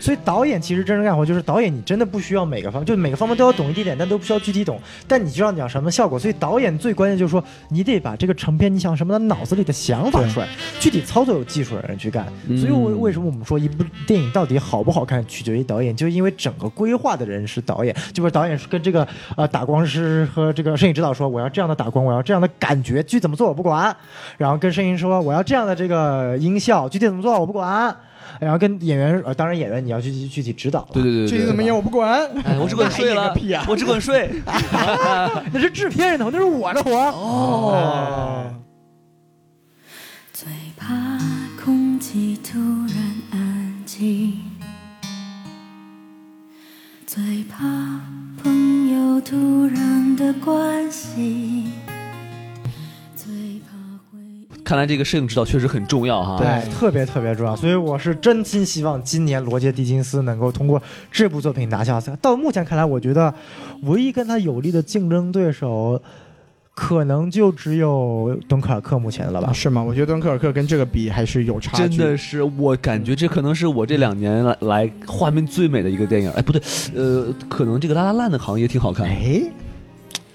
[SPEAKER 4] 所以导演其实真正干活就是导演，你真的不需要每个方，就每个方面都要懂一点点，但都不需要具体懂。但你知道你要什么效果，所以导演最关键就是说，你得把这个成片你想什么的脑子里的想法
[SPEAKER 2] 对
[SPEAKER 4] 出来，具体操作有技术的人去干。
[SPEAKER 1] 嗯
[SPEAKER 4] 所以我为什么我们说一部电影到底好不好看，取决于导演，就是因为整个规划的人是导演，就是导演是跟这个呃打光师和这个摄影指导说，我要这样的打光，我要这样的感觉，具体怎么做我不管。然后跟声音说我要这样的这个音效，具体怎么做我不管。然后跟演员，呃，当然演员你要去具体指导，
[SPEAKER 1] 对对对
[SPEAKER 2] 具体怎
[SPEAKER 1] 对
[SPEAKER 2] 么
[SPEAKER 1] 对。
[SPEAKER 2] 样我不管，
[SPEAKER 1] 哎，我只管睡
[SPEAKER 2] 那还
[SPEAKER 1] 了
[SPEAKER 2] 演个屁啊，
[SPEAKER 1] 我只管睡。
[SPEAKER 4] 那是制片人的活，那是我的活。
[SPEAKER 1] 哦，
[SPEAKER 5] 最怕空气突然安静，最怕朋友突然的关心，最怕回忆。
[SPEAKER 1] 看来这个摄影指导确实很重要哈。
[SPEAKER 4] 对，哎特别特别重要，所以我是真心希望今年罗杰·狄金斯能够通过这部作品拿下奥斯卡。到目前看来，我觉得唯一跟他有力的竞争对手，可能就只有敦刻尔克目前了吧。
[SPEAKER 2] 啊是吗？我觉得敦刻尔克跟这个比还是有差
[SPEAKER 1] 真
[SPEAKER 2] 距。
[SPEAKER 1] 的是，我感觉这可能是我这两年来来画面最美的一个电影。哎，不对，呃，可能这个《拉拉烂》的好像也挺好看。
[SPEAKER 4] 哎，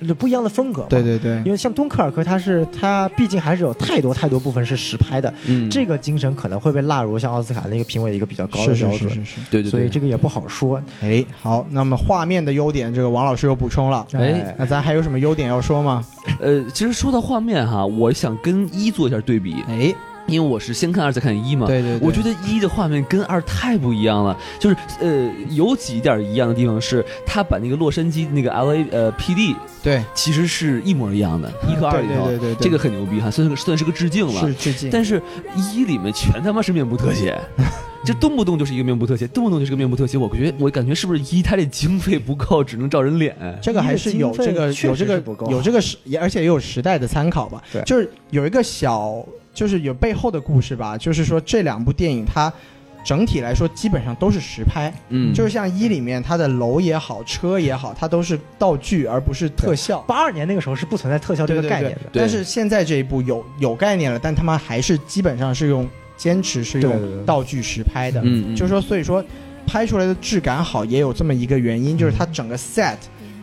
[SPEAKER 4] 这不一样的风格嘛。
[SPEAKER 2] 对对对
[SPEAKER 4] 因，为像敦刻尔克，它是它毕竟还是有太多太多部分是实拍的，
[SPEAKER 1] 嗯，
[SPEAKER 4] 这个精神可能会被纳入像奥斯卡那个评委一个比较高的
[SPEAKER 2] 是
[SPEAKER 4] 标
[SPEAKER 2] 是
[SPEAKER 4] 准，
[SPEAKER 2] 是是是。
[SPEAKER 1] 对对对，
[SPEAKER 4] 所以这个也不好说。
[SPEAKER 2] 哎，好，那么画面的优点，这个王老师有补充了。
[SPEAKER 1] 哎
[SPEAKER 2] 那咱还有什么优点要说吗？
[SPEAKER 1] 呃，其实说到画面哈，我想跟一做一下对比，
[SPEAKER 2] 哎，
[SPEAKER 1] 因为我是先看二再看一嘛。
[SPEAKER 2] 对对对
[SPEAKER 1] 我觉得一的画面跟二太不一样了，就是呃，有几点一样的地方是，他把那个洛杉矶那个 L A 呃 P D
[SPEAKER 2] 对，
[SPEAKER 1] 其实是一模一样的，一和二
[SPEAKER 2] 对
[SPEAKER 1] 里
[SPEAKER 2] 对
[SPEAKER 1] 头，
[SPEAKER 2] 对对对，
[SPEAKER 1] 这个很牛逼哈，算是算是个致敬了。
[SPEAKER 2] 是致敬。
[SPEAKER 1] 但是一里面全他妈是面部特 写，这动不动就是一个面部特写，动不动就是个面部特写。我觉得我感觉是不是一他这经费不够，只能照人脸？
[SPEAKER 2] 这个还是有
[SPEAKER 4] 一个经
[SPEAKER 2] 这
[SPEAKER 4] 费
[SPEAKER 2] 个
[SPEAKER 4] 确
[SPEAKER 2] 有
[SPEAKER 4] 实
[SPEAKER 2] 这
[SPEAKER 4] 是
[SPEAKER 2] 个
[SPEAKER 4] 不够
[SPEAKER 2] 有这个时，也而且也有时代的参考吧。
[SPEAKER 4] 对
[SPEAKER 2] 就是有一个小，就是有背后的故事吧。就是说这两部电影它整体来说基本上都是实拍，
[SPEAKER 1] 嗯，
[SPEAKER 2] 就是像一里面它的楼也好，车也好，它都是道具而不是特效。
[SPEAKER 4] 八二年那个时候是不存在特效这
[SPEAKER 2] 对
[SPEAKER 4] 个
[SPEAKER 2] 对
[SPEAKER 4] 概
[SPEAKER 2] 对
[SPEAKER 4] 念的。
[SPEAKER 1] 对
[SPEAKER 2] 但是现在这一部有有概念了，但他们还是基本上是用坚持是
[SPEAKER 4] 对对
[SPEAKER 2] 用
[SPEAKER 4] 对
[SPEAKER 2] 道具实拍的。
[SPEAKER 1] 嗯，嗯
[SPEAKER 2] 就是说，所以说拍出来的质感好，也有这么一个原因，就是它
[SPEAKER 1] 嗯
[SPEAKER 2] 整个 set，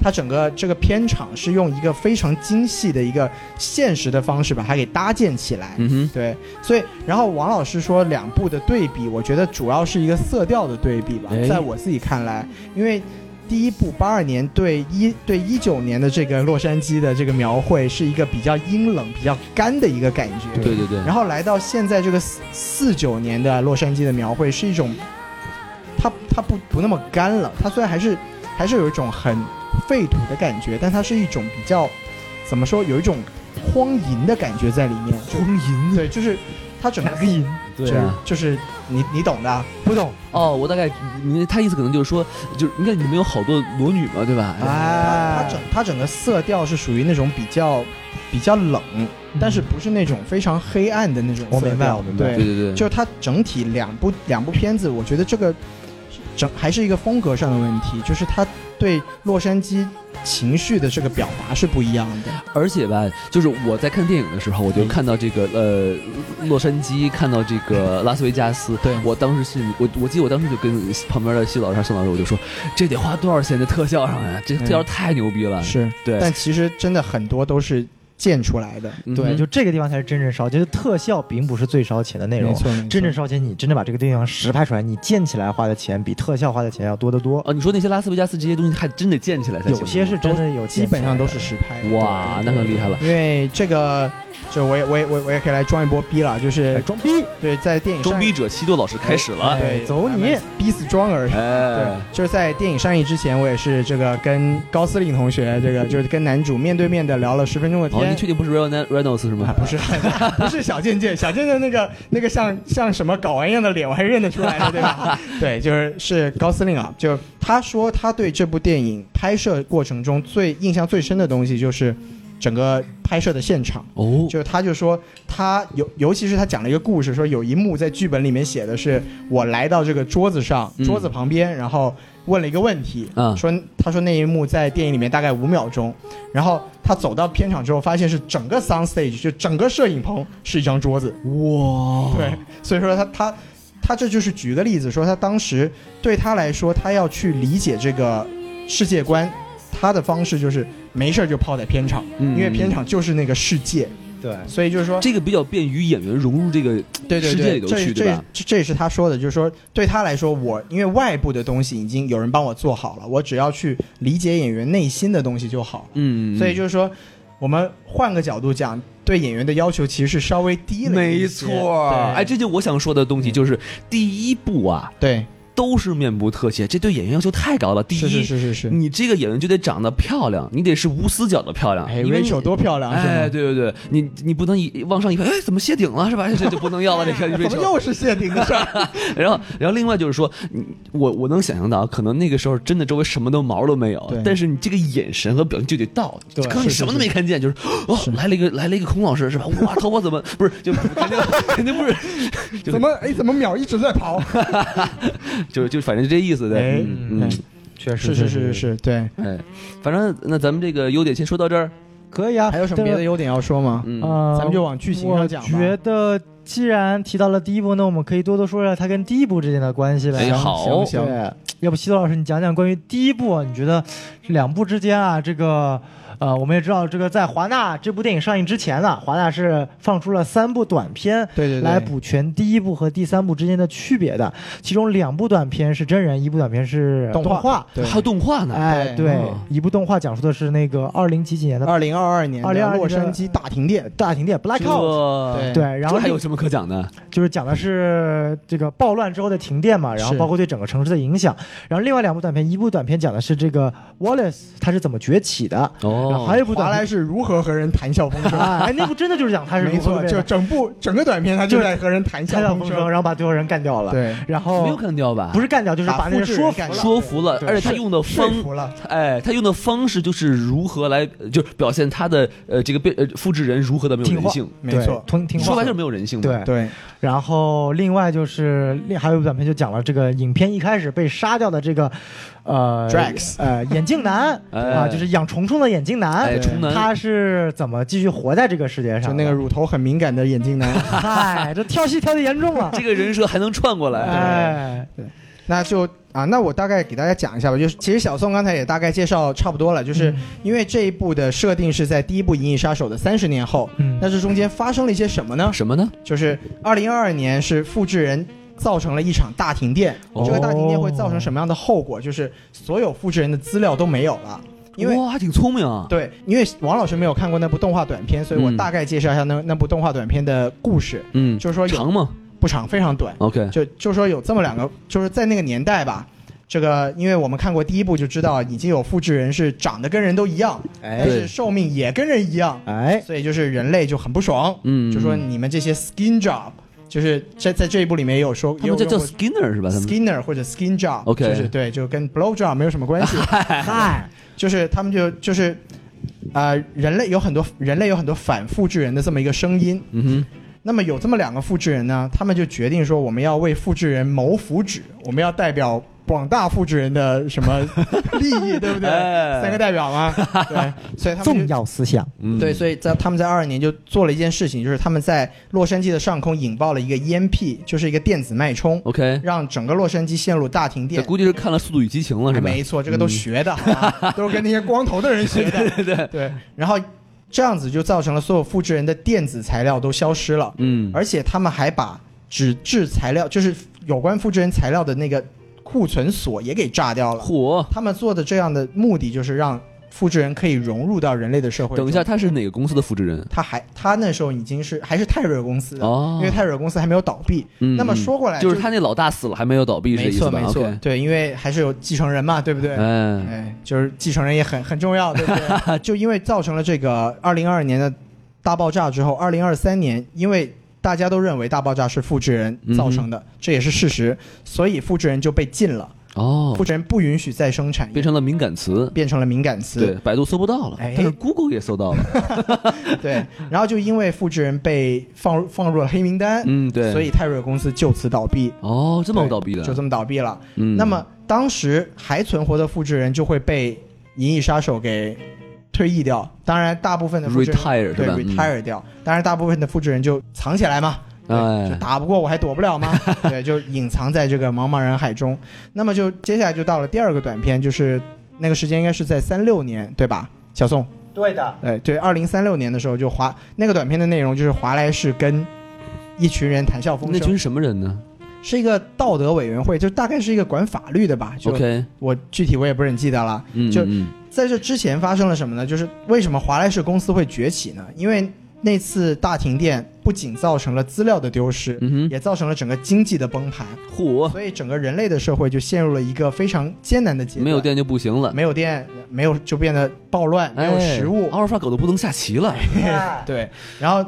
[SPEAKER 2] 它整个这个片场是用一个非常精细的一个现实的方式把它给搭建起来。
[SPEAKER 1] 嗯哼，
[SPEAKER 2] 对，所以然后王老师说两部的对比，我觉得主要是一个色调的对比吧
[SPEAKER 1] 哎，
[SPEAKER 2] 在我自己看来，因为。第一部八二年对一对一九年的这个洛杉矶的这个描绘是一个比较阴冷、比较干的一个感觉，
[SPEAKER 1] 对对对，
[SPEAKER 2] 然后来到现在这个四四九年的洛杉矶的描绘是一种，它它不不那么干了，它虽然还是还是有一种很废土的感觉，但它是一种比较怎么说，有一种荒淫的感觉在里面。就
[SPEAKER 4] 荒淫
[SPEAKER 2] 对，就是他整个
[SPEAKER 4] 个淫？
[SPEAKER 1] 对啊，
[SPEAKER 2] 就是就是你你懂的啊，
[SPEAKER 4] 不懂，
[SPEAKER 1] 哦，我大概你他意思可能就是说，就是你看里面有好多裸女嘛，对吧？
[SPEAKER 2] 他
[SPEAKER 4] 哎
[SPEAKER 2] 他整他整个色调是属于那种比较比较冷，但是不是那种非常黑暗的那种
[SPEAKER 4] 我
[SPEAKER 2] 色
[SPEAKER 4] 明白
[SPEAKER 2] 调
[SPEAKER 4] 我明
[SPEAKER 1] 对
[SPEAKER 4] 白
[SPEAKER 2] 对，
[SPEAKER 1] 对对，
[SPEAKER 2] 就它整体两部两部片子，我觉得这个整还是一个风格上的问题，就是他对洛杉矶情绪的这个表达是不一样的。
[SPEAKER 1] 而且吧，就是我在看电影的时候，我就看到这个呃，洛杉矶，看到这个拉斯维加斯，
[SPEAKER 2] 对
[SPEAKER 1] 我当时是我我记得我当时就跟旁边的谢老师、宋老师，我就说，这得花多少钱在特效上呀？这特效太牛逼了，
[SPEAKER 2] 是，
[SPEAKER 1] 啊对，
[SPEAKER 2] 但其实真的很多都是建出来的，
[SPEAKER 1] 嗯
[SPEAKER 4] 对，就这个地方才是真正烧钱，就是特效并不是最烧钱的内容
[SPEAKER 2] 没。错，
[SPEAKER 4] 真正
[SPEAKER 2] 的
[SPEAKER 4] 烧钱，你真正把这个地方实拍出来，你建起来花的钱比特效花的钱要多得多。
[SPEAKER 1] 哦，你说那些拉斯维加斯这些东西还真得建起来才行，
[SPEAKER 4] 有些是真的有建起
[SPEAKER 2] 基
[SPEAKER 4] 来的，
[SPEAKER 2] 本上都是实拍的。
[SPEAKER 1] 哇，那可厉害了。
[SPEAKER 2] 因为这个，就我也我也我也我也可以来装一波逼了，就是
[SPEAKER 4] 哎装逼，
[SPEAKER 2] 对在电影上
[SPEAKER 1] 装逼者西多老师开始了，
[SPEAKER 4] 哎
[SPEAKER 2] 对
[SPEAKER 4] 走你
[SPEAKER 2] 咱们逼死庄儿。
[SPEAKER 1] 哎
[SPEAKER 2] 对，，就是在电影上映之前，我也是这个跟高司令同学，这个就是跟男主面对面的聊了十分钟的
[SPEAKER 1] 哦，
[SPEAKER 2] 天
[SPEAKER 1] 你。确定不是 Real Nan- Reynolds 是
[SPEAKER 2] 啊
[SPEAKER 1] 吗？
[SPEAKER 2] 不是， 不是小贱贱，小贱贱那个那个像像什么睾丸一样的脸，我还认得出来的，对吧？对，就是是高司令啊，就他说他对这部电影拍摄过程中最印象最深的东西就是整个拍摄的现场。
[SPEAKER 1] 哦，
[SPEAKER 2] 就是他就说他尤尤其是他讲了一个故事，说有一幕在剧本里面写的是我来到这个桌子上，
[SPEAKER 1] 嗯
[SPEAKER 2] 桌子旁边，然后问了一个问题，
[SPEAKER 1] 嗯
[SPEAKER 2] 说他说那一幕在电影里面大概五秒钟，然后他走到片场之后，发现是整个 sound stage 就整个摄影棚是一张桌子，
[SPEAKER 1] 哇，
[SPEAKER 2] 对，所以说他他他这就是举个例子说，他当时对他来说，他要去理解这个世界观，他的方式就是没事儿就泡在片场，
[SPEAKER 1] 嗯
[SPEAKER 2] 因为片场就是那个世界，
[SPEAKER 4] 对，
[SPEAKER 2] 所以就是说。
[SPEAKER 1] 这个比较便于演员融入这个
[SPEAKER 2] 对对对，
[SPEAKER 1] 世界里头去，
[SPEAKER 2] 这
[SPEAKER 1] 对吧？
[SPEAKER 2] 这这也是他说的，就是说对他来说，我因为外部的东西已经有人帮我做好了，我只要去理解演员内心的东西就好。
[SPEAKER 1] 嗯，
[SPEAKER 2] 所以就是说，我们换个角度讲，对演员的要求其实是稍微低了一
[SPEAKER 1] 没
[SPEAKER 2] 些
[SPEAKER 1] 错，
[SPEAKER 2] 对
[SPEAKER 1] 哎，这就我想说的东西，就是第一步啊，
[SPEAKER 2] 对，
[SPEAKER 1] 都是面部特写，这对演员要求太高了。第一，嗯
[SPEAKER 2] 是是是是是。
[SPEAKER 1] 你这个演员就得长得漂亮，你得是无死角的漂亮，
[SPEAKER 2] 哎
[SPEAKER 1] 因为你
[SPEAKER 2] ，Rachel 多漂亮，是吗
[SPEAKER 1] 哎，，对对对，你你不能一往上一拍，哎，怎么谢顶了是吧？ 这就不能要了，这个
[SPEAKER 2] 哎怎么
[SPEAKER 1] Rachel。
[SPEAKER 2] 又是谢顶 的事儿？
[SPEAKER 1] 然后，然后另外就是说，你我我能想象到，可能那个时候真的周围什么都毛都没有
[SPEAKER 2] 对，
[SPEAKER 1] 但是你这个眼神和表情就得到，
[SPEAKER 2] 对
[SPEAKER 1] 可能你
[SPEAKER 2] 是
[SPEAKER 1] 什么都没看见，就是哦，来了一个来了一个孔老师是吧？哇，头发怎么不是就肯定肯定不是，就
[SPEAKER 2] 怎么哎，怎么秒一直在跑？
[SPEAKER 1] 就就反正这意思的，
[SPEAKER 2] 哎
[SPEAKER 1] 嗯嗯，
[SPEAKER 4] 确
[SPEAKER 2] 是
[SPEAKER 4] 实
[SPEAKER 2] 是是是，是，对。
[SPEAKER 1] 哎，反正那咱们这个优点先说到这儿，
[SPEAKER 4] 可以啊。
[SPEAKER 2] 还有什么别的
[SPEAKER 4] 对吧？
[SPEAKER 2] 优点要说吗？
[SPEAKER 1] 嗯，
[SPEAKER 4] 呃，
[SPEAKER 2] 咱们就往剧情上讲吧
[SPEAKER 4] 我觉得既然提到了第一部，那我们可以多多说说它跟第一部之间的关系呗。
[SPEAKER 1] 哎好
[SPEAKER 2] 行行
[SPEAKER 4] 对，要不西多老师你讲讲关于第一部，啊你觉得两部之间啊，这个呃，我们也知道这个在华纳这部电影上映之前呢、华纳是放出了三部短片。
[SPEAKER 2] 对对对，
[SPEAKER 4] 来补全第一部和第三部之间的区别的，其中两部短片是真人，一部短片是
[SPEAKER 2] 动
[SPEAKER 4] 画。
[SPEAKER 2] 画，对，
[SPEAKER 1] 还有动画呢，
[SPEAKER 4] 哎，
[SPEAKER 2] 对
[SPEAKER 4] 对，
[SPEAKER 1] 嗯
[SPEAKER 4] 一部动画讲述的是那个二零几几年的
[SPEAKER 2] 二零二二年的
[SPEAKER 4] 2022
[SPEAKER 2] 洛
[SPEAKER 4] 年
[SPEAKER 2] 杉
[SPEAKER 4] 的
[SPEAKER 2] 矶大停电，
[SPEAKER 4] 大停电 blackout，
[SPEAKER 1] 这
[SPEAKER 2] 对
[SPEAKER 4] 对，然后
[SPEAKER 1] 这还
[SPEAKER 4] 另
[SPEAKER 1] 有什么可讲的？
[SPEAKER 4] 就是讲的是这个暴乱之后的停电嘛，然后
[SPEAKER 2] 是
[SPEAKER 4] 包括对整个城市的影响。然后另外两部短片，一部短片讲的是这个 Wallace 他是怎么崛起的，然后还
[SPEAKER 1] 哦，
[SPEAKER 4] 有一部
[SPEAKER 2] 华
[SPEAKER 4] 短
[SPEAKER 2] 莱
[SPEAKER 4] 片，
[SPEAKER 2] 士如何和人谈笑风 生。
[SPEAKER 4] 啊哎，那部真的就是讲他是
[SPEAKER 2] 没
[SPEAKER 4] 如何
[SPEAKER 2] 错，
[SPEAKER 4] 被
[SPEAKER 2] 就整部整个短片，他就在和人谈
[SPEAKER 4] 拆
[SPEAKER 2] 笑
[SPEAKER 4] 掉
[SPEAKER 2] 风
[SPEAKER 4] 风
[SPEAKER 2] 生
[SPEAKER 4] 声，。然后把最后人干掉了。，
[SPEAKER 2] 对，
[SPEAKER 4] 然
[SPEAKER 1] 没有
[SPEAKER 4] 后
[SPEAKER 1] 看掉吧？
[SPEAKER 4] 哦不是干掉，就是
[SPEAKER 2] 把
[SPEAKER 4] 把那
[SPEAKER 2] 复
[SPEAKER 4] 人
[SPEAKER 2] 制
[SPEAKER 4] 说
[SPEAKER 2] 人
[SPEAKER 4] 服
[SPEAKER 2] 干
[SPEAKER 4] 了。
[SPEAKER 2] 掉
[SPEAKER 1] 说服了，
[SPEAKER 4] 对
[SPEAKER 1] 而且他用的
[SPEAKER 2] 说
[SPEAKER 1] 方
[SPEAKER 2] 服了。
[SPEAKER 1] 哎，他用的方式就是如何来，就是表现他的呃这个被呃复制人如何的没有人性，
[SPEAKER 2] 没
[SPEAKER 4] 对
[SPEAKER 2] 错，
[SPEAKER 4] 听听话
[SPEAKER 1] 说白就是没有人性嘛。
[SPEAKER 4] 对，
[SPEAKER 2] 对，
[SPEAKER 4] 然后另外就是另还有一部短片就讲了这个影片一开始被杀掉的这个，呃
[SPEAKER 2] Drax
[SPEAKER 4] 呃眼镜男、
[SPEAKER 1] 哎
[SPEAKER 4] 啊，就是养虫虫的眼镜男，
[SPEAKER 1] 哎，重男。
[SPEAKER 4] 他是怎么继续活在这个世界上
[SPEAKER 2] 就
[SPEAKER 4] 的？
[SPEAKER 2] 那个乳头很敏感的眼镜 男。
[SPEAKER 4] 嗨，这跳戏跳的严重了
[SPEAKER 1] 这个人设还能串过来，
[SPEAKER 4] 哎，
[SPEAKER 2] 那就啊，那我大概给大家讲一下吧。就是其实小宋刚才也大概介绍差不多了，就是因为这一部的设定是在第一部《银翼杀手》的三十年后，
[SPEAKER 4] 嗯
[SPEAKER 2] 那这中间发生了一些什么呢？
[SPEAKER 1] 什么呢？
[SPEAKER 2] 就是二零二二年是复制人造成了一场大停电，
[SPEAKER 1] 哦
[SPEAKER 2] 这个大停电会造成什么样的后果？就是所有复制人的资料都没有了，因为
[SPEAKER 1] 哇，还挺聪明啊。
[SPEAKER 2] 哎对，因为王老师没有看过那部动画短片，所以我
[SPEAKER 1] 嗯
[SPEAKER 2] 大概介绍一下那那部动画短片的故事，
[SPEAKER 1] 嗯，
[SPEAKER 2] 就是说有
[SPEAKER 1] 长吗
[SPEAKER 2] 不长，非常短，
[SPEAKER 1] ？OK，
[SPEAKER 2] 就就说有这么两个，就是在那个年代吧，这个，因为我们看过第一部就知道，已经有复制人是长得跟人都一样，
[SPEAKER 4] 哎
[SPEAKER 2] 但是寿命也跟人一样，
[SPEAKER 4] 哎，
[SPEAKER 2] 所以就是人类就很不爽，
[SPEAKER 1] 嗯
[SPEAKER 2] 就说你们这些 skin job，就是在在这一部里面也有说，
[SPEAKER 1] 他们叫
[SPEAKER 2] 也有
[SPEAKER 1] 叫
[SPEAKER 2] 用过
[SPEAKER 1] Skinner 是吧？他们
[SPEAKER 2] skinner 或者 skin job，
[SPEAKER 1] OK
[SPEAKER 2] 就是对，就跟 blow job 没有什 么关系，
[SPEAKER 4] 嗨，
[SPEAKER 2] 就是他们就就是，呃，人类有很多人类有很多反复制人的这么一个声音，
[SPEAKER 1] 嗯哼，
[SPEAKER 2] 那么有这么两个复制人呢，他们就决定说，我们要为复制人谋福祉，我们要代表广大复制人的什么 利益，对不对？
[SPEAKER 1] 哎
[SPEAKER 2] 三个代表嘛，对，所以他们
[SPEAKER 4] 重
[SPEAKER 2] 就。
[SPEAKER 4] 要思想，
[SPEAKER 1] 嗯
[SPEAKER 2] 对，所以在他们在二二年就做了一件事情，就是他们在洛杉矶的上空引爆了一个烟屁，就是一个电子脉冲，
[SPEAKER 1] 嗯 OK，
[SPEAKER 2] 让整个洛杉矶陷入大停
[SPEAKER 1] 这
[SPEAKER 2] 电。
[SPEAKER 1] 估计是看了《速度与激情》了是
[SPEAKER 2] 哎
[SPEAKER 1] 吧？
[SPEAKER 2] 没错，这个都学的，
[SPEAKER 1] 嗯
[SPEAKER 2] 好吧都是跟那些光头的人学的。对对然后这样子就造成了所有复制人的电子材料都消失了。
[SPEAKER 1] 嗯，
[SPEAKER 2] 而且他们还把纸质材料，就是有关复制人材料的那个库存锁也给炸掉了。
[SPEAKER 1] 火。
[SPEAKER 2] 他们做的这样的目的就是让复制人可以融入到人类的社会。
[SPEAKER 1] 等一下，，他是哪个公司的复制人？
[SPEAKER 2] 他还他那时候已经是还是泰瑞公司的，
[SPEAKER 1] 哦
[SPEAKER 2] 因为泰瑞公司还没有倒闭。
[SPEAKER 1] 嗯
[SPEAKER 2] 那么说过来
[SPEAKER 1] 就是他那老大死了还没有倒闭，是这
[SPEAKER 2] 没
[SPEAKER 1] 意思
[SPEAKER 2] 错
[SPEAKER 1] 吧
[SPEAKER 2] 没错
[SPEAKER 1] OK
[SPEAKER 2] 对，因为还是有继承人嘛，对不对？
[SPEAKER 1] 哎，
[SPEAKER 2] 哎，就是继承人也很很重要，对不 对？就因为造成了这个二零二二年的大爆炸之后，二零二三年因为大家都认为大爆炸是复制人
[SPEAKER 1] 嗯
[SPEAKER 2] 造成的，这也是事实，所以复制人就被禁了，
[SPEAKER 1] 哦
[SPEAKER 2] 复，制人不允许再生产，
[SPEAKER 1] 变成了敏感词，
[SPEAKER 2] 变成了敏感词。
[SPEAKER 1] 对，百度搜不到了，
[SPEAKER 2] 哎
[SPEAKER 1] 但是 Google 也搜到 了，
[SPEAKER 2] 对，然后就因为复制人被放入放入了黑名单，
[SPEAKER 1] 嗯，对，
[SPEAKER 2] 所以泰瑞公司就此倒闭，
[SPEAKER 1] 哦，这么
[SPEAKER 2] 对
[SPEAKER 1] 倒闭的，
[SPEAKER 2] 就这么倒闭了。
[SPEAKER 1] 嗯，
[SPEAKER 2] 那么当时还存活的复制人就会被《银翼杀手》给退役掉，当然大部分的复制人
[SPEAKER 1] Retire，
[SPEAKER 2] 对
[SPEAKER 1] 是吧嗯
[SPEAKER 2] retire 掉，当然大部分的复制人就藏起来嘛。对，
[SPEAKER 1] 哎
[SPEAKER 2] 就打不过我还躲不了 吗？对，就隐藏在这个茫茫人海中。那么就接下来就到了第二个短片，就是那个时间应该是在三六年，对吧？小宋，
[SPEAKER 4] 对的，
[SPEAKER 2] 哎，对，二零三六年的时候就华那个短片的内容就是华莱士跟一群人谈笑风
[SPEAKER 1] 那
[SPEAKER 2] 生，
[SPEAKER 1] 群什么人呢
[SPEAKER 2] 是一个道德委员会，就大概是一个管法律的吧，就
[SPEAKER 1] ？OK，
[SPEAKER 2] 我具体我也不是很记得了。
[SPEAKER 1] 嗯，
[SPEAKER 2] 就
[SPEAKER 1] 嗯
[SPEAKER 2] 在这之前发生了什么呢？就是为什么华莱士公司会崛起呢？因为那次大停电不仅造成了资料的丢失，
[SPEAKER 1] 嗯哦
[SPEAKER 2] 也造成了整个经济的崩盘，
[SPEAKER 1] 哼，火，
[SPEAKER 2] 所以整个人类的社会就陷入了一个非常艰难的阶段。
[SPEAKER 1] 没有，电就不行了，
[SPEAKER 2] 没有电，没有就变得暴乱，没有
[SPEAKER 1] 哎
[SPEAKER 2] 食物。哎
[SPEAKER 1] 阿尔法狗都不能下棋了，
[SPEAKER 2] 对，然后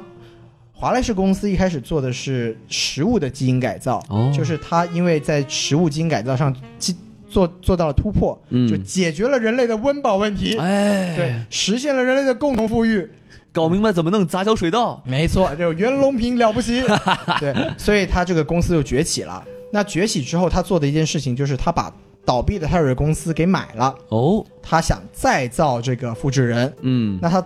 [SPEAKER 2] 华莱士公司一开始做的是食物的基因改造，
[SPEAKER 1] 哦，
[SPEAKER 2] 就是它因为在食物基因改造上基做做到了突破，
[SPEAKER 1] 嗯
[SPEAKER 2] 就解决了人类的温饱问题，
[SPEAKER 1] 哎，
[SPEAKER 2] 对，，实现了人类的共同富裕。
[SPEAKER 1] 搞明白怎么弄杂交水稻，
[SPEAKER 2] 没错，就袁隆平了 不起。对，所以他这个公司就崛起了。那崛起之后，他做的一件事情就是他把倒闭的泰瑞公司给买了，
[SPEAKER 1] 哦，
[SPEAKER 2] 他想再造这个复制人。
[SPEAKER 1] 嗯，
[SPEAKER 2] 那他。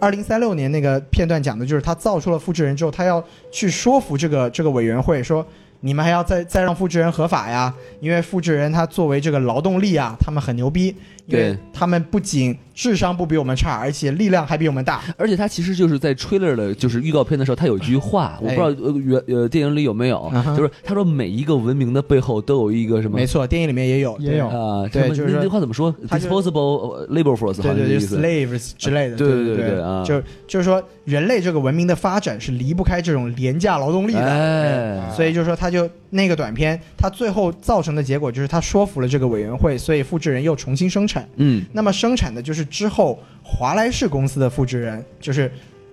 [SPEAKER 2] 二零三六年那个片段讲的就是他造出了复制人之后，他要去说服这个这个委员会说，你们还要再再让复制人合法呀，因为复制人他作为这个劳动力啊，他们很牛逼，因为
[SPEAKER 1] 对
[SPEAKER 2] 他们不仅智商不比我们差，而且力量还比我们大。
[SPEAKER 1] 而且他其实就是在 trailer 的，就是预告片的时候，他有一句话，
[SPEAKER 2] 哎
[SPEAKER 1] 我不知道呃原呃电影里有没有
[SPEAKER 2] 嗯，哼
[SPEAKER 1] 就是他说每一个文明的背后都有一个什么
[SPEAKER 2] 没错，电影里面也有，
[SPEAKER 4] 也
[SPEAKER 2] 对
[SPEAKER 4] 有
[SPEAKER 1] 啊，
[SPEAKER 2] 对
[SPEAKER 1] 什么
[SPEAKER 2] 就是
[SPEAKER 1] 那那话怎么说
[SPEAKER 2] 他就
[SPEAKER 1] ？disposable uh, labor force 好
[SPEAKER 2] 对
[SPEAKER 1] 像
[SPEAKER 2] 对，
[SPEAKER 1] 这
[SPEAKER 2] 就
[SPEAKER 1] 意
[SPEAKER 2] 是
[SPEAKER 1] 思。
[SPEAKER 2] slaves 之类的，
[SPEAKER 1] 对
[SPEAKER 2] 对
[SPEAKER 1] 对对
[SPEAKER 2] 对
[SPEAKER 1] 对啊
[SPEAKER 2] 就就是说人类这个文明的发展是离不开这种廉价劳动力的，
[SPEAKER 1] 哎，
[SPEAKER 2] 所以就是说他就那个短片，他最后造成的结果就是他说服了这个委员会，所以复制人又重新生产，
[SPEAKER 1] 嗯，
[SPEAKER 2] 那么生产的就是之后华莱士公司的复制人，就是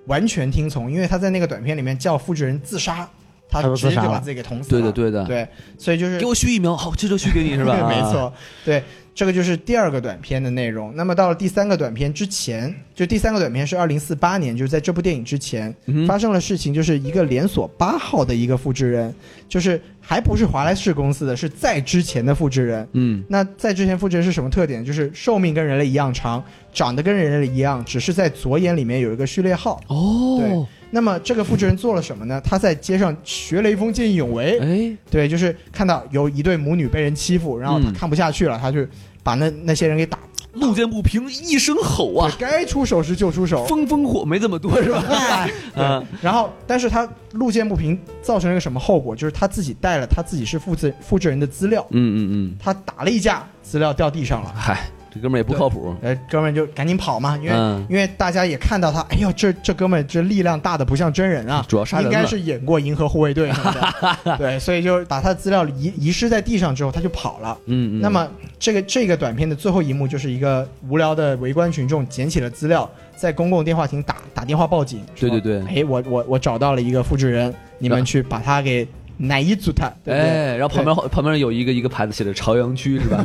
[SPEAKER 2] 完全听从，因为他在那个短片里面叫复制人自杀，他
[SPEAKER 4] 他都
[SPEAKER 2] 直
[SPEAKER 4] 自
[SPEAKER 2] 接
[SPEAKER 4] 杀
[SPEAKER 2] 就把
[SPEAKER 4] 了
[SPEAKER 2] 自己给捅死
[SPEAKER 1] 对
[SPEAKER 2] 了，
[SPEAKER 1] 的对的，
[SPEAKER 2] 对，所以就是
[SPEAKER 1] 给我续一秒，好，这就续给你是吧？ 啊
[SPEAKER 2] 没错，对，这个就是第二个短片的内容。那么到了第三个短片之前，就第三个短片是二零四八年，就是在这部电影之前、
[SPEAKER 1] 嗯哼
[SPEAKER 2] 发生了事情，就是一个连锁八号的一个复制人，就是还不是华莱士公司的，是在之前的复制人。
[SPEAKER 1] 嗯，
[SPEAKER 2] 那在之前复制人是什么特点？就是寿命跟人类一样长，长得跟人类一样，只是在左眼里面有一个序列号。
[SPEAKER 1] 哦，
[SPEAKER 2] 对那么这个复制人做了什么呢？他在街上学雷锋见义勇为，
[SPEAKER 1] 哎，
[SPEAKER 2] 对，就是看到有一对母女被人欺负，然后他
[SPEAKER 1] 嗯
[SPEAKER 2] 看不下去了，他就把那那些人给打，
[SPEAKER 1] 路见不平一声吼啊，
[SPEAKER 2] 该出手时就出手。
[SPEAKER 1] 风风火没这么多 是吧？嗯，
[SPEAKER 2] 然后，但是他路见不平造成了一个什么后果？就是他自己带了他自己是复制复制人的资料，
[SPEAKER 1] 嗯嗯嗯，
[SPEAKER 2] 他打了一架，资料掉地上了。
[SPEAKER 1] 嗨，这哥们儿也不靠谱。
[SPEAKER 2] 呃，哥们儿就赶紧跑嘛，因为、
[SPEAKER 1] 嗯
[SPEAKER 2] 因为大家也看到他，哎呦，这这哥们儿这力量大的不像真人啊，
[SPEAKER 1] 主要杀人
[SPEAKER 2] 应
[SPEAKER 1] 了
[SPEAKER 2] 该是演过《银河护卫队》什么 的，对，所以就把他的资料遗遗失在地上之后，他就跑了。
[SPEAKER 1] 嗯，嗯
[SPEAKER 2] 那么这个这个短片的最后一幕就是一个无聊的围观群众捡起了资料，在公共电话亭打打电话报警。
[SPEAKER 1] 对
[SPEAKER 2] 说
[SPEAKER 1] 对
[SPEAKER 2] 哎，我我我找到了一个复制人，你们去把他给乃伊组他，对不对？
[SPEAKER 1] 哎，然后旁边旁边有一个一个牌子写着朝阳区是吧？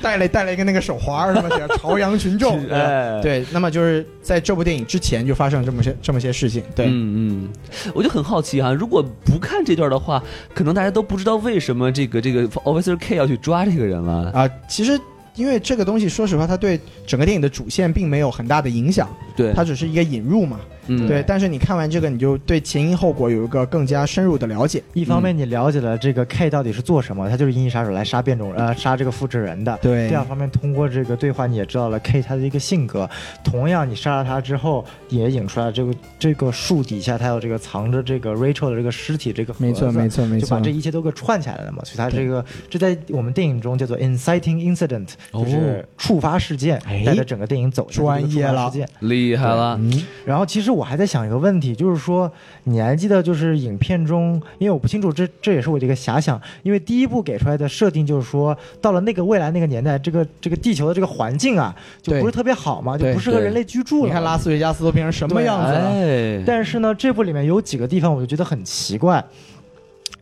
[SPEAKER 2] 带了带了一个那个手环儿什 么的，朝阳群众。对吧
[SPEAKER 1] 哎，
[SPEAKER 2] 对，那么就是在这部电影之前就发生了这么些这么些事情。对，
[SPEAKER 1] 嗯嗯，我就很好奇哈、如果不看这段的话，可能大家都不知道为什么这个这个 Officer K 要去抓这个人了。
[SPEAKER 2] 啊、其实因为这个东西，说实话，它对整个电影的主线并没有很大的影响，
[SPEAKER 1] 对，
[SPEAKER 2] 它只是一个引入嘛。
[SPEAKER 1] 嗯
[SPEAKER 2] 对，但是你看完这个，你就对前因后果有一个更加深入的了解。
[SPEAKER 4] 一方面你了解了这个 K 到底是做什么，他就是银翼杀手来杀变种人呃杀这个复制人的。
[SPEAKER 2] 对
[SPEAKER 4] 第二方面通过这个对话你也知道了 K 他的一个性格。同样你杀了他之后，也引出来这个这个树底下他有这个藏着这个 Rachel 的这个尸体这个盒子。
[SPEAKER 2] 没错，没错，没
[SPEAKER 4] 就
[SPEAKER 2] 错
[SPEAKER 4] 把这。一切都给串起来了嘛，所以它这个这在我们电影中叫做 inciting incident，
[SPEAKER 1] 哦
[SPEAKER 4] 就是触发事件，
[SPEAKER 2] 哎
[SPEAKER 4] 带着整个电影走向这个
[SPEAKER 2] 专业
[SPEAKER 4] 触发
[SPEAKER 2] 了
[SPEAKER 4] 事件
[SPEAKER 1] 厉害了，
[SPEAKER 2] 嗯，
[SPEAKER 4] 然后其实我还在想一个问题，就是说你还记得就是影片中，因为我不清楚这这也是我的一个遐想，因为第一部给出来的设定就是说，到了那个未来那个年代，这个这个地球的这个环境啊，就
[SPEAKER 2] 对
[SPEAKER 4] 不是特别好嘛，就
[SPEAKER 2] 对
[SPEAKER 4] 不适合
[SPEAKER 1] 对
[SPEAKER 4] 人类居住了。
[SPEAKER 2] 你看拉斯维加斯都变成什么样子了？
[SPEAKER 1] 哎，
[SPEAKER 4] 但是呢，这部里面有几个地方我就觉得很奇怪。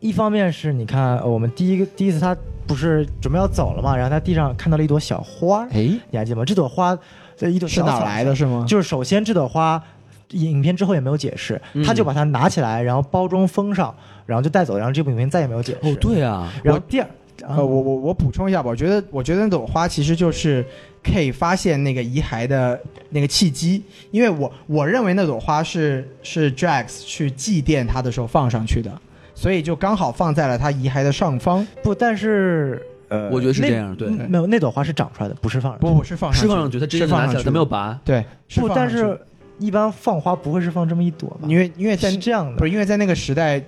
[SPEAKER 4] 一方面是你看，呃我们第一个第一次他不是准备要走了嘛，然后他地上看到了一朵小花儿，
[SPEAKER 2] 哎，
[SPEAKER 4] 你还记得吗？这朵花，这一朵
[SPEAKER 2] 是
[SPEAKER 4] 小
[SPEAKER 2] 哪
[SPEAKER 4] 草
[SPEAKER 2] 来的？是吗？
[SPEAKER 4] 就是首先这朵花，影片之后也没有解释，
[SPEAKER 1] 嗯
[SPEAKER 4] 他就把它拿起来，然后包中封上，然后就带走，然后这部影片再也没有解释。
[SPEAKER 1] 哦，，对啊，
[SPEAKER 4] 然后第二，啊
[SPEAKER 2] 呃，我我我补充一下吧，我觉得我觉得那朵花其实就是 K 发现那个遗骸的那个契机，因为我我认为那朵花是是 Drax 去祭奠他的时候放上去的，所以就刚好放在了他遗骸的上方，
[SPEAKER 4] 不，但是呃，
[SPEAKER 1] 我觉得是
[SPEAKER 4] 那
[SPEAKER 1] 这样对
[SPEAKER 4] 嗯没有，那朵花是长出来的，不是放上去的。
[SPEAKER 2] 不不是放上
[SPEAKER 1] 是
[SPEAKER 2] 去
[SPEAKER 1] 放
[SPEAKER 2] 的，
[SPEAKER 1] 上去，他直接
[SPEAKER 2] 是放
[SPEAKER 1] 拿起
[SPEAKER 2] 上去
[SPEAKER 1] 来，他
[SPEAKER 2] 的
[SPEAKER 1] 没有拔。
[SPEAKER 2] 对，是
[SPEAKER 4] 不，
[SPEAKER 2] 放
[SPEAKER 4] 但
[SPEAKER 2] 上去的
[SPEAKER 4] 是一般放花不会是放这么一朵吧？
[SPEAKER 2] 因为因为在
[SPEAKER 4] 是这样的
[SPEAKER 2] 不是因为在那个时代，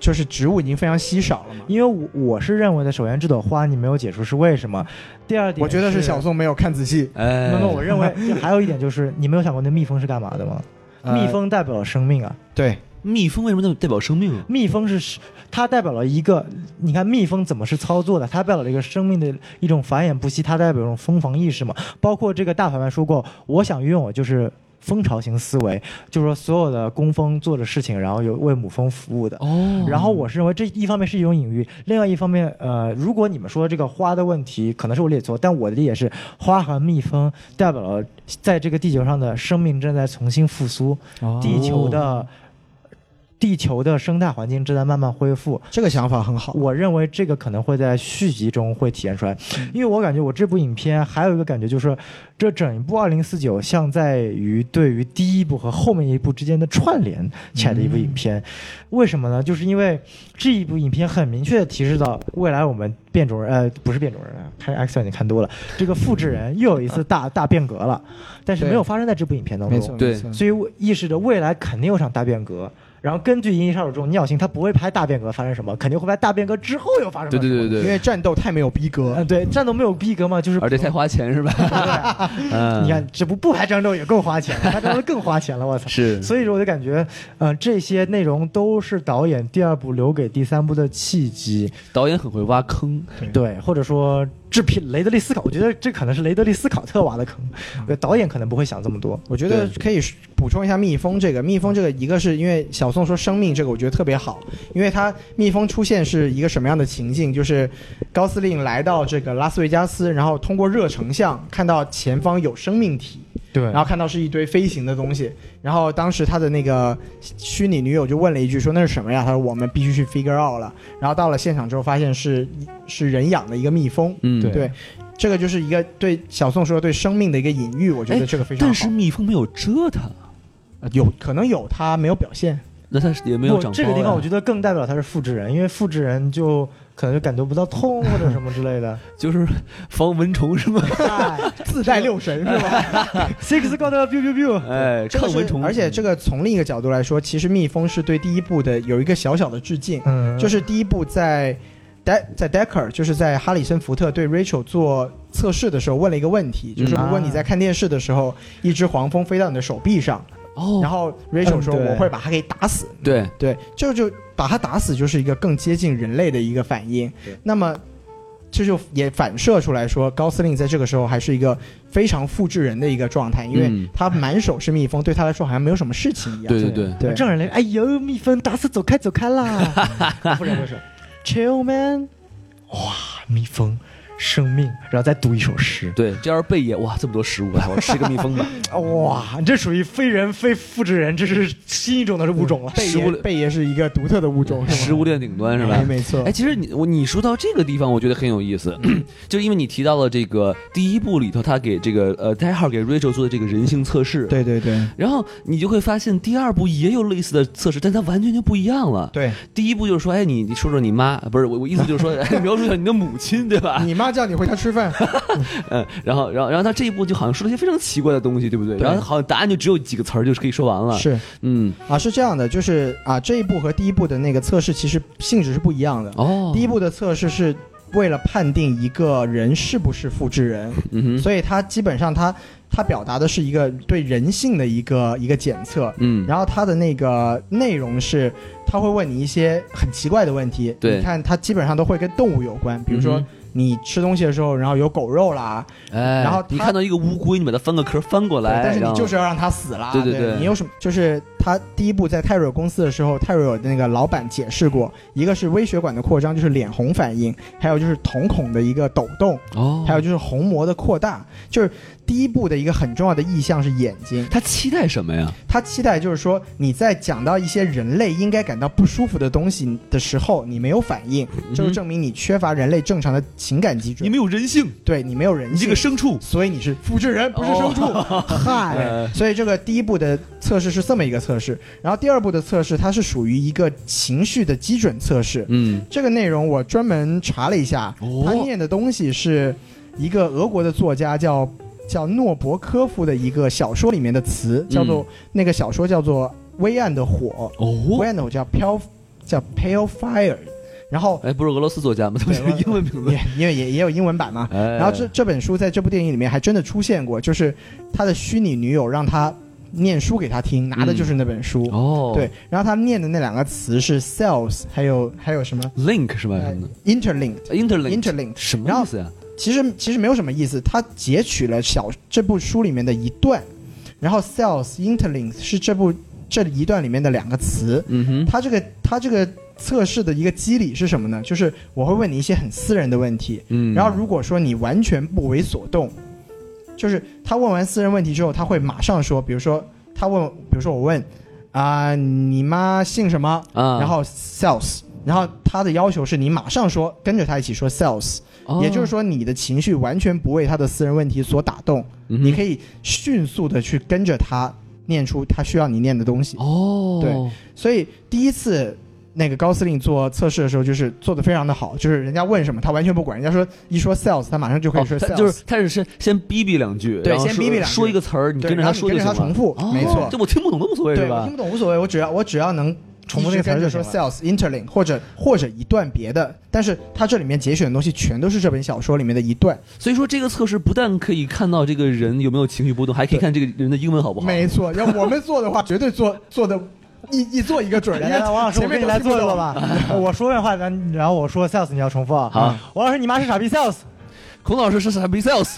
[SPEAKER 2] 就是植物已经非常稀少了嘛。
[SPEAKER 4] 因为我我是认为的，首先这朵花你没有解除是为什么，第二点
[SPEAKER 2] 我觉得
[SPEAKER 4] 是
[SPEAKER 2] 是小。宋没有看仔细，
[SPEAKER 1] 哎，
[SPEAKER 4] 那么我认为就还有一点就是，你没有想过那蜜蜂是干嘛的吗？
[SPEAKER 2] 呃
[SPEAKER 4] 蜜蜂代表了生命啊，
[SPEAKER 2] 对
[SPEAKER 1] 蜜蜂为什么代代表生命啊？
[SPEAKER 4] 蜜蜂是它代表了一个，你看蜜蜂怎么是操作的？它代表了一个生命的一种繁衍不息，它代表一种疯狂意识嘛。包括这个大反派说过，我想拥有就是蜂巢型思维，就是说所有的工蜂做的事情，然后有为母蜂服务的。
[SPEAKER 1] 哦
[SPEAKER 4] 然后我是认为这一方面是一种隐喻，另外一方面，呃，如果你们说这个花的问题，可能是我理解错，但我的理解是，花和蜜蜂代表了在这个地球上的生命正在重新复苏，地球的
[SPEAKER 2] 哦
[SPEAKER 4] 地球的生态环境正在慢慢恢复。
[SPEAKER 2] 这个想法很好。
[SPEAKER 4] 我认为这个可能会在续集中会体现出来，
[SPEAKER 2] 嗯
[SPEAKER 4] 因为我感觉我这部影片还有一个感觉就是，这整一部《二零四九》像在于对于第一部和后面一部之间的串联起来的一部影
[SPEAKER 2] 嗯
[SPEAKER 4] 片，为什么呢？就是因为这一部影片很明确的提示到，未来我们变种人呃不是变种人，看 X 战警看多了，这个复制人又有一次大大变革了，但是没有发生在这部影片当
[SPEAKER 2] 嗯没
[SPEAKER 4] 中，
[SPEAKER 2] 错，
[SPEAKER 1] 对
[SPEAKER 2] 没错
[SPEAKER 4] 所以我意识着未来肯定有场大变革。然后根据《银翼杀手》这种尿性，他不会拍大变革发生什么，肯定会拍大变革之后又发生
[SPEAKER 1] 对
[SPEAKER 4] 了什
[SPEAKER 1] 对
[SPEAKER 4] 么。
[SPEAKER 1] 对
[SPEAKER 2] 因
[SPEAKER 1] 对，
[SPEAKER 2] 为战斗太没有逼格
[SPEAKER 4] 嗯，对，战斗没有逼格嘛，就是
[SPEAKER 1] 而且太花钱是吧？ 嗯，
[SPEAKER 4] 你看，这不不拍张周也更花钱 了，拍张周更花钱了，我操！
[SPEAKER 1] 是，
[SPEAKER 4] 所以说，我就感觉，呃，这些内容都是导演第二部留给第三部的契机，
[SPEAKER 1] 导演很会挖坑，
[SPEAKER 4] 对，或者说制片雷德利·斯考，我觉得这可能是雷德利·斯考特挖的坑，
[SPEAKER 1] 嗯
[SPEAKER 4] 呃导演可能不会想这么多。
[SPEAKER 2] 我觉得
[SPEAKER 1] 对
[SPEAKER 2] 可以补充一下蜜蜂这个，蜜蜂这个一个是因为小宋说生命这个，我觉得特别好，因为它蜜蜂出现是一个什么样的情境？就是高司令来到这个拉斯维加斯，然后通过热成像看到前方有生命体，
[SPEAKER 4] 对
[SPEAKER 1] 嗯
[SPEAKER 2] 然后看到是一堆飞行的东西，然后当时他的那个虚拟女友就问了一句说那是什么呀？他说我们必须去 figure out 了。然后到了现场之后发现是是人养的一个蜜蜂，
[SPEAKER 1] 嗯，
[SPEAKER 4] 对
[SPEAKER 2] 对，这个就是一个对小宋说对生命的一个隐喻，我觉得这个非常好。
[SPEAKER 1] 哎但是蜜蜂没有蛰它，
[SPEAKER 2] 呃有可能有他没有表 现，
[SPEAKER 1] 那它也没有
[SPEAKER 4] 不
[SPEAKER 1] 长包呀。
[SPEAKER 4] 这个地方我觉
[SPEAKER 1] 得
[SPEAKER 4] 得更代表他是复制人，因为复制人就可能就感觉不到痛或者什么之类的。
[SPEAKER 1] 就是防蚊虫是 吗？
[SPEAKER 4] 哎
[SPEAKER 2] 自带六神是 吧？
[SPEAKER 4] Six got a biu biu biu，
[SPEAKER 1] 哎，
[SPEAKER 2] 这个
[SPEAKER 1] 抗
[SPEAKER 2] 是
[SPEAKER 1] 蚊虫，
[SPEAKER 2] 而且这个从另一个角度来说，其实蜜蜂是对第一部的有一个小小的致敬，
[SPEAKER 4] 嗯，
[SPEAKER 2] 就是第一部在。De 在 Decker 就是在哈里森福特对 Rachel 做测试的时候问了一个问题，就是
[SPEAKER 1] 嗯
[SPEAKER 2] 如果你在看电视的时候，一只黄蜂飞到你的手臂上，
[SPEAKER 1] 哦
[SPEAKER 2] 然后 Rachel 说
[SPEAKER 4] 嗯对
[SPEAKER 2] 我会把它给打死，
[SPEAKER 1] 对，
[SPEAKER 2] 对，这就把它打死就是一个更接近人类的一个反应。那么。这就也反射出来说，高司令在这个时候还是一个非常复制人的一个状态，因为
[SPEAKER 1] 嗯
[SPEAKER 2] 他满手是蜜蜂，对他来说好像没有什么事情一样。
[SPEAKER 1] 对对对，
[SPEAKER 2] 对，
[SPEAKER 4] 这让人来，哎呦，蜜蜂打死，走开，走开 啦
[SPEAKER 2] 不是不是，
[SPEAKER 4] ，Chill man，哇，蜜蜂，生命，然后再读一首诗，
[SPEAKER 1] 对，这要是贝爷，哇，这么多食物， 哎我吃个蜜蜂吧。
[SPEAKER 4] 哇，你这属于非人非复制人，这是新一种的物种了。
[SPEAKER 2] 贝
[SPEAKER 1] 食物
[SPEAKER 2] 爷
[SPEAKER 1] 链
[SPEAKER 2] 贝爷是一个独特的物种，是吗
[SPEAKER 1] 食物链顶端是吧
[SPEAKER 2] 哎？没错嗯
[SPEAKER 1] 哎，，其实你我你说到这个地方，我觉得很有意思， 就是因为你提到了这个第一部里头，他给这个呃代号给 Rachel 做的这个人性测试，，
[SPEAKER 2] 对对对
[SPEAKER 1] 然后你就会发现第二部也有类似的测试，但它完全就不一样了。
[SPEAKER 2] 对，
[SPEAKER 1] 第一步就是说，哎，你你说说你妈，不是我我意思就是说，哎描述一下你的母亲，对吧？
[SPEAKER 2] 你妈叫你回家吃 饭，
[SPEAKER 1] 嗯，然后然后然后他这一步就好像说了一些非常奇怪的东西，对不对？
[SPEAKER 2] 对
[SPEAKER 1] 然后好像答案就只有几个词儿，就是可以说完了。，
[SPEAKER 2] 是
[SPEAKER 1] 嗯，
[SPEAKER 2] 啊，是这样的，就是啊，这一步和第一步的那个测试其实性质是不一样的。
[SPEAKER 1] 哦，
[SPEAKER 2] 第一，步的测试是为了判定一个人是不是复制人，
[SPEAKER 1] 嗯哼，
[SPEAKER 2] 所以它基本上它它表达的是一个对人性的一个一个检测。
[SPEAKER 1] 嗯，
[SPEAKER 2] 然后它的那个内容是，它会问你一些很奇怪的问题。
[SPEAKER 1] 对
[SPEAKER 2] 你看它基本上都会跟动物有关，比如说
[SPEAKER 1] 嗯
[SPEAKER 2] 你吃东西的时候，然后有狗肉啦，
[SPEAKER 1] 哎，
[SPEAKER 2] 然后
[SPEAKER 1] 你
[SPEAKER 2] 他
[SPEAKER 1] 看到一个乌龟，你把它翻个壳翻过来，
[SPEAKER 2] 但是
[SPEAKER 1] 然
[SPEAKER 2] 你
[SPEAKER 1] 后
[SPEAKER 2] 就是要让它死啦。
[SPEAKER 1] 对对对
[SPEAKER 2] 你有什么？就是他第一步在泰瑞尔公司的时候，泰瑞尔的那个老板解释过，一个是微血管的扩张，就是脸红反应，还有就是瞳孔的一个抖动，
[SPEAKER 1] 哦，
[SPEAKER 2] 还有就是虹膜的扩大。就是第一步的一个很重要的意向是眼睛，
[SPEAKER 1] 他期待什么呀？
[SPEAKER 2] 他期待就是说你在讲到一些人类应该感到不舒服的东西的时候，你没有反应，这就
[SPEAKER 1] 嗯
[SPEAKER 2] 证明你缺乏人类正常的情感基
[SPEAKER 1] 你
[SPEAKER 2] 准
[SPEAKER 1] 没。有人性，
[SPEAKER 2] 对你没有人
[SPEAKER 1] 你这
[SPEAKER 2] 性
[SPEAKER 1] 个，牲畜。
[SPEAKER 2] 所以你是复制人，不
[SPEAKER 1] 哦
[SPEAKER 2] 是 牲畜。嗨，
[SPEAKER 1] 呃
[SPEAKER 2] 所以这个第一步的测试是这么一个测试，然后第二步的测试它是属于一个情绪的基准测试。
[SPEAKER 1] 嗯，
[SPEAKER 2] 这个内容我专门查了一下，
[SPEAKER 1] 哦
[SPEAKER 2] 他念的东西是一个俄国的作家叫叫诺博科夫的一个小说里面的词，叫做、那个小说叫做《微暗的火》，微
[SPEAKER 1] 嗯哦，
[SPEAKER 2] 暗的火叫 pale 叫 pale fire，然后
[SPEAKER 1] 哎，不是俄罗斯作家吗？ 他是
[SPEAKER 2] 对
[SPEAKER 1] 英文名字
[SPEAKER 2] 也。因为也也有英文版嘛，
[SPEAKER 1] 哎，
[SPEAKER 2] 然后这这本书在这部电影里面还真的出现过，就是他的虚拟女友让他念书给他听，拿的就是那本书。
[SPEAKER 1] 哦，
[SPEAKER 2] 对，然后他念的那两个词是 cells，还有还有什么
[SPEAKER 1] ，link 是吧？
[SPEAKER 2] 呃
[SPEAKER 1] 什么
[SPEAKER 2] interlinked。
[SPEAKER 1] 的？interlink
[SPEAKER 2] Interlinked，
[SPEAKER 1] 什
[SPEAKER 2] 哎然
[SPEAKER 1] 么
[SPEAKER 2] 后
[SPEAKER 1] 意思呀？
[SPEAKER 2] 其实其实没有什么意思，他截取了小这部书里面的一段，然后 cells interlinked 是这部这一段里面的两个词。
[SPEAKER 1] 嗯哼，
[SPEAKER 2] 他这个他这个测试的一个机理是什么呢？就是我会问你一些很私人的问题，
[SPEAKER 1] 嗯，
[SPEAKER 2] 然后如果说你完全不为所动，就是他问完私人问题之后，他会马上说，比如说他问，比如说我问啊、你妈姓什么？
[SPEAKER 1] 啊，
[SPEAKER 2] 然后 sales，然后他的要求是你马上说，跟着他一起说 sales，、
[SPEAKER 1] 哦
[SPEAKER 2] 也就是，说你的情绪完全不为他的私人问题所打动，
[SPEAKER 1] 嗯
[SPEAKER 2] 你可
[SPEAKER 1] 以
[SPEAKER 2] 以迅速的去跟着他念出他需要你念的东西。
[SPEAKER 1] 哦，
[SPEAKER 2] 对所以第一次那个高司令做测试的时候，就是做的非常的好，就是人家问什么他完全不管，人家说一说 sales，他马上就可以
[SPEAKER 1] 哦
[SPEAKER 2] 说，
[SPEAKER 1] 他
[SPEAKER 2] sales，、
[SPEAKER 1] 就是他只是先逼逼两句，
[SPEAKER 2] 对
[SPEAKER 1] 然后
[SPEAKER 2] 先
[SPEAKER 1] 说
[SPEAKER 2] 逼逼两句
[SPEAKER 1] 说一个词儿，你
[SPEAKER 2] 对
[SPEAKER 1] 跟着
[SPEAKER 2] 然后
[SPEAKER 1] 他
[SPEAKER 2] 你
[SPEAKER 1] 说就
[SPEAKER 2] 跟着他
[SPEAKER 1] 行了
[SPEAKER 2] 重复
[SPEAKER 1] 哦
[SPEAKER 2] 没错
[SPEAKER 1] 这我听不懂都无所谓是
[SPEAKER 2] 对我
[SPEAKER 1] 吧
[SPEAKER 2] 听？不懂无所谓，我只要我只要能。
[SPEAKER 4] 重复那个词儿
[SPEAKER 2] 跟
[SPEAKER 4] 就
[SPEAKER 2] 着
[SPEAKER 4] 行
[SPEAKER 2] 说
[SPEAKER 4] 了
[SPEAKER 2] sales interlink 或者或者一段别的，但是他这里面节选的东西全都是这本小说里面的一段，
[SPEAKER 1] 所以说这个测试不但可以看到这个人有没有情绪波动，还可以
[SPEAKER 2] 对
[SPEAKER 1] 看这个人的英文好不好。
[SPEAKER 2] 没错。要我们做的话，绝对做做的 一一做一个准，
[SPEAKER 4] 来来来，王老师，我
[SPEAKER 2] 前
[SPEAKER 4] 跟
[SPEAKER 2] 面
[SPEAKER 4] 你
[SPEAKER 2] 都
[SPEAKER 4] 来
[SPEAKER 2] 听不
[SPEAKER 4] 做一个
[SPEAKER 2] 懂
[SPEAKER 4] 吧。 我说完话，然然后我说 sales，你要重复啊。
[SPEAKER 1] 好，
[SPEAKER 4] 王老师，你妈是傻逼 sales。
[SPEAKER 1] 孔老师是傻逼 sales，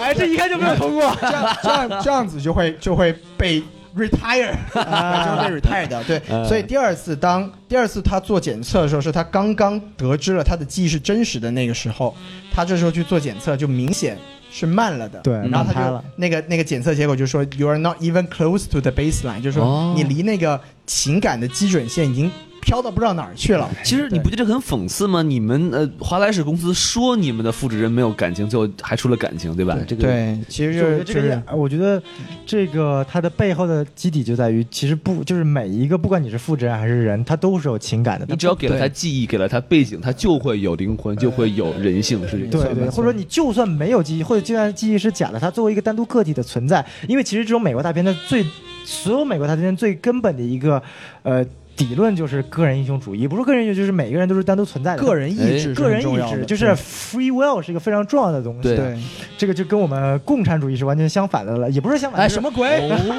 [SPEAKER 4] 哎，这一看就没有通过。
[SPEAKER 2] 这样这样这样子就会就会被 retire，啊，就会被 retire 掉。对
[SPEAKER 1] 嗯，
[SPEAKER 2] 所以第二次当第二次他做检测的时候，是他刚刚得知了他的记忆是真实的那个时候，他这时候去做检测就明显是慢了的。
[SPEAKER 4] 对
[SPEAKER 2] 然后
[SPEAKER 4] 慢
[SPEAKER 2] 他
[SPEAKER 4] 拍
[SPEAKER 2] 就
[SPEAKER 4] 了
[SPEAKER 2] 那个那个检测结果就说 you are not even close to the baseline，就是
[SPEAKER 1] 哦
[SPEAKER 2] 说你离那个情感的基准线已经飘到不知道哪儿去了。
[SPEAKER 1] 其实你不觉得很讽刺吗？你们呃，华莱士公司说你们的复制人没有感情，最后还出了感情，对吧？这个，
[SPEAKER 2] 对，其实就是
[SPEAKER 4] 我觉得这个，呃我觉得这个它的背后的基底就在于，其实不就是每一个，不管你是复制人还是人，他都是有情感的。
[SPEAKER 1] 你只要给了他
[SPEAKER 4] 对
[SPEAKER 1] 记忆，给了他背景，他就会有灵魂，就会有人性，是这
[SPEAKER 2] 对
[SPEAKER 1] 样。
[SPEAKER 4] 对
[SPEAKER 2] 没
[SPEAKER 4] 对，
[SPEAKER 2] 错
[SPEAKER 4] 或者说你就算没有记忆，或者就算记忆是假的，它作为一个单独个体的存在，因为其实这种美国大片的最所有美国大片最根本的一个呃理论就是个人英雄主义，不是个人英雄，就是每个人都是单独存在的。
[SPEAKER 2] 个人意志是
[SPEAKER 4] 个
[SPEAKER 2] 很
[SPEAKER 4] 人
[SPEAKER 2] 重
[SPEAKER 4] 意
[SPEAKER 2] 要的，
[SPEAKER 4] 志就是 free will 是一个非常重要的东西。
[SPEAKER 1] 对
[SPEAKER 2] 对。
[SPEAKER 4] 这个就跟我们共产主义是完全相反的了，也不是相反，
[SPEAKER 2] 哎，
[SPEAKER 4] 就是
[SPEAKER 2] 什么鬼？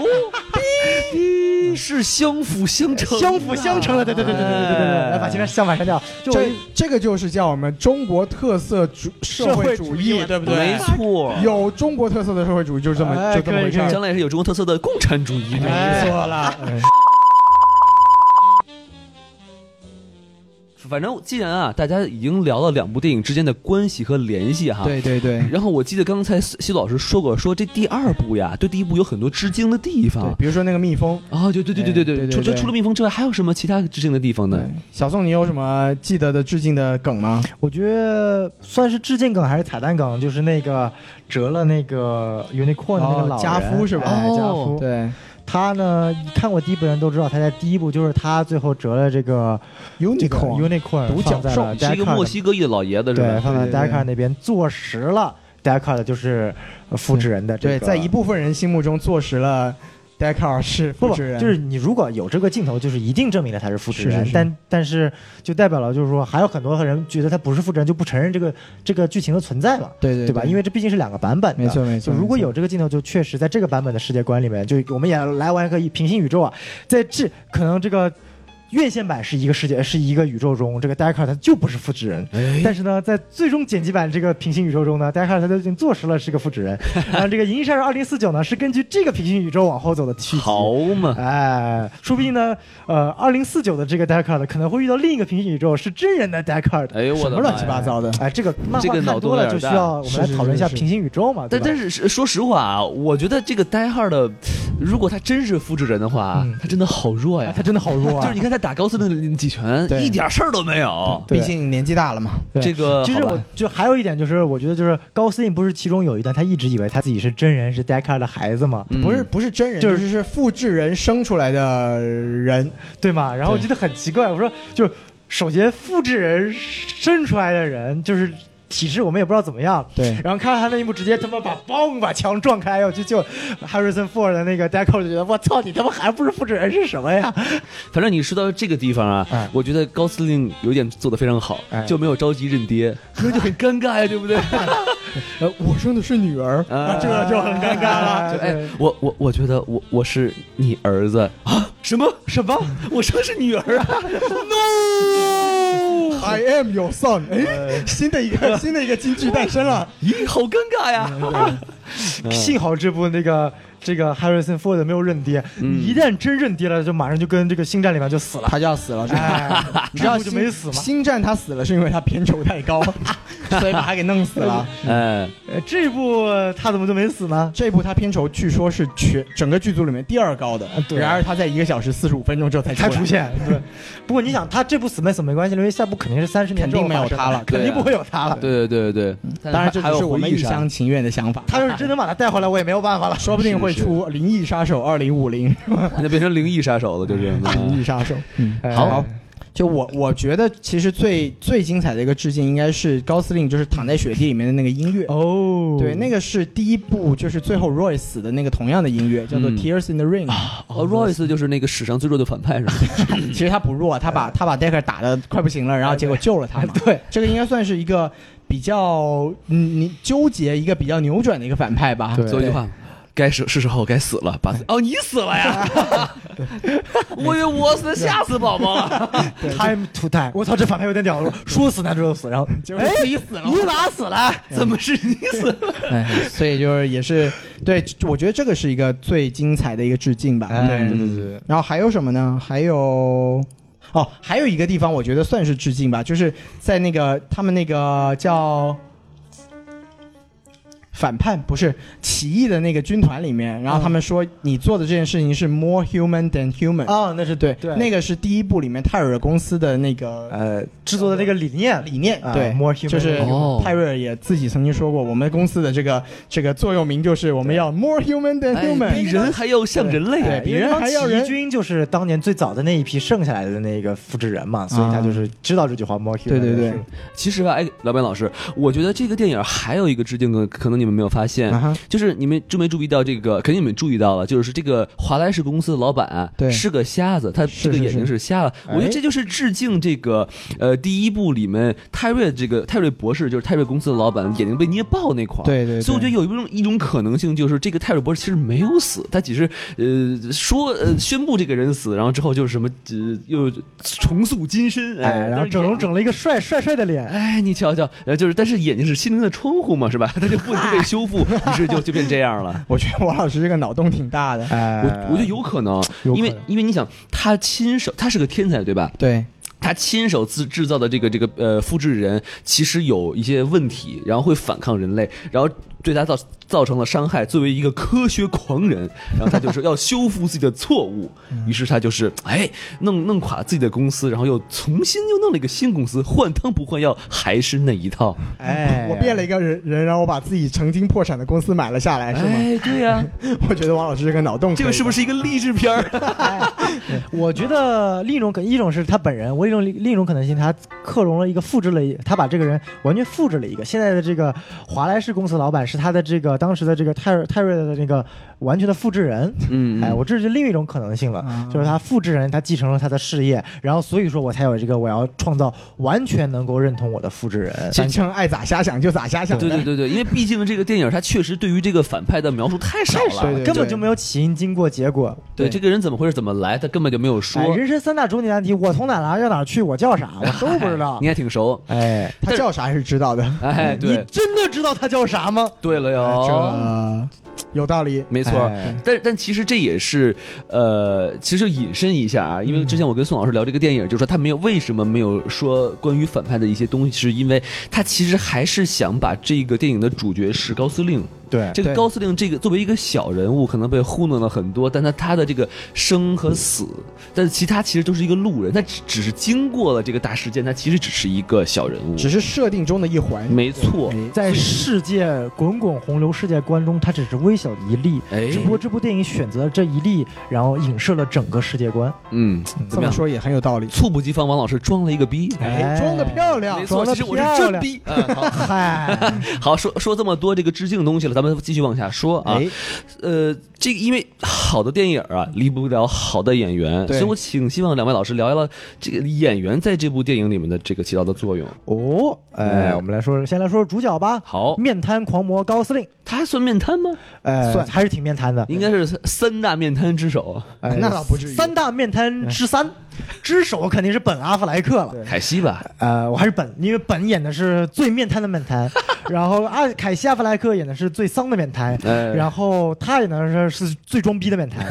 [SPEAKER 1] 哦，是相辅相成，
[SPEAKER 4] 相辅相成的？对对对对对对对对，哎来把前面相反删掉。呃就我
[SPEAKER 2] 这
[SPEAKER 4] 一
[SPEAKER 2] 这个就是叫我们中国特色主社会主义，对不
[SPEAKER 1] 没
[SPEAKER 2] 对？
[SPEAKER 1] 错。
[SPEAKER 2] 有中国特色的社会主义就是这么
[SPEAKER 4] 哎
[SPEAKER 2] 就这么
[SPEAKER 4] 可以
[SPEAKER 2] 回事
[SPEAKER 4] 可以
[SPEAKER 1] 将
[SPEAKER 2] 儿。
[SPEAKER 1] 来是有中国特色的共产主义。
[SPEAKER 4] 哎
[SPEAKER 2] 错了，
[SPEAKER 1] 反正既然啊，大家已经聊到两部电影之间的关系和联系哈，
[SPEAKER 2] 对对对
[SPEAKER 1] 然后我记得刚才西老师说过，说这第二部呀，对第一部有很多致敬的地
[SPEAKER 2] 对
[SPEAKER 1] 方，。
[SPEAKER 2] 比如说那个蜜蜂，
[SPEAKER 1] 啊，对对对
[SPEAKER 2] 哎
[SPEAKER 1] 对对
[SPEAKER 2] 对对
[SPEAKER 1] 除
[SPEAKER 2] 对
[SPEAKER 1] 除了蜜蜂之外，还有什么其他致敬的地方呢？
[SPEAKER 2] 小宋，你有什么记得的致敬的梗吗？
[SPEAKER 4] 我觉得算是致敬梗还是彩蛋梗，就是那个折了那个 unicorn 的那个老人
[SPEAKER 2] 哦加夫是吧
[SPEAKER 4] 哎
[SPEAKER 1] 哦
[SPEAKER 4] 加夫，
[SPEAKER 2] 对
[SPEAKER 4] 他呢看过第一部人都知道，他在第一部就是他最后折了这个这个
[SPEAKER 2] ，unicorn，
[SPEAKER 4] unicorn
[SPEAKER 2] 独角兽
[SPEAKER 4] 放在了
[SPEAKER 1] 是一个
[SPEAKER 4] Deckard
[SPEAKER 1] 墨西哥裔的老爷子是
[SPEAKER 4] 对，
[SPEAKER 1] 吧？
[SPEAKER 4] 放在
[SPEAKER 2] 对对对
[SPEAKER 4] Deckard 那边坐实了 Deckard 就是呃复制人的这
[SPEAKER 2] 对，
[SPEAKER 4] 个，
[SPEAKER 2] 在一部分人心目中坐实了 Deckard 是复
[SPEAKER 4] 不不，
[SPEAKER 2] 制人，
[SPEAKER 4] 就是你如果有这个镜头，就是一定证明了他是复制人，
[SPEAKER 2] 是是是
[SPEAKER 4] 但但是就代表了就是说还有很多人觉得他不是复制人，就不承认这个这个剧情的存在嘛，
[SPEAKER 2] 对对
[SPEAKER 4] 对吧？因为这毕竟是两个版本的，
[SPEAKER 2] 没错没错
[SPEAKER 4] 就如果
[SPEAKER 2] 没错
[SPEAKER 4] 有这个镜头，就确实在这个版本的世界观里面，就我们也来玩一个平行宇宙啊，在这可能这个。院线版是一个世界，是一个宇宙中，这个 Deckard 他就不是复制人，但是呢，在最终剪辑版这个平行宇宙中呢，Deckard 他就已经坐实了是个复 制人。然后这个《银翼杀手2049》呢，是根据这个平行宇宙往后走的续集。
[SPEAKER 1] 好嘛，
[SPEAKER 4] 哎，说不定呢，呃，二零四九的这个 Deckard 可能会遇到另一个平行宇宙是真人的 Deckard。
[SPEAKER 1] 哎呦我
[SPEAKER 2] 什
[SPEAKER 1] 的
[SPEAKER 2] 么
[SPEAKER 1] 妈呀
[SPEAKER 2] 乱七八糟的，
[SPEAKER 4] 哎，这个漫
[SPEAKER 1] 这
[SPEAKER 4] 画
[SPEAKER 1] 个脑
[SPEAKER 4] 看
[SPEAKER 1] 洞
[SPEAKER 4] 多
[SPEAKER 1] 有
[SPEAKER 4] 了
[SPEAKER 1] 点
[SPEAKER 4] 就需要我们来讨论一下
[SPEAKER 2] 是是是是
[SPEAKER 4] 平行宇宙嘛。
[SPEAKER 1] 但但
[SPEAKER 4] 是
[SPEAKER 1] 是说实话啊，我觉得这个呆号的，如果他真是复制人的话，
[SPEAKER 4] 嗯
[SPEAKER 1] 他真的好弱呀
[SPEAKER 4] 他。真的好弱
[SPEAKER 1] 就
[SPEAKER 4] 啊
[SPEAKER 1] 是你！看他打高斯的那几拳，
[SPEAKER 2] 对
[SPEAKER 1] 一点事儿都没有。
[SPEAKER 4] 对
[SPEAKER 2] 毕竟年纪大了嘛。
[SPEAKER 4] 对
[SPEAKER 1] 这个
[SPEAKER 4] 其实
[SPEAKER 1] 好吧
[SPEAKER 4] 我就还有一点就是，我觉得就是高司令不是其中有一段他一直以为他自己是真人是 Deckard 的孩子嘛，
[SPEAKER 1] 嗯
[SPEAKER 2] 不是不是真人，
[SPEAKER 4] 就
[SPEAKER 2] 就是是是复制人生出来的人，
[SPEAKER 4] 对吗？然后我
[SPEAKER 2] 对
[SPEAKER 4] 觉得很奇怪，我说就是首先复制人生出来的人就是体质我们也不知道怎么样，
[SPEAKER 2] 对，
[SPEAKER 4] 然后看到他那一幕，直接他妈把嘣把墙撞开，哎我去救 Harrison Ford 的那个 Deco，就觉得我操你他妈还不是复制人是什么呀？
[SPEAKER 1] 反正你说到这个地方啊，
[SPEAKER 4] 哎
[SPEAKER 1] 我觉得高司令有一点做的非常好，
[SPEAKER 4] 哎
[SPEAKER 1] 就没有着急认爹，那就很尴尬呀，对不对？
[SPEAKER 2] 呃，我生的是女 儿，
[SPEAKER 1] 啊
[SPEAKER 2] 这个就很尴尬了。
[SPEAKER 1] 就哎，我我我觉得我我是你儿子啊？什么什么？我生的是女儿啊？No！
[SPEAKER 2] I am your son，哎，新的一个新的一个金句诞生了。
[SPEAKER 1] 咦，好尴尬
[SPEAKER 2] 嗯
[SPEAKER 1] 呀！
[SPEAKER 4] 幸好这部那个这个 Harrison Ford 没有认爹，
[SPEAKER 2] 嗯
[SPEAKER 4] 你一旦真认爹了，就马上就跟这个星战里面就 死了。
[SPEAKER 2] 他就要死了，是吧？
[SPEAKER 4] 哎，
[SPEAKER 2] 你知道
[SPEAKER 4] 这部就没死吗？
[SPEAKER 2] 星战他死了是因为他片酬太 高，所以把他给弄死了。
[SPEAKER 1] 哎，
[SPEAKER 4] 呃这部他怎么就没死呢？
[SPEAKER 2] 这部他片酬据说是全整个剧组里面第二高的，
[SPEAKER 4] 啊对
[SPEAKER 2] 然而他在一个小时四十五分钟之后才
[SPEAKER 4] 才
[SPEAKER 2] 出
[SPEAKER 4] 出
[SPEAKER 2] 来。
[SPEAKER 4] 现，对。不过你想，他这部死没死没关系，因为下部肯定是三十年之后
[SPEAKER 2] 肯定没有
[SPEAKER 4] 发生的
[SPEAKER 2] 他了
[SPEAKER 4] 肯定
[SPEAKER 1] 对啊
[SPEAKER 4] 不会有他了。
[SPEAKER 1] 对对对对，但
[SPEAKER 2] 当然，这
[SPEAKER 1] 还
[SPEAKER 2] 只
[SPEAKER 1] 有
[SPEAKER 2] 是我们
[SPEAKER 1] 回忆
[SPEAKER 2] 一
[SPEAKER 1] 杀
[SPEAKER 2] 厢情愿的想法。
[SPEAKER 4] 他要是真能把他带回来，我也没有办法了。
[SPEAKER 2] 说不定会出《灵异杀手二零五零》。
[SPEAKER 1] 那变成灵异杀手了，就是。
[SPEAKER 2] 灵异杀手。嗯，
[SPEAKER 4] 哎
[SPEAKER 1] 好，
[SPEAKER 2] 就我我觉得其实最最精彩的一个致敬应该是高司令就是躺在雪地里面的那个音乐。
[SPEAKER 4] 哦
[SPEAKER 2] 对，那个是第一部，就是最后 Roy 死的那个同样的音乐，叫做
[SPEAKER 1] 嗯
[SPEAKER 2] 《Tears in the Rain》。
[SPEAKER 1] 哦，Royce 就是那个史上最弱的反派是吧？
[SPEAKER 2] 其实他不弱，他把他把 Decker 打的快不行了，然后结果救了他嘛。嗯 对，这个应该算是一个比较嗯，你纠结一个比较扭转的一个反派吧。
[SPEAKER 4] 对
[SPEAKER 1] 说一句话，该是是时候该死了，把自哦你死了呀！ 我以为我死，吓死宝宝了。
[SPEAKER 4] Time to time，我操，这反派有点屌了，说死那就死，然 后
[SPEAKER 2] 结果
[SPEAKER 4] 哎，
[SPEAKER 2] 自己死了。嗯
[SPEAKER 4] 你哪死了？
[SPEAKER 1] 怎么是你死？
[SPEAKER 2] 哎，所以就是也是对，我觉得这个是一个最精彩的一个致敬吧。
[SPEAKER 4] 哎，
[SPEAKER 2] 嗯
[SPEAKER 4] 对，
[SPEAKER 2] 然后还有什么呢？还有。哦，还有一个地方我觉得算是致敬吧，就是在那个他们那个叫反叛不是起义的那个军团里面，然后他们说你做的这件事情是 more human than human，、
[SPEAKER 4] 哦，那是
[SPEAKER 2] 对，
[SPEAKER 4] 对
[SPEAKER 2] 那个是第一部里面泰瑞尔公司的那个呃
[SPEAKER 4] 呃制作的那个理念，
[SPEAKER 2] 理念，
[SPEAKER 4] 啊
[SPEAKER 2] 对，
[SPEAKER 4] more human
[SPEAKER 2] 就是
[SPEAKER 4] than
[SPEAKER 1] human
[SPEAKER 2] 泰瑞尔也自己曾经说过，我们公司的这个这个座右铭就是我们要 more human than
[SPEAKER 1] 哎
[SPEAKER 2] human，、
[SPEAKER 1] 比人还要像人类。啊
[SPEAKER 2] 对比人还要人
[SPEAKER 4] 起义军就是当年最早的那一批剩下来的那个复制人嘛，所以他就是知道这句话 more human。
[SPEAKER 2] 啊
[SPEAKER 1] 啊
[SPEAKER 2] 对对对，
[SPEAKER 1] 哎其实吧，哎，老白老师，我觉得这个电影还有一个致敬梗，可能你们没有发现，
[SPEAKER 2] 啊哈，
[SPEAKER 1] 就是你们注没注意到这个？肯定你们注意到了，就是这个华莱士公司的老板啊
[SPEAKER 2] 对
[SPEAKER 1] 是个瞎子，他这
[SPEAKER 2] 是
[SPEAKER 1] 个
[SPEAKER 2] 是
[SPEAKER 1] 眼睛
[SPEAKER 2] 是
[SPEAKER 1] 是瞎了。我觉得这就是致敬这个呃第一部里面泰瑞这个泰瑞博士，就是泰瑞公司的老板眼睛被捏爆那块儿。
[SPEAKER 2] 对对对，
[SPEAKER 1] 所以我觉得有一种一种可能性，就是这个泰瑞博士其实没有死，他只是呃说呃宣布这个人死，然后之后就是什么呃又重塑金身，哎，
[SPEAKER 4] 然后整容整了一个帅帅帅的脸，
[SPEAKER 1] 哎，你瞧瞧，呃，就是，但是眼睛是心灵的窗户嘛，是吧？它就不能被修复，于是就就变这样了。
[SPEAKER 2] 我觉得 王老师这个脑洞挺大的，
[SPEAKER 4] 哎
[SPEAKER 1] 我我觉得有可能，
[SPEAKER 4] 有
[SPEAKER 1] 因
[SPEAKER 4] 可
[SPEAKER 1] 为因为你想，他亲手，他是个天才，对吧？
[SPEAKER 2] 对，
[SPEAKER 1] 他亲手自制造的这个这个呃复制人，其实有一些问题，然后会反抗人类，然后对他造造成了伤害。作为一个科学狂人，然后他就是要修复自己的错误，于是他就是哎弄弄垮自己的公司，然后又重新又弄了一个新公司，换汤不换药，还是那一套。
[SPEAKER 4] 哎
[SPEAKER 2] 我变了一个人人，然后我把自己曾经破产的公司买了下来，是吗？
[SPEAKER 1] 哎，对 呀、
[SPEAKER 2] 我觉得王老师这个脑洞，
[SPEAKER 1] 这个是不
[SPEAKER 2] 是？
[SPEAKER 1] 是一个励志片儿？
[SPEAKER 4] 我觉得另一种可一种是他本人，我一种另一种可能性，他克隆了一个复制了一，他把这个人完全复制了一个。现在的这个华莱士公司老板是他的这个当时的这个泰瑞泰瑞的那个完全的复制人。
[SPEAKER 1] 嗯
[SPEAKER 4] 哎，我这是另一种可能性了，就是他复制人，他继承了他的事业，然后所以说我才有这个我要创造完全能够认同我的复制人。
[SPEAKER 2] 反正爱咋瞎想就咋瞎想 呗，
[SPEAKER 1] 对对对对，因为毕竟这个电影它确实对于这个反派的描述太少了，
[SPEAKER 2] 对对
[SPEAKER 4] 根本就没有起因、经过、结果。
[SPEAKER 1] 对这个人怎么回事怎么来，他根本就没有说
[SPEAKER 4] 哎，。人生三大终极难题，我从哪来，要哪儿去，我叫啥，我都不知道
[SPEAKER 1] 你。还挺熟，
[SPEAKER 4] 哎，
[SPEAKER 2] 他叫啥是知道的，
[SPEAKER 1] 哎，
[SPEAKER 4] 你
[SPEAKER 1] 对，
[SPEAKER 4] 真的知道他叫啥吗？
[SPEAKER 1] 对了哟，
[SPEAKER 2] 哎这有道理。
[SPEAKER 1] 哦没错儿。
[SPEAKER 4] 哎
[SPEAKER 1] 但但其实这也是，呃，其实引申一下啊，因
[SPEAKER 4] 嗯
[SPEAKER 1] 为之前我跟宋老师聊这个电影，就说他没有为什么没有说关于反派的一些东西，是因为他其实还是想把这个电影的主角是高司令，
[SPEAKER 4] 哎对
[SPEAKER 1] 这个
[SPEAKER 2] 对
[SPEAKER 1] 高司令这个作为一个小人物，可能被糊弄了很多，但他他的这个生和死，但是其他其实都是一个路人，他只只是经过了这个大事件，他其实只是一个小人物，
[SPEAKER 2] 只是设定中的一环，哎
[SPEAKER 1] 没错，
[SPEAKER 4] 在世界滚滚洪流世界观中，它只是微小的一粒，
[SPEAKER 1] 哎
[SPEAKER 4] 只不过这部电影选择了这一粒，然后影射了整个世界观。
[SPEAKER 1] 嗯，
[SPEAKER 2] 这么说也很有道理。
[SPEAKER 1] 猝不及防，王老师装了一个逼。
[SPEAKER 2] 哎，装的漂亮
[SPEAKER 1] 没，
[SPEAKER 4] 装
[SPEAKER 1] 错，
[SPEAKER 4] 得
[SPEAKER 1] 其实我是
[SPEAKER 4] 漂
[SPEAKER 1] 真
[SPEAKER 4] 亮
[SPEAKER 1] 逼。嗯好
[SPEAKER 4] 嗨，
[SPEAKER 1] 好，说说这么多这个致敬的东西了，咱们继续往下说啊。
[SPEAKER 2] 哎，
[SPEAKER 1] 呃，这个因为好的电影啊，离不了好的演员，所
[SPEAKER 2] 对
[SPEAKER 1] 以我请希望两位老师聊一聊这个演员在这部电影里面的这个起到的作用。
[SPEAKER 4] 哦，哎，我们来说，先来说主角吧。
[SPEAKER 1] 好，
[SPEAKER 4] 面瘫狂魔高司令，
[SPEAKER 1] 他还算面瘫吗？
[SPEAKER 4] 哎，
[SPEAKER 2] 算
[SPEAKER 4] 还是挺面瘫的。
[SPEAKER 1] 应该是三大面瘫之首，啊
[SPEAKER 4] 哎
[SPEAKER 2] 那倒不至于
[SPEAKER 4] 三大面瘫之三，之首肯定是本阿弗莱克了。
[SPEAKER 1] 凯西吧？
[SPEAKER 4] 呃，我还是本，因为本演的是最面瘫的面瘫，然后阿凯西·阿弗莱克演的是最丧的面瘫，
[SPEAKER 2] 呃
[SPEAKER 1] 哎
[SPEAKER 4] 然后他演的是是最装逼的 面瘫。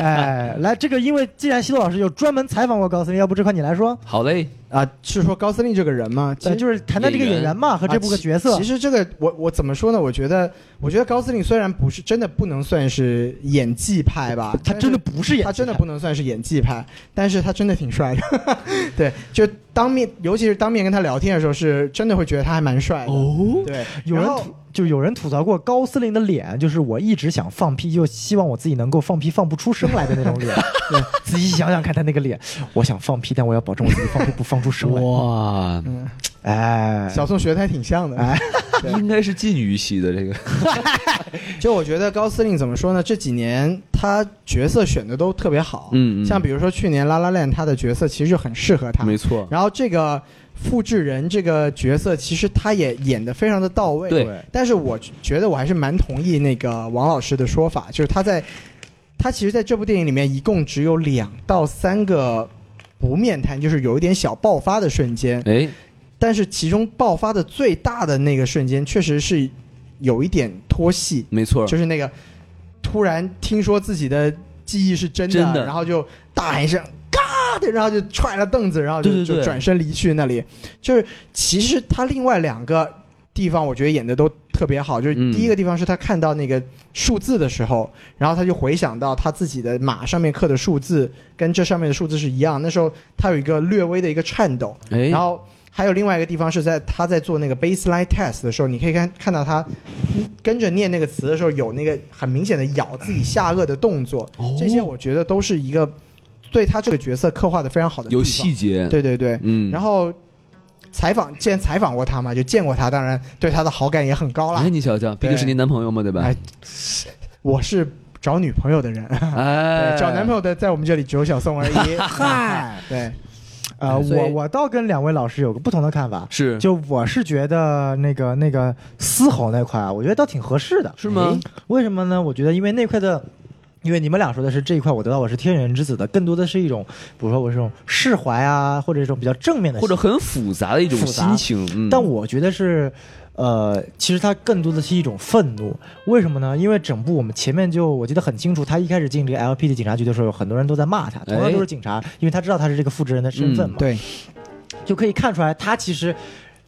[SPEAKER 4] 哎，来，这个因为既然西多老师有专门采访过高司令，要不这块你来说
[SPEAKER 1] 好嘞，
[SPEAKER 2] 啊，是说高司令这个人吗？其
[SPEAKER 4] 呃，
[SPEAKER 2] 实啊
[SPEAKER 4] 就是谈谈这个
[SPEAKER 1] 演员
[SPEAKER 4] 演员嘛和这部个角色。
[SPEAKER 2] 其实这个我我怎么说呢？我觉得，我觉得高司令虽然不是真的不能算是演技派吧，
[SPEAKER 4] 他
[SPEAKER 2] 但是
[SPEAKER 4] 真的不是演，
[SPEAKER 2] 他真的不能算是演技派，但是他真的挺帅的。 对，就当面，尤其是当面跟他聊天的时候，是真的会觉得他还蛮帅的。
[SPEAKER 4] 哦，
[SPEAKER 2] 对，
[SPEAKER 4] 有人
[SPEAKER 2] 然后
[SPEAKER 4] 吐，就有人吐槽过高司令的脸，就是我一直想放屁，又希望我自己能够放屁放不出声来的那种 脸。对仔细想想看他那个脸，我想放屁，但我要保证我自己放屁不放出声来。
[SPEAKER 1] 哇，
[SPEAKER 4] 哎，
[SPEAKER 2] 小宋学的还挺像的。
[SPEAKER 4] 哎
[SPEAKER 2] 对
[SPEAKER 1] 应该是禁语系的这个，
[SPEAKER 2] 就我觉得高司令怎么说呢？这几年他角色选的都特别好，
[SPEAKER 1] 嗯嗯
[SPEAKER 2] 像比如说去年《拉拉链》，他的角色其实就很适合 他。
[SPEAKER 1] 没错，
[SPEAKER 2] 然后这个复制人这个角色，其实他也演得非常的到位。
[SPEAKER 1] 对，
[SPEAKER 2] 但是我觉得我还是蛮同意那个王老师的说法，就是他在他其实在这部电影里面一共只有两到三个不面瘫，就是有一点小爆发的瞬间，
[SPEAKER 1] 哎，
[SPEAKER 2] 但是其中爆发的最大的那个瞬间，确实是有一点拖戏，
[SPEAKER 1] 没错，
[SPEAKER 2] 就是那个突然听说自己的记忆是真的，
[SPEAKER 1] 真的
[SPEAKER 2] 然后就大喊一声“嘎”的，然后就踹了凳子，然后就
[SPEAKER 1] 对对对
[SPEAKER 2] 就转身离去。那里就是其实他另外两个地方，我觉得演的都特别好。就是
[SPEAKER 1] 嗯
[SPEAKER 2] 第一个地方是他看到那个数字的时候，然后他就回想到他自己的马上面刻的数字跟这上面的数字是一样。那时候他有一个略微的一个颤抖，
[SPEAKER 1] 哎
[SPEAKER 2] 然，后还有另外一个地方是在他在做那个 baseline test 的时候，你可以看看到他跟着念那个词的时候，有那个很明显的咬自己下颚的动作。
[SPEAKER 1] 哦
[SPEAKER 2] 这些我觉得都是一个对他这个角色刻画的非常好的地
[SPEAKER 1] 有
[SPEAKER 2] 方
[SPEAKER 1] 细。节，
[SPEAKER 2] 对对对，
[SPEAKER 1] 嗯，
[SPEAKER 2] 然后。采访见采访过他嘛，就见过他，当然对他的好感也很高啦
[SPEAKER 1] 哎，。你瞧瞧，毕竟是
[SPEAKER 2] 对
[SPEAKER 1] 您男朋友嘛，对吧
[SPEAKER 2] 哎？我是找女朋友 的人，
[SPEAKER 1] 哎，
[SPEAKER 2] 对找男朋友的在我们这里只有小宋而已。嗨，对，
[SPEAKER 4] 呃，
[SPEAKER 3] 所以
[SPEAKER 4] 我我倒跟两位老师有个不同的看法，
[SPEAKER 1] 是
[SPEAKER 4] 就我是觉得那个那个嘶吼那块啊，我觉得倒挺合适的。
[SPEAKER 1] 是吗？
[SPEAKER 4] 为什么呢？我觉得因为那块的。因为你们俩说的是这一块，我得到我是天选之子的，更多的是一种，比如说我是一种释怀啊，或者一种比较正面的
[SPEAKER 1] 或者很复杂的一种
[SPEAKER 4] 复杂
[SPEAKER 1] 心情，嗯，
[SPEAKER 4] 但我觉得是，呃，其实它更多的是一种愤怒。为什么呢？因为整部我们前面就我记得很清楚，他一开始进这个 LP 的警察局的时候，有很多人都在骂他，同样
[SPEAKER 1] 哎
[SPEAKER 4] 都是警察，因为他知道他是这个复制人的身份嘛，
[SPEAKER 2] 对，
[SPEAKER 4] 就可以看出来他其实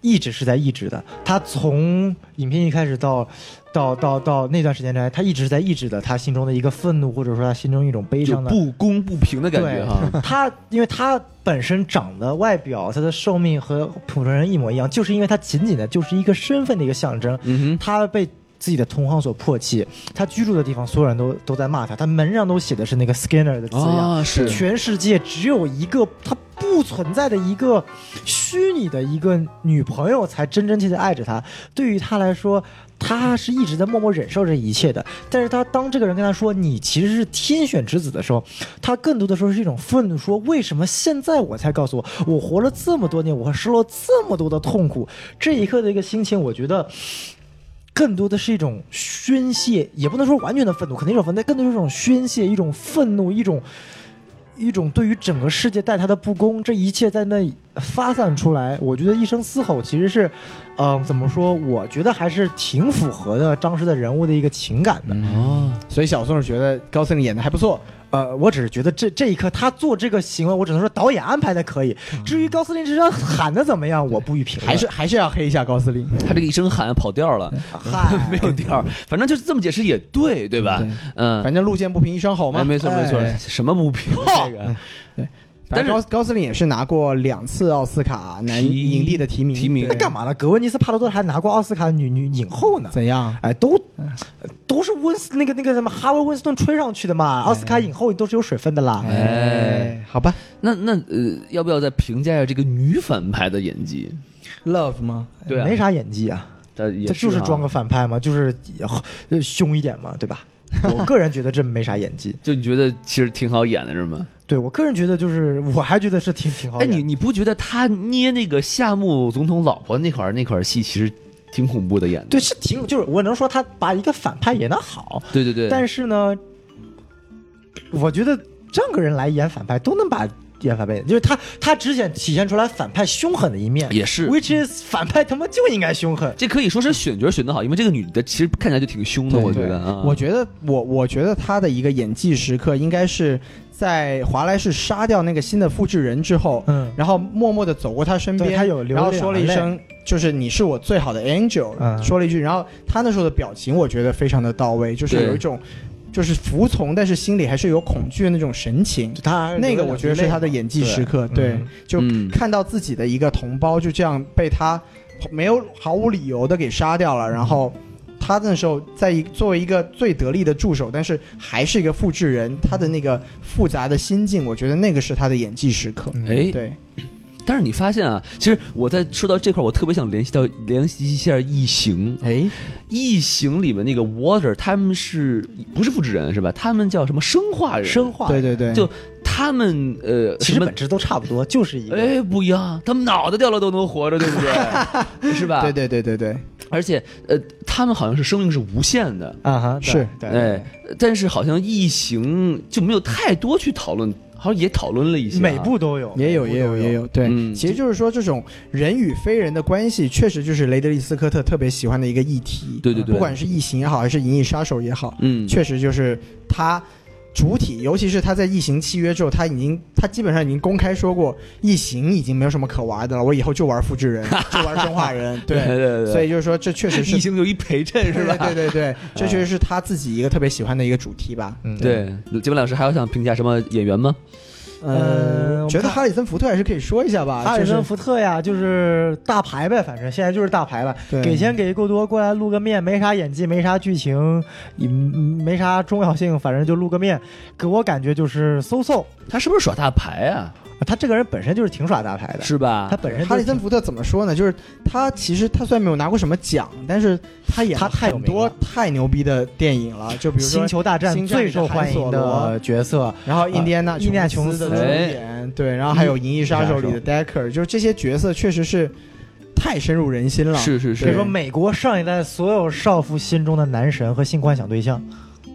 [SPEAKER 4] 一直是在抑制的。他从影片一开始到。到到到那段时间来，他一直在抑制的，他心中的一个愤怒，或者说他心中一种悲
[SPEAKER 1] 就
[SPEAKER 4] 伤的
[SPEAKER 1] 不公不平的感觉
[SPEAKER 4] 对
[SPEAKER 1] 哈。
[SPEAKER 4] 他因为他本身长得外表、他的寿命和普通人一模一样，就是因为他仅仅的就是一个身份的一个象征。
[SPEAKER 1] 嗯哼，
[SPEAKER 4] 他被自己的同行所唾弃，他居住的地方所有人都都在骂他，他门上都写的是那个 Skinner 的字样。
[SPEAKER 1] 啊，是
[SPEAKER 4] 全世界只有一个他不存在的一个虚拟的一个女朋友才真真切切爱着他。对于他来说，他是一直在默默忍受这一切的。但是他当这个人跟他说你其实是天选之子的时候，他更多的时候是一种愤怒，说为什么现在我才告诉我，我活了这么多年，我受了这么多的痛苦，这一刻的一个心情，我觉得。更多的是一种宣泄，也不能说完全的愤怒，肯定是有愤怒，但更多是一种宣泄，一种愤怒，一种一种对于整个世界带他的不公，这一切在那里发散出来。我觉得一声嘶吼其实是，嗯、怎么说？我觉得还是挺符合的当时的人物的一个情感的。
[SPEAKER 1] 啊，
[SPEAKER 2] 所以小宋是觉得高司令演的还不错，
[SPEAKER 4] 呃，我只是觉得这这一刻他做这个行为，我只能说导演安排的可以。至于高司令这声喊的怎么样，我不予评论。
[SPEAKER 2] 还是还是要黑一下高司令。
[SPEAKER 1] 他这个一声喊跑调了，
[SPEAKER 4] 嗨，
[SPEAKER 1] 没有调儿，反正就是这么解释也对，对吧？嗯，
[SPEAKER 2] 反正路见不平一声吼嘛
[SPEAKER 1] 哎，。没错
[SPEAKER 2] 哎
[SPEAKER 1] 没错，什么不平这个
[SPEAKER 2] 但是
[SPEAKER 1] 但
[SPEAKER 2] 高高司令也是拿过两次奥斯卡男
[SPEAKER 1] 提
[SPEAKER 2] 影帝的提名，
[SPEAKER 1] 提名
[SPEAKER 2] 对
[SPEAKER 4] 干嘛呢？格温妮斯·帕罗多还拿过奥斯卡女女影后呢。
[SPEAKER 2] 怎样？
[SPEAKER 4] 哎，都都是温斯那个那个什么哈维·温斯顿吹上去的嘛，奥斯卡影后都是有水分的啦。
[SPEAKER 1] 哎，
[SPEAKER 2] 好吧
[SPEAKER 1] 那那呃，要不要再评价一下这个女反派的演技？
[SPEAKER 2] ，Love 吗？
[SPEAKER 1] 对啊
[SPEAKER 4] 没啥演技啊，
[SPEAKER 1] 她也
[SPEAKER 4] 他就是
[SPEAKER 1] 啊
[SPEAKER 4] 装个，反派嘛，就是呃凶一点嘛，对吧？我个人觉得这没啥演技，
[SPEAKER 1] 就你觉得其实挺好演的是吗？
[SPEAKER 4] 对我个人觉得就是我还觉得是挺挺好
[SPEAKER 1] 哎，
[SPEAKER 4] 演的。
[SPEAKER 1] 你你不觉得他捏那个夏目总统老婆那块儿那块儿戏其实挺恐怖的演的？
[SPEAKER 4] 对是挺就是我能说他把一个反派演得好，
[SPEAKER 1] 对对对，
[SPEAKER 4] 但
[SPEAKER 1] 是
[SPEAKER 4] 是呢，我觉得正个人来演反派都能把演反派演，就是他他只想体现出来反派凶狠的一面
[SPEAKER 1] 也是
[SPEAKER 4] ，which is 反派他妈就应该凶狠。
[SPEAKER 1] 这可以说是选角选的好，因为这个女的其实看起来就挺凶的，
[SPEAKER 2] 对
[SPEAKER 1] 我觉
[SPEAKER 2] 对
[SPEAKER 1] 得啊，
[SPEAKER 2] 我觉得我我觉得他的一个演技时刻应该是在华莱士杀掉那个新的复制人之后，
[SPEAKER 4] 嗯
[SPEAKER 2] 然后默默的走过他身边，
[SPEAKER 4] 对他有流
[SPEAKER 2] 然后
[SPEAKER 1] 啊
[SPEAKER 4] 两
[SPEAKER 2] 说了一
[SPEAKER 4] 泪
[SPEAKER 2] 声，就是你是我最好的 angel，、
[SPEAKER 4] 嗯
[SPEAKER 2] 说了一句，然后他那时候的表情我觉得非常的到位，就是
[SPEAKER 1] 对
[SPEAKER 2] 有一种就是服从，但是心里还是有恐惧的那种神情。
[SPEAKER 4] 他
[SPEAKER 2] 那个我觉得是他的演技时刻，对，
[SPEAKER 4] 嗯
[SPEAKER 2] 就
[SPEAKER 1] 嗯
[SPEAKER 2] 看到自己的一个同胞就这样被他没有毫无理由的给杀掉了，然后
[SPEAKER 1] 嗯
[SPEAKER 2] 他那时候在一作为一个最得力的助手，但是还是一个复制人，他的那个复杂的心境，我觉得那个是他的演技时刻。
[SPEAKER 4] 嗯
[SPEAKER 1] 哎，
[SPEAKER 2] 对，
[SPEAKER 1] 但是你发现啊，其实我在说到这块儿，我特别想联系到联系一下《异形》。《
[SPEAKER 2] 哎，
[SPEAKER 1] 异形》里面那个 Water，他们是不是复制人是吧？他们叫什么生化人？
[SPEAKER 4] 生哎化
[SPEAKER 2] 对对对，
[SPEAKER 1] 就他们呃，
[SPEAKER 4] 其
[SPEAKER 1] 什
[SPEAKER 4] 实
[SPEAKER 1] 么
[SPEAKER 4] 本质都差不多，就是一个。
[SPEAKER 1] 哎不一样，他们脑袋掉了都能活着，对不对？是吧？
[SPEAKER 2] 对。对对对对，
[SPEAKER 1] 而且呃，他们好像是生命是无限的，
[SPEAKER 4] 啊哈，对
[SPEAKER 2] 是
[SPEAKER 4] 对
[SPEAKER 1] 哎，但是好像异形就没有太多去讨论，好像也讨论了一些、啊，
[SPEAKER 4] 每部都有，
[SPEAKER 2] 也有
[SPEAKER 4] 每部
[SPEAKER 2] 也
[SPEAKER 4] 都
[SPEAKER 2] 有也。有，对，
[SPEAKER 1] 嗯
[SPEAKER 2] 其实就是说这种人与非人的关系，确实就是雷德利·斯科特特别喜欢的一个议题。
[SPEAKER 1] 对对对
[SPEAKER 2] 不管是异形也好，还是银翼杀手也好，
[SPEAKER 1] 嗯，
[SPEAKER 2] 确实就是他主体，尤其是他在《异形契约》之后，他已经他基本上已经公开说过，《异形》已经没有什么可玩的了，我以后就玩复制人， 就玩生化 人，
[SPEAKER 1] 对
[SPEAKER 2] 对，
[SPEAKER 1] 对对，
[SPEAKER 2] 所以就是说这确实
[SPEAKER 1] 异
[SPEAKER 2] 是。
[SPEAKER 1] 形有一陪衬是吧？
[SPEAKER 2] 对对对对，这 确实是他自己一个特别喜欢的一个主题吧。
[SPEAKER 4] 嗯，
[SPEAKER 1] 对，金文老师还有想评价什么演员吗？
[SPEAKER 4] 呃，
[SPEAKER 2] 觉得
[SPEAKER 4] 哈
[SPEAKER 2] 哈里森福特还是可以说一下
[SPEAKER 1] 啊
[SPEAKER 2] 吧。
[SPEAKER 4] 哈里
[SPEAKER 2] 就
[SPEAKER 4] 森
[SPEAKER 2] 是
[SPEAKER 4] ·福特呀，就是大牌呗，反正现在就是大牌了。
[SPEAKER 2] 对
[SPEAKER 4] 给钱给够多，过来露个面，没啥演技，没啥剧情，也嗯没啥重要性，反正就露个面，给我感觉就是 so so。
[SPEAKER 1] 他是不是耍大牌啊？
[SPEAKER 4] 他这个人本身就是挺耍大牌的，
[SPEAKER 1] 是吧
[SPEAKER 4] 他？本身就是
[SPEAKER 2] 哈里森
[SPEAKER 4] 挺
[SPEAKER 2] 福特怎么说呢？就是他其实他虽然没有拿过什么奖，但是他演
[SPEAKER 4] 他太有
[SPEAKER 2] 很
[SPEAKER 4] 名
[SPEAKER 2] 多
[SPEAKER 4] 了
[SPEAKER 2] 太牛逼的电影了，就比如说
[SPEAKER 4] 星，球大战
[SPEAKER 2] 星战
[SPEAKER 4] 最受欢迎的角色，啊
[SPEAKER 2] 然后啊印第安纳
[SPEAKER 4] 印第安
[SPEAKER 2] 琼斯的
[SPEAKER 4] 琼
[SPEAKER 2] 主
[SPEAKER 1] 斯
[SPEAKER 2] 演，对，然后还有《银翼杀手》里的 Decker，就是这些角色确实是太深入人心了。
[SPEAKER 1] 是是
[SPEAKER 4] 可以
[SPEAKER 1] 是
[SPEAKER 2] 对，
[SPEAKER 4] 说美国上一代所有少妇心中的男神和性幻想对象，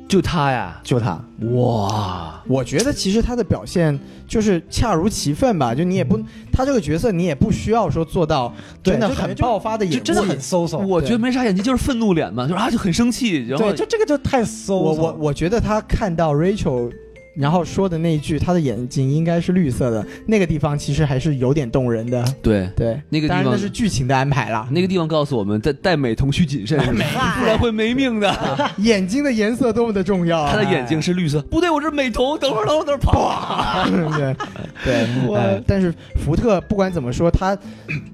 [SPEAKER 1] 就他呀，
[SPEAKER 4] 就他。
[SPEAKER 1] 哇，
[SPEAKER 2] 我觉得其实他的表现就是恰如其分吧，就你也不他这个角色你也不需要说做到
[SPEAKER 4] 对
[SPEAKER 2] 真的
[SPEAKER 4] 就感觉
[SPEAKER 2] 很
[SPEAKER 4] 就
[SPEAKER 2] 爆发的演
[SPEAKER 4] 就
[SPEAKER 2] 技，
[SPEAKER 4] 真的很搜索，
[SPEAKER 1] 我觉得没啥演技，就是愤怒脸嘛，就是啊就很生气，然后
[SPEAKER 4] 对，就这个就太搜
[SPEAKER 2] 我
[SPEAKER 4] 索。
[SPEAKER 2] 我我觉得他看到 Rachel，然后说的那一句，他的眼睛应该是绿色的，那个地方其实还是有点动人的。
[SPEAKER 1] 对
[SPEAKER 2] 对，
[SPEAKER 1] 那个地
[SPEAKER 2] 当
[SPEAKER 1] 方
[SPEAKER 2] 然那是剧情的安排啦。
[SPEAKER 1] 那个地方告诉我们，在戴美同需谨慎，不然会没命的。
[SPEAKER 2] 眼睛的颜色多么的重要、啊！
[SPEAKER 1] 他的眼睛是绿色，不对，我这是美瞳。等会儿，等会儿，等会儿，啪！
[SPEAKER 2] 对对，嗯哎我但是福特不管怎么说，他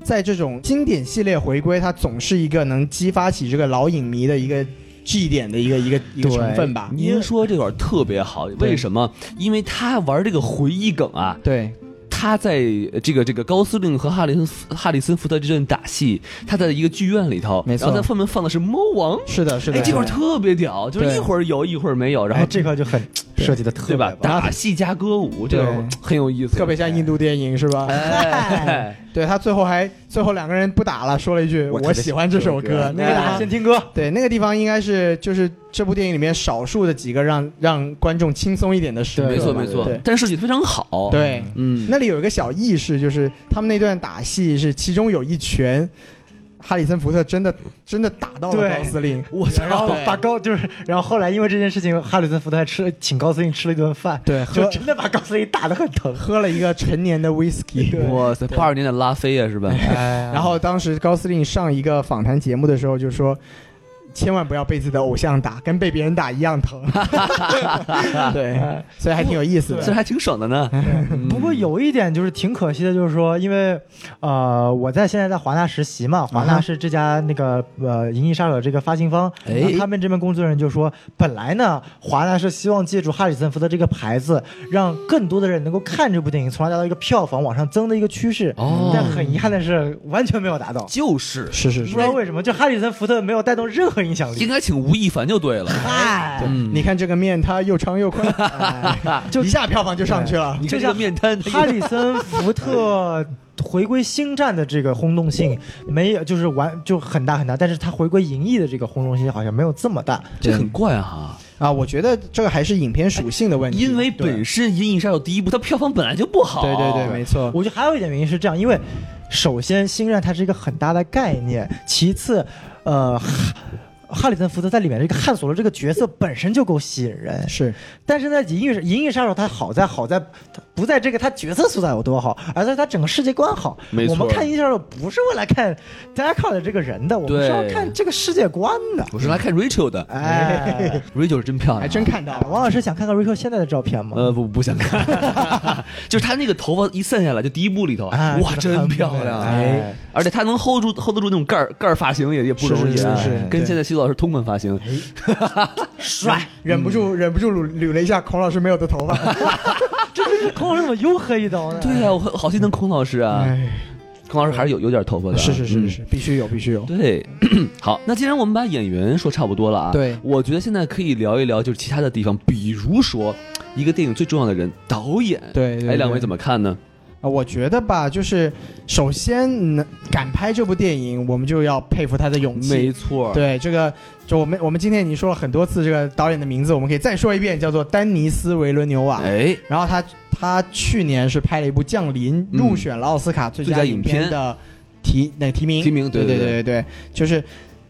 [SPEAKER 2] 在这种经典系列回归，他总是一个能激发起这个老影迷的一个 G 点的一个一个一个成分吧。
[SPEAKER 1] 您说这段特别好，为什么？因为他玩这个回忆梗啊，
[SPEAKER 2] 对，
[SPEAKER 1] 他在这个这个高司令和哈里森哈里森福特这段打戏，他在一个剧院里头，
[SPEAKER 2] 没错
[SPEAKER 1] 然后他后面放的是《猫王》，
[SPEAKER 2] 是的，是的。
[SPEAKER 1] 哎，这块儿
[SPEAKER 2] 是的
[SPEAKER 1] 特别屌，就是
[SPEAKER 2] 对哎
[SPEAKER 1] 一会儿有，一会儿没有，然
[SPEAKER 4] 然后
[SPEAKER 1] 后
[SPEAKER 4] 这块就 很设计的特
[SPEAKER 1] 对
[SPEAKER 4] 别
[SPEAKER 1] 吧？
[SPEAKER 4] 棒
[SPEAKER 1] 打戏加歌舞，这个很有意思，
[SPEAKER 2] 特别像印度电影是吧？
[SPEAKER 1] 哎。
[SPEAKER 2] 对他最后还最后两个人不打了，说了一句“
[SPEAKER 4] 我特别
[SPEAKER 2] 我喜欢这首
[SPEAKER 4] 喜欢
[SPEAKER 2] 歌”，那个地
[SPEAKER 4] 哎
[SPEAKER 2] 方
[SPEAKER 4] 先听歌，
[SPEAKER 2] 对那个地方应该是就是这部电影里面少数的几个让让观众轻松一点的时刻吧，
[SPEAKER 1] 没错没错
[SPEAKER 2] 对，
[SPEAKER 1] 但是设计得非常好。，
[SPEAKER 2] 对。
[SPEAKER 1] 嗯，
[SPEAKER 2] 那里有一个小意识，就是他们那段打戏是其中有一拳，哈里森福特真的真的打到了
[SPEAKER 4] 对
[SPEAKER 2] 高司令，
[SPEAKER 4] 我操！然后
[SPEAKER 2] 对
[SPEAKER 4] 把高就是，然后后来因为这件事情，哈里森福特还吃请高司令吃了一顿饭，
[SPEAKER 2] 对
[SPEAKER 4] 就
[SPEAKER 2] 喝
[SPEAKER 4] 真的把高司令打得很 疼。
[SPEAKER 2] 喝了一个陈年的 whisky，
[SPEAKER 1] 哇塞，八二年的拉菲啊，是吧？
[SPEAKER 4] 然
[SPEAKER 2] 然后当时高司令上一个访谈节目的时候就说。千万不要被自己的偶像打，跟被别人打一样 疼。对， 所以还挺有意思
[SPEAKER 1] 这
[SPEAKER 2] 的。
[SPEAKER 1] 还挺爽的呢。
[SPEAKER 4] 不过有一点就是挺可惜的，就是说，因为呃，我在现在在华纳实习
[SPEAKER 1] 啊
[SPEAKER 4] 嘛，华纳是这家那个呃《银翼杀手》这个发行方，
[SPEAKER 1] 哎
[SPEAKER 4] 然后他们这边工作人员就说，本来呢，华纳是希望借助哈里森福特这个牌子，让更多的人能够看这部电影，从而达到一个票房往上增的一个趋势。
[SPEAKER 1] 哦
[SPEAKER 4] 但很遗憾的是，完全没有达到。
[SPEAKER 1] 就是
[SPEAKER 2] 是是
[SPEAKER 4] 不知道为什么，就哈里森福特没有带动任何影响
[SPEAKER 1] 应
[SPEAKER 4] 力。
[SPEAKER 1] 该请吴亦凡就对了。
[SPEAKER 4] 哎，
[SPEAKER 1] 嗯
[SPEAKER 2] 你看这个面，它又长又 宽，
[SPEAKER 4] 就
[SPEAKER 2] 哎一下票房就上去了
[SPEAKER 1] 你。看
[SPEAKER 4] 就
[SPEAKER 1] 这个
[SPEAKER 4] 像
[SPEAKER 1] 面瘫，
[SPEAKER 4] 哈里森福特回归星战的这个轰动性没有，就是完就很大很大，但是他回归银翼的这个轰动性好像没有这么大。
[SPEAKER 1] 这很怪哈，
[SPEAKER 2] 啊，我觉得这个还是影片属性的问题，
[SPEAKER 1] 因为本身《银翼杀手》第一部它票房本来就不好。
[SPEAKER 2] 对对对，没错，
[SPEAKER 4] 我觉得还有一点原因是这样，因为首先星战它是一个很大的概念，其次，呃。哈哈里森福特在里面这个汉索罗这个角色本身就够吸引人，
[SPEAKER 2] 是
[SPEAKER 4] 但是呢，银翼银翼杀手它好在好在它不在这个它角色塑造有多好，而在它整个世界观好。
[SPEAKER 1] 没错
[SPEAKER 4] 我们看银翼杀手不是为了看 d a c o 的这个人的，我们
[SPEAKER 1] 对
[SPEAKER 4] 是要看这个世界观的。
[SPEAKER 1] 我是来看 Rachel 的
[SPEAKER 4] 哎，
[SPEAKER 1] ，Rachel 是真漂亮，
[SPEAKER 2] 还真。看到了。
[SPEAKER 4] 王老师想看看 Rachel 现在的照片吗？
[SPEAKER 1] 呃，不不想 看，就是她那个头发一散下来，就第一部里头，
[SPEAKER 2] 啊
[SPEAKER 4] 哎
[SPEAKER 1] 哇，
[SPEAKER 4] 这个
[SPEAKER 1] 真
[SPEAKER 4] 很
[SPEAKER 1] 漂
[SPEAKER 4] 美
[SPEAKER 1] 亮！啊
[SPEAKER 4] 哎，
[SPEAKER 1] 而且她能 hold 住 hold 得住那种盖儿盖儿发型也也不容易啊，
[SPEAKER 2] 是是哎是是
[SPEAKER 1] 跟现在徐老师同款发型，
[SPEAKER 4] 帅，
[SPEAKER 1] 嗯
[SPEAKER 2] 忍不住，忍不住捋捋了一下孔老师没有的头
[SPEAKER 1] 啊
[SPEAKER 2] 发。
[SPEAKER 4] 这这是孔老师怎么又黑一刀呢？
[SPEAKER 1] 对啊，我好好心疼孔老师啊，孔老师还是有有点头发的啊，
[SPEAKER 2] 哎是是
[SPEAKER 1] 嗯
[SPEAKER 2] 是是，必须有，必须有。
[SPEAKER 1] 对， 好，那既然我们把演员说差不多了啊，
[SPEAKER 2] 对
[SPEAKER 1] 我觉得现在可以聊一聊就是其他的地方，比如说一个电影最重要的人导演，
[SPEAKER 2] 对对对
[SPEAKER 1] 哎，两位怎么看呢？
[SPEAKER 2] 啊，我觉得吧，就是首先能敢拍这部电影，我们就要佩服他的勇气
[SPEAKER 1] 没。错，
[SPEAKER 2] 对这个，就我们我们今天已经说了很多次这个导演的名字，我们可以再说一遍，叫做丹尼斯·维伦纽瓦。
[SPEAKER 1] 哎，
[SPEAKER 2] 然后他他去年是拍了一部《降临》，
[SPEAKER 1] 嗯
[SPEAKER 2] 入选了奥斯卡最
[SPEAKER 1] 最佳
[SPEAKER 2] 佳
[SPEAKER 1] 影
[SPEAKER 2] 影
[SPEAKER 1] 片
[SPEAKER 2] 片的提那个提名
[SPEAKER 1] 提名对
[SPEAKER 2] 对
[SPEAKER 1] 对
[SPEAKER 2] 对对对，就是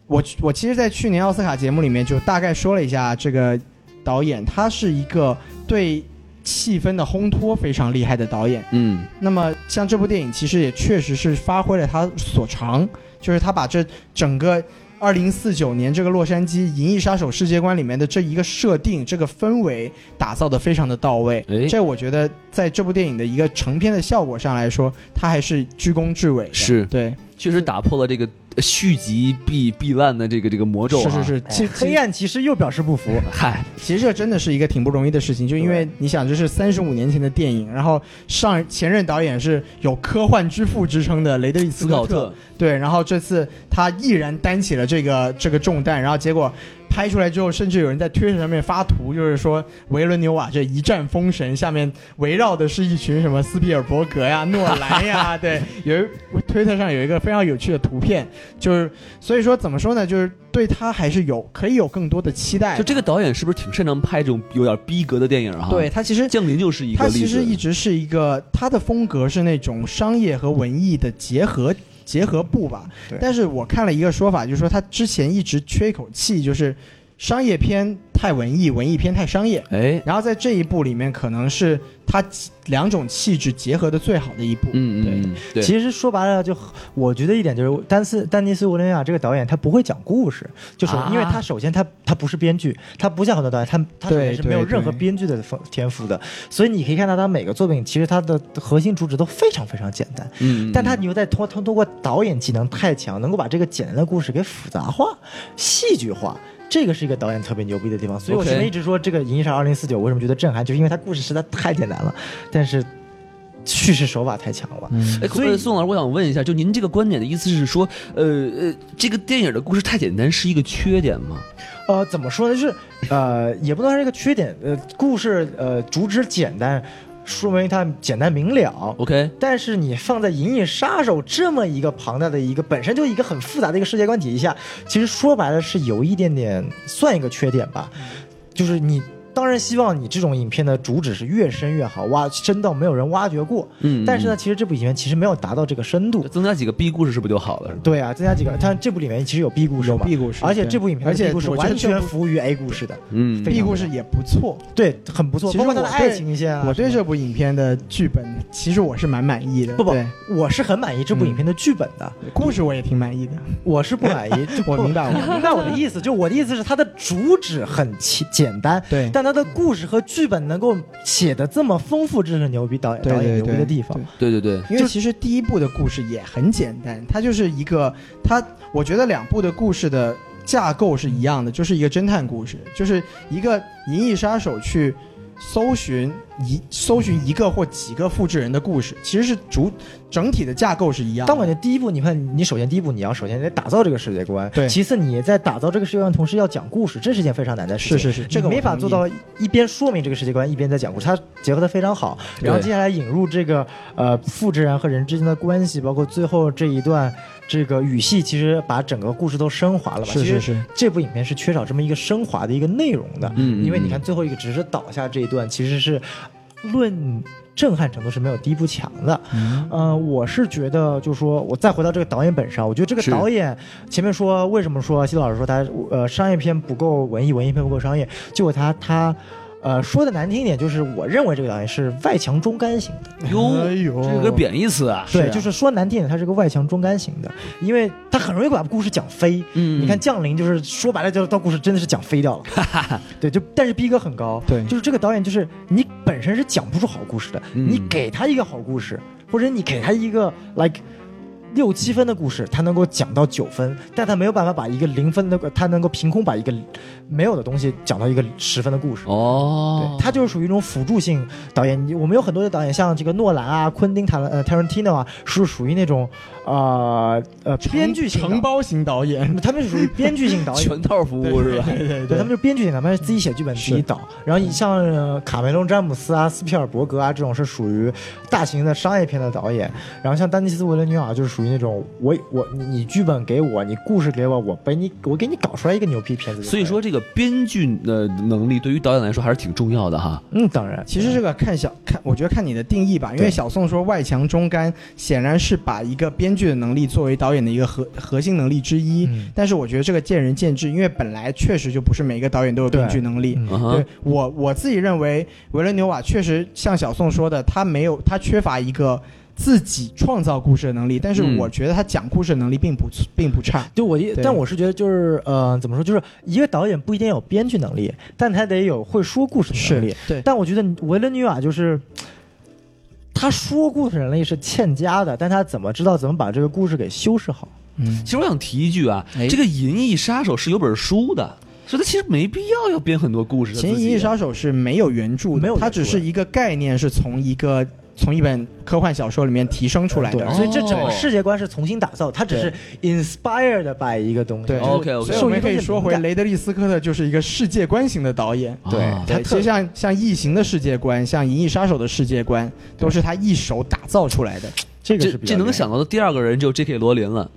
[SPEAKER 2] 我我其实，在去年奥斯卡节目里面就大概说了一下这个导演，他是一个对气氛的烘托非常厉害的导演。
[SPEAKER 1] 嗯，
[SPEAKER 2] 那么像这部电影，其实也确实是发挥了他所长，就是他把这整个。二零四九年这个洛杉矶《银翼杀手》世界观里面的这一个设定、这个氛围打造的非常的到位
[SPEAKER 1] 哎，
[SPEAKER 2] 这我觉得在这部电影的一个成片的效果上来说，它还是居功至伟的。
[SPEAKER 1] 是
[SPEAKER 2] 对，
[SPEAKER 1] 确实打破了这个续集必必烂的这个这个魔咒、啊，
[SPEAKER 2] 是是是，其
[SPEAKER 4] 黑
[SPEAKER 2] 其
[SPEAKER 4] 暗骑士又表示不服，
[SPEAKER 1] 嗨，
[SPEAKER 2] 其实这真的是一个挺不容易的事情，就因为你想，这是三十五年前的电影，然后上前任导演是有科幻之父之称的雷德利·斯
[SPEAKER 1] 斯
[SPEAKER 2] 科
[SPEAKER 1] 考
[SPEAKER 2] 特，
[SPEAKER 1] 特，
[SPEAKER 2] 对，然后这次他毅然担起了这个这个重担，然后结果拍出来之后，甚至有人在推特上面发图，就是说维伦纽瓦这一战封神，下面围绕的是一群什么斯皮尔伯格呀、诺兰 呀，对，有一推特上有一个非常有趣的图片，就是所以说怎么说呢，就是对他还是有可以有更多的期待的，
[SPEAKER 1] 就这个导演是不是挺擅长拍这种有点逼格的电影哈？
[SPEAKER 2] 对，他其实
[SPEAKER 1] 降临就是一个
[SPEAKER 2] 他
[SPEAKER 1] 例子。
[SPEAKER 2] 其实一直是一个，他的风格是那种商业和文艺的结合结合部吧
[SPEAKER 4] 对。
[SPEAKER 2] 但是我看了一个说法，就是说他之前一直缺一口气，就是商业片太文艺，文艺片太商业。
[SPEAKER 1] 哎，
[SPEAKER 2] 然后在这一部里面，可能是他两种气质结合的最好的一部。
[SPEAKER 1] 嗯嗯嗯，对，
[SPEAKER 4] 其实说白了就，我觉得一点就是，丹斯丹尼斯·维伦亚这个导演他不会讲故事，就是
[SPEAKER 1] 啊
[SPEAKER 4] 因为他首先他他不是编剧，他不像很多导演，他他首
[SPEAKER 2] 对
[SPEAKER 4] 先是没有
[SPEAKER 2] 对
[SPEAKER 4] 任何
[SPEAKER 2] 对
[SPEAKER 4] 编剧的风天赋的，所以你可以看到他每个作品其实他的核心主旨都非常非常简单，
[SPEAKER 1] 嗯，嗯
[SPEAKER 4] 但他你又在通通通过导演技能太强，能够把这个简单的故事给复杂化、戏剧化。这个是一个导演特别牛逼的地方，所以我
[SPEAKER 1] OK
[SPEAKER 4] 前面一直说这个《银翼杀手二零四九》为什么觉得震撼，就是因为它故事实在太简单了，但是叙事手法太强了。
[SPEAKER 1] 哎，可不可以宋老师，我想问一下，就您这个观点的意思是说，呃呃，这个电影的故事太简单是一个缺点吗？
[SPEAKER 4] 呃，怎么说呢？就是呃，也不能说是一个缺点。呃，故事呃主旨简单，说明它简单明了。
[SPEAKER 1] OK，
[SPEAKER 4] 但是你放在《银翼杀手》这么一个庞大的一个本身就一个很复杂的一个世界观体系下，其实说白了是有一点点算一个缺点吧，就是你。当然希望你这种影片的主旨是越深越好，挖深到没有人挖掘过。
[SPEAKER 1] 嗯
[SPEAKER 4] 但是呢，其实这部影片其实没有达到这个深度。
[SPEAKER 1] 增加几个 B 故事是不是就好了？是吧
[SPEAKER 4] 对啊，增加几个，但这部里面其实有 B 故事
[SPEAKER 2] 有
[SPEAKER 4] 嘛
[SPEAKER 2] B 故事
[SPEAKER 4] 而且
[SPEAKER 2] 对
[SPEAKER 4] 这部影片的
[SPEAKER 2] 而且
[SPEAKER 4] B 故事
[SPEAKER 2] 我觉得
[SPEAKER 4] 完全
[SPEAKER 2] 这部
[SPEAKER 4] 服务于 A 故事的，
[SPEAKER 1] 嗯
[SPEAKER 4] 非常
[SPEAKER 2] B 故事也不错，
[SPEAKER 4] 对，很不错。
[SPEAKER 2] 其实
[SPEAKER 4] 包括它的
[SPEAKER 2] 我对
[SPEAKER 4] 爱情线啊，
[SPEAKER 2] 我对
[SPEAKER 4] 什么
[SPEAKER 2] 这部影片的剧本其实我是蛮满意的。
[SPEAKER 4] 不不
[SPEAKER 2] 对，
[SPEAKER 4] 我是很满意这部影片的剧本的，
[SPEAKER 2] 故事我也挺满意的。
[SPEAKER 4] 我是不满意。
[SPEAKER 2] 我明 白我
[SPEAKER 4] 你明白我的意思，就我的意思是它的主旨很简简单，
[SPEAKER 2] 对
[SPEAKER 4] 但它的故事和剧本能够写的这么丰富，这是牛逼导演
[SPEAKER 2] 对
[SPEAKER 4] 导演
[SPEAKER 2] 对
[SPEAKER 4] 牛逼
[SPEAKER 2] 对
[SPEAKER 4] 的地方
[SPEAKER 2] 对。
[SPEAKER 1] 对对对，
[SPEAKER 2] 因为其实第一部的故事也很简单，它就是一个它，我觉得两部的故事的架构是一样的，就是一个侦探故事，就是一个银翼杀手去搜寻一搜寻一个或几个复制人的故事，其实是主整体的架构是一样的。
[SPEAKER 4] 但我感觉第一步，你看，你首先第一步，你要首先得打造这个世界观，
[SPEAKER 2] 对
[SPEAKER 4] 其次，你在打造这个世界观的同时要讲故事，这是件非常难的事情。
[SPEAKER 2] 是是是这个
[SPEAKER 4] 你
[SPEAKER 2] 我
[SPEAKER 4] 没法
[SPEAKER 2] 同意
[SPEAKER 4] 做到一边说明这个世界观，一边在讲故事，它结合的非常好。
[SPEAKER 1] 对
[SPEAKER 4] 然后接下来引入这个呃复制人和人之间的关系，包括最后这一段这个语系，其实把整个故事都升华了吧？
[SPEAKER 2] 是
[SPEAKER 4] 其实
[SPEAKER 2] 是是，
[SPEAKER 4] 这部影片是缺少这么一个升华的一个内容的，
[SPEAKER 1] 嗯嗯
[SPEAKER 4] 因为你看最后一个只是倒下这一段，其实是论震撼程度是没有第一部强的。嗯、我是觉得，就是说我再回到这个导演本身，啊我觉得这个
[SPEAKER 1] 是
[SPEAKER 4] 导演前面说为什么说西多老师说他呃商业片不够文艺，文艺片不够商业，结果他他。呃，说的难听一点，就是我认为这个导演是外强中干型的，
[SPEAKER 1] 哟，
[SPEAKER 2] 哎呦
[SPEAKER 1] 这个贬义词啊，
[SPEAKER 4] 对，
[SPEAKER 2] 啊
[SPEAKER 4] 就是说难听一点，他是个外强中干型的，因为他很容易把故事讲飞，
[SPEAKER 1] 嗯
[SPEAKER 4] 你看《降临》，就是说白了，就是到故事真的是讲飞掉了。 对，就但是逼格很高。
[SPEAKER 2] 对
[SPEAKER 4] 就是这个导演，就是你本身是讲不出好故事的，
[SPEAKER 1] 嗯
[SPEAKER 4] 你给他一个好故事，或者你给他一个 like 六七分的故事，他能够讲到九分，但他没有办法把一个零分的，他能够凭空把一个没有的东西讲到一个十分的故事。
[SPEAKER 1] 哦
[SPEAKER 4] 对，，他就是属于一种辅助性导演。你我们有很多的导演，像这个诺兰啊、昆汀塔伦呃 Tarantino 啊，是属于那种呃呃编剧型
[SPEAKER 2] 承
[SPEAKER 4] 的，
[SPEAKER 2] 包型导演，
[SPEAKER 4] 他们是属于编剧性导演，
[SPEAKER 1] 全套服务是吧？
[SPEAKER 2] 对对
[SPEAKER 4] 对，他们就是编剧型的，他们是自己写剧本自己导。然后你像呃卡梅隆·詹姆斯啊、斯皮尔伯格啊这种是属于大型的商业片的导演，然后像丹尼斯·维伦纽瓦就是属于那种我我你你剧本给我，你故事给我，我把你我给你搞出来一个牛逼片子就可以。
[SPEAKER 1] 所以说，这个编剧的能力对于导演来说还是挺重要的哈。
[SPEAKER 4] 嗯，当然，
[SPEAKER 2] 其实这个看小看，我觉得看你的定义吧，因为
[SPEAKER 4] 对
[SPEAKER 2] 小宋说外强中干，显然是把一个编剧的能力作为导演的一个核核心能力之一。
[SPEAKER 4] 嗯
[SPEAKER 2] 但是我觉得这个见仁见智，因为本来确实就不是每个导演都有编剧能力。
[SPEAKER 1] 嗯
[SPEAKER 4] 嗯
[SPEAKER 2] 对
[SPEAKER 1] 哼，
[SPEAKER 2] 我我自己认为，维伦纽瓦确实像小宋说的，他没有他缺乏一个自己创造故事的能力，但是
[SPEAKER 1] 嗯
[SPEAKER 2] 我觉得他讲故事的能力并不并不差。
[SPEAKER 4] 对我一，
[SPEAKER 2] 对
[SPEAKER 4] 但我是觉得就是呃，怎么说，就是一个导演不一定有编剧能力，但他得有会说故事的能力。
[SPEAKER 2] 对
[SPEAKER 4] 但我觉得维伦纽瓦就是。他说故事能力是欠佳的，但他怎么知道怎么把这个故事给修饰好？
[SPEAKER 2] 嗯
[SPEAKER 1] 其实我想提一句啊，
[SPEAKER 2] 哎
[SPEAKER 1] 这个《银翼杀手》是有本书的，所以他其实没必要要编很多故事
[SPEAKER 2] 《
[SPEAKER 1] 的。
[SPEAKER 2] 嫌疑杀手》是没有原著的，
[SPEAKER 4] 没有原著
[SPEAKER 2] 它只是一个概念，是从一个从一本科幻小说里面提升出来的。
[SPEAKER 4] 对，所以这整个世界观是重新打造，它只是 inspired by 一个东西。
[SPEAKER 2] 对
[SPEAKER 4] 就是
[SPEAKER 1] OK，OK
[SPEAKER 2] 哦所以我们可以说回
[SPEAKER 4] 受益都是灵感
[SPEAKER 2] 雷德利·斯科特就是一个世界观型的导演。
[SPEAKER 1] 啊
[SPEAKER 2] 对，
[SPEAKER 4] 他
[SPEAKER 2] 他
[SPEAKER 4] 特
[SPEAKER 2] 其实像像《异形》的世界观，像《银翼杀手》的世界观，都是他一手打造出来的。
[SPEAKER 4] 这个
[SPEAKER 1] 这
[SPEAKER 4] 是比较
[SPEAKER 1] 这能
[SPEAKER 4] 厉害
[SPEAKER 1] 想到的第二个人就 J.K. 罗琳 了，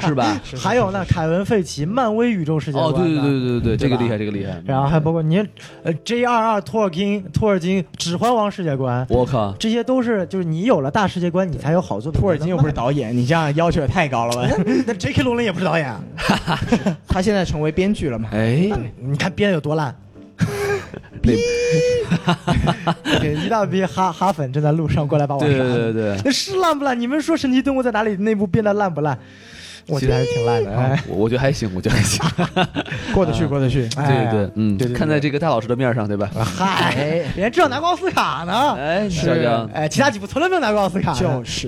[SPEAKER 1] 是吧？
[SPEAKER 4] 还有呢，凯文·费奇，漫威宇宙世界观
[SPEAKER 1] 哦，
[SPEAKER 4] 呢
[SPEAKER 1] 对对对对对，这
[SPEAKER 4] 对吧
[SPEAKER 1] 个厉害，这个厉害。
[SPEAKER 4] 然后还包括你呃 J R R 托尔金托尔金指环王世界观，
[SPEAKER 1] 我靠，
[SPEAKER 4] 这些都是就是你有了大世界观，你才有好作品。
[SPEAKER 2] 托尔金又不是导演，你这样要求也太高了吧？
[SPEAKER 4] 那 J K 罗琳也不是导演，啊
[SPEAKER 2] 他现在成为编剧了嘛？
[SPEAKER 1] 哎，
[SPEAKER 4] 你看编的有多烂，
[SPEAKER 1] 那
[SPEAKER 4] 给一大批哈哈粉正在路上过来把我
[SPEAKER 1] 对对
[SPEAKER 4] 杀。
[SPEAKER 1] 对对，
[SPEAKER 4] 那是烂不烂？你们说《神奇动物在哪里》那部编的烂不烂？我觉得还是挺烂的。哎
[SPEAKER 1] 我我觉得还行，我觉得还行。
[SPEAKER 2] 过得去，过得去。
[SPEAKER 1] 对
[SPEAKER 4] 哎
[SPEAKER 1] 对对，嗯
[SPEAKER 4] 对对，对啊
[SPEAKER 1] 看在这个大老师的面上，对吧？
[SPEAKER 4] 哎嗨，人家至少拿过奥斯卡 呢。
[SPEAKER 1] 哎，小江，
[SPEAKER 4] 哎，其他几部从来没有拿过奥斯卡呢。
[SPEAKER 2] 就是，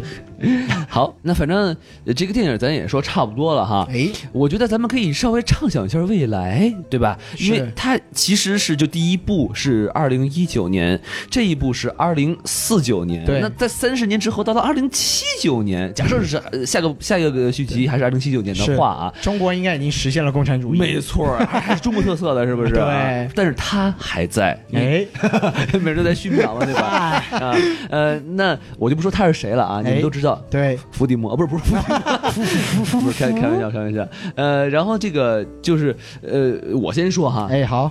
[SPEAKER 4] 啊
[SPEAKER 1] 好，那反正呃这个电影咱也说差不多了哈。
[SPEAKER 2] 哎，
[SPEAKER 1] 我觉得咱们可以稍微畅想一下未来，对吧？因为
[SPEAKER 2] 是
[SPEAKER 1] 它其实是就第一部是二零一九年，这一部是二零四九年。
[SPEAKER 2] 对
[SPEAKER 1] 那在三十年之后，到了二零七九年，假设是 呃下个下一个续集还是二零七九年的
[SPEAKER 2] 是
[SPEAKER 1] 话啊，
[SPEAKER 2] 中国应该已经实现了共产主义。
[SPEAKER 1] 没错儿，还是中国特色的，是不是啊？
[SPEAKER 2] 对
[SPEAKER 1] 但是它还在，
[SPEAKER 2] 哎，
[SPEAKER 1] 每人都在续秒了，对 吧？啊，呃，那我就不说他是谁了啊，你们
[SPEAKER 2] 哎
[SPEAKER 1] 都知道，
[SPEAKER 2] 对，
[SPEAKER 1] 伏地魔，啊不是不是伏地魔， 不是开开玩笑开玩笑，呃，然后这个就是呃，我先说哈，
[SPEAKER 2] 哎，好，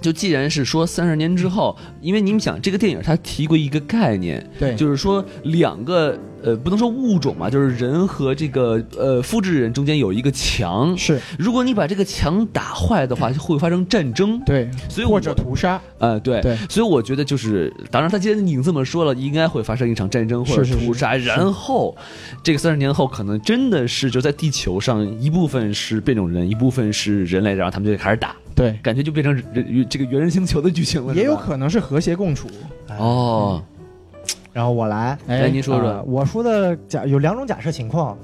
[SPEAKER 1] 就既然是说三十年之后，因为你们想这个电影它提过一个概念，
[SPEAKER 2] 对
[SPEAKER 1] 就是说两个呃不能说物种嘛，就是人和这个呃复制人中间有一个墙，
[SPEAKER 2] 是
[SPEAKER 1] 如果你把这个墙打坏的话，就会发生战争，
[SPEAKER 2] 对，
[SPEAKER 1] 所以我
[SPEAKER 2] 或者屠杀，
[SPEAKER 1] 呃，对，
[SPEAKER 2] 对
[SPEAKER 1] 所以我觉得就是，当然，他既然已经这么说了，应该会发生一场战争或者
[SPEAKER 2] 是是是
[SPEAKER 1] 屠杀，然后这个三十年后，可能真的是就在地球上，一部分是变种人，一部分是人类，然后他们就开始打，
[SPEAKER 2] 对，
[SPEAKER 1] 感觉就变成人这个原人星球的剧情了，
[SPEAKER 2] 也有
[SPEAKER 1] 是吧
[SPEAKER 2] 可能是和谐共处。
[SPEAKER 1] 哦，
[SPEAKER 4] 然后我来，
[SPEAKER 1] 来哎您说
[SPEAKER 4] 呃
[SPEAKER 1] 说，
[SPEAKER 4] 我说的假有两种假设情况，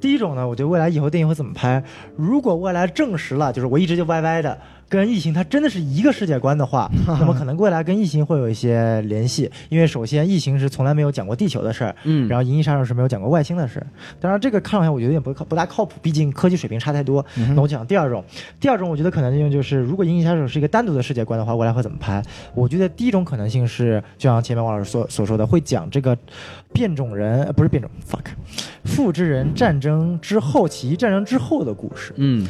[SPEAKER 4] 第一种呢，我觉得未来以后电影会怎么拍？如果未来证实了，就是我一直就歪歪的，跟异形它真的是一个世界观 的话，那么可能未来跟异形会有一些联系，因为首先异形是从来没有讲过地球的事儿，
[SPEAKER 1] 嗯，
[SPEAKER 4] 然后银翼杀手是没有讲过外星的事儿。当然这个看上去我觉得也不靠不大靠谱，毕竟科技水平差太多。那我讲第二种，第二种我觉得可能性就是，如果银翼杀手是一个单独的世界观的话，未来会怎么拍？我觉得第一种可能性是，就像前面王老师所所说的，会讲这个变种人，呃、不是变种，fuck，复制人战争之后，起义战争之后的故事。
[SPEAKER 1] 嗯，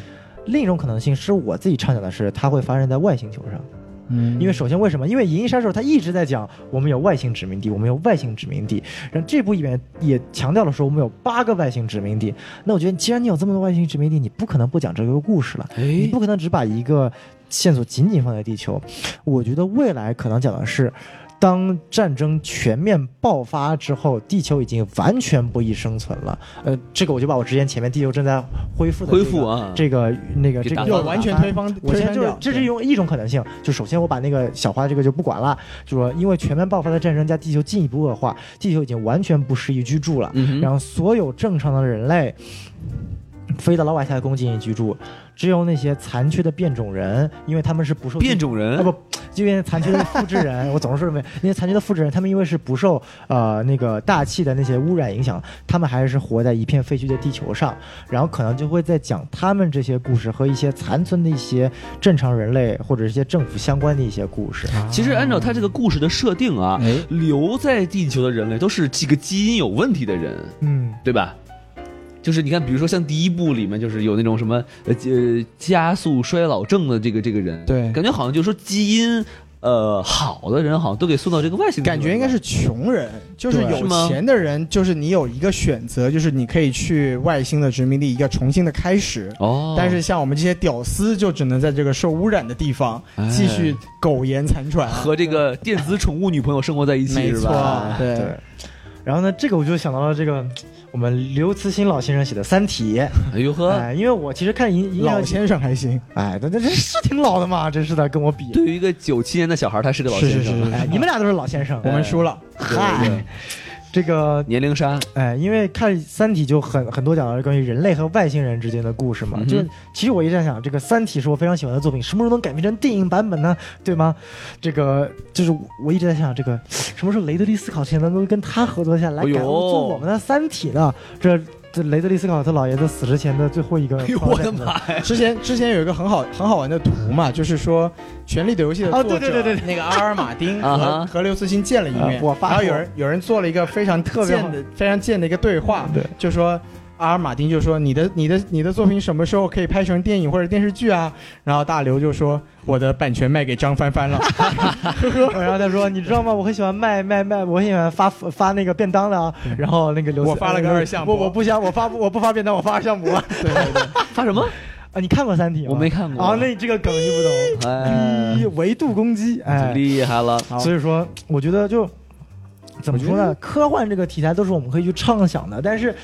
[SPEAKER 4] 另一种可能性是我自己畅想的是，它会发生在外星球上。
[SPEAKER 2] 嗯
[SPEAKER 4] 因为首先为什么？因为《银翼杀手》它一直在讲我们有外星殖民地，我们有外星殖民地。然后这部里面也强调了说我们有八个外星殖民地。那我觉得，既然你有这么多外星殖民地，你不可能不讲这个故事了，你
[SPEAKER 1] 哎，
[SPEAKER 4] 不可能只把一个线索仅仅放在地球。我觉得未来可能讲的是。当战争全面爆发之后，地球已经完全不易生存了。呃，这个我就把我之前前面地球正在恢复的、
[SPEAKER 1] 恢复啊，
[SPEAKER 4] 这个那个
[SPEAKER 1] 给
[SPEAKER 4] 这
[SPEAKER 1] 打翻
[SPEAKER 4] 个
[SPEAKER 2] 就
[SPEAKER 1] 了
[SPEAKER 2] 完全推翻，
[SPEAKER 4] 我
[SPEAKER 2] 推
[SPEAKER 4] 现在
[SPEAKER 2] 翻
[SPEAKER 4] 就是
[SPEAKER 2] 掉
[SPEAKER 4] 这是一种一种可能性，就首先我把那个小花这个就不管了，就说因为全面爆发的战争加地球进一步恶化，地球已经完全不适宜居住了，
[SPEAKER 1] 嗯哼，
[SPEAKER 4] 然后所有正常的人类。飞到老板下的宫进行居住，只有那些残缺的变种人，因为他们是不受地
[SPEAKER 1] 变种人
[SPEAKER 4] 啊不，因为残缺的复制人，我总是说什么呀？那些残缺的复制人，他们因为是不受呃那个大气的那些污染影响，他们还是活在一片废墟的地球上，然后可能就会在讲他们这些故事和一些残存的一些正常人类或者一些政府相关的一些故事。
[SPEAKER 1] 其实按照他这个故事的设定啊，
[SPEAKER 2] 哎，
[SPEAKER 1] 留在地球的人类都是这个基因有问题的人，
[SPEAKER 4] 嗯，
[SPEAKER 1] 对吧？就是你看，比如说像第一部里面，就是有那种什么呃呃加速衰老症的这个这个人，
[SPEAKER 2] 对
[SPEAKER 1] 感觉好像就是说基因呃好的人，好像都给送到这个外星，
[SPEAKER 2] 感觉应该是穷人，就是
[SPEAKER 4] 对
[SPEAKER 1] 是
[SPEAKER 2] 有
[SPEAKER 1] 吗
[SPEAKER 2] 钱的人，就是你有一个选择，就是你可以去外星的殖民地，一个重新的开始。
[SPEAKER 1] 哦，
[SPEAKER 2] 但是像我们这些屌丝，就只能在这个受污染的地方
[SPEAKER 1] 哎
[SPEAKER 2] 继续苟延残喘啊。
[SPEAKER 1] 和这个电子宠物女朋友生活在一起
[SPEAKER 2] 没
[SPEAKER 1] 是
[SPEAKER 2] 错
[SPEAKER 1] 吧？，
[SPEAKER 2] 对，
[SPEAKER 4] 然后呢，这个我就想到了这个我们刘慈欣老先生写的《三体》，
[SPEAKER 1] 哎呦 呵，
[SPEAKER 4] 哎，因为我其实看银银
[SPEAKER 2] 老
[SPEAKER 4] 河
[SPEAKER 2] 先生还行，
[SPEAKER 4] 哎，那那这是挺老的嘛，真是的，跟我比。
[SPEAKER 1] 对于一个九七年的小孩，他是个老先
[SPEAKER 2] 是是
[SPEAKER 1] 生，
[SPEAKER 2] 是
[SPEAKER 4] 哎，你们俩都是老先生，
[SPEAKER 2] 我们输了。
[SPEAKER 1] 对对对
[SPEAKER 4] 这个
[SPEAKER 1] 年龄杀，
[SPEAKER 4] 哎，因为看《三体》就很很多讲到关于人类和外星人之间的故事嘛，
[SPEAKER 1] 嗯哼
[SPEAKER 4] 就是其实我一直在想，这个《三体》是我非常喜欢的作品，什么时候能改编成电影版本呢？对吗？这个就是我一直在想，这个什么时候雷德利·斯考特能够跟他合作下来
[SPEAKER 1] 哎呦
[SPEAKER 4] 改做我们的《三体》呢？这这雷德利·斯考特老爷子死之前的最后一个 project 呢，
[SPEAKER 1] 哎我的妈呀！
[SPEAKER 2] 之前之前有一个很好很好玩的图嘛，就是说《权力的游戏》的
[SPEAKER 4] 哦
[SPEAKER 2] 作者、
[SPEAKER 4] 对对对对
[SPEAKER 2] 那个阿尔马 丁
[SPEAKER 1] 啊
[SPEAKER 2] 和
[SPEAKER 1] 哈
[SPEAKER 2] 和刘慈欣见了一面，
[SPEAKER 4] 啊我发
[SPEAKER 2] 然后
[SPEAKER 4] 过
[SPEAKER 2] 有人有人做了一个非常特别
[SPEAKER 4] 特
[SPEAKER 2] 的非常贱的一个对话，
[SPEAKER 4] 对
[SPEAKER 2] 就说。阿尔马丁就说：“你的、你的、你的作品什么时候可以拍成电影或者电视剧啊？”然后大刘就说：“我的版权卖给张 帆帆了。
[SPEAKER 4] 然后他说：“你知道吗？我很喜欢卖卖卖，我很喜欢发发那个便当的啊。”然后那个刘，
[SPEAKER 2] 我发了个二向箔
[SPEAKER 4] 我我不想，我发我不发便当，我发二向箔。 啊，”
[SPEAKER 2] 对对对，
[SPEAKER 1] 发什么？
[SPEAKER 4] 你看过《呃三体》吗？
[SPEAKER 1] 我没看过
[SPEAKER 4] 啊，那你这个梗你 不
[SPEAKER 1] 哎
[SPEAKER 4] 懂，维度攻击，哎，
[SPEAKER 1] 厉害了，
[SPEAKER 4] 所以说，我觉得就怎么说
[SPEAKER 2] 我觉
[SPEAKER 4] 呢
[SPEAKER 2] 得？
[SPEAKER 4] 科幻这个题材都是我们可以去畅想的，但是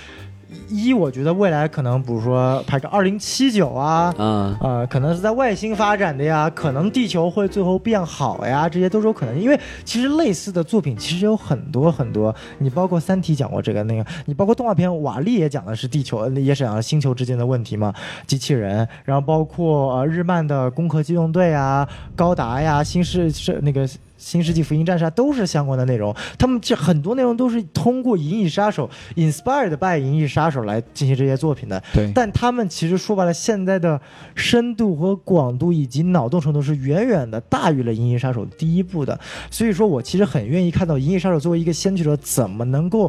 [SPEAKER 4] 一我觉得未来可能比如说拍个二零七九啊，
[SPEAKER 1] 嗯，
[SPEAKER 4] 呃，可能是在外星发展的呀，可能地球会最后变好呀，这些都是有可能。因为其实类似的作品其实有很多很多，你包括《三体》讲过这个那个，你包括动画片《瓦力》也讲的是地球，呃也是讲了星球之间的问题嘛，机器人，然后包括呃日漫的《攻壳机动队》啊、高达呀、新世是那个。新世纪福音战士啊，都是相关的内容。他们这很多内容都是通过《银翼杀手》inspired by《银翼杀手》来进行这些作品的。
[SPEAKER 2] 对
[SPEAKER 4] 但他们其实说白了，现在的深度和广度以及脑洞程度是远远的大于了《银翼杀手》第一部的。所以说我其实很愿意看到《银翼杀手》作为一个先驱者，怎么能够。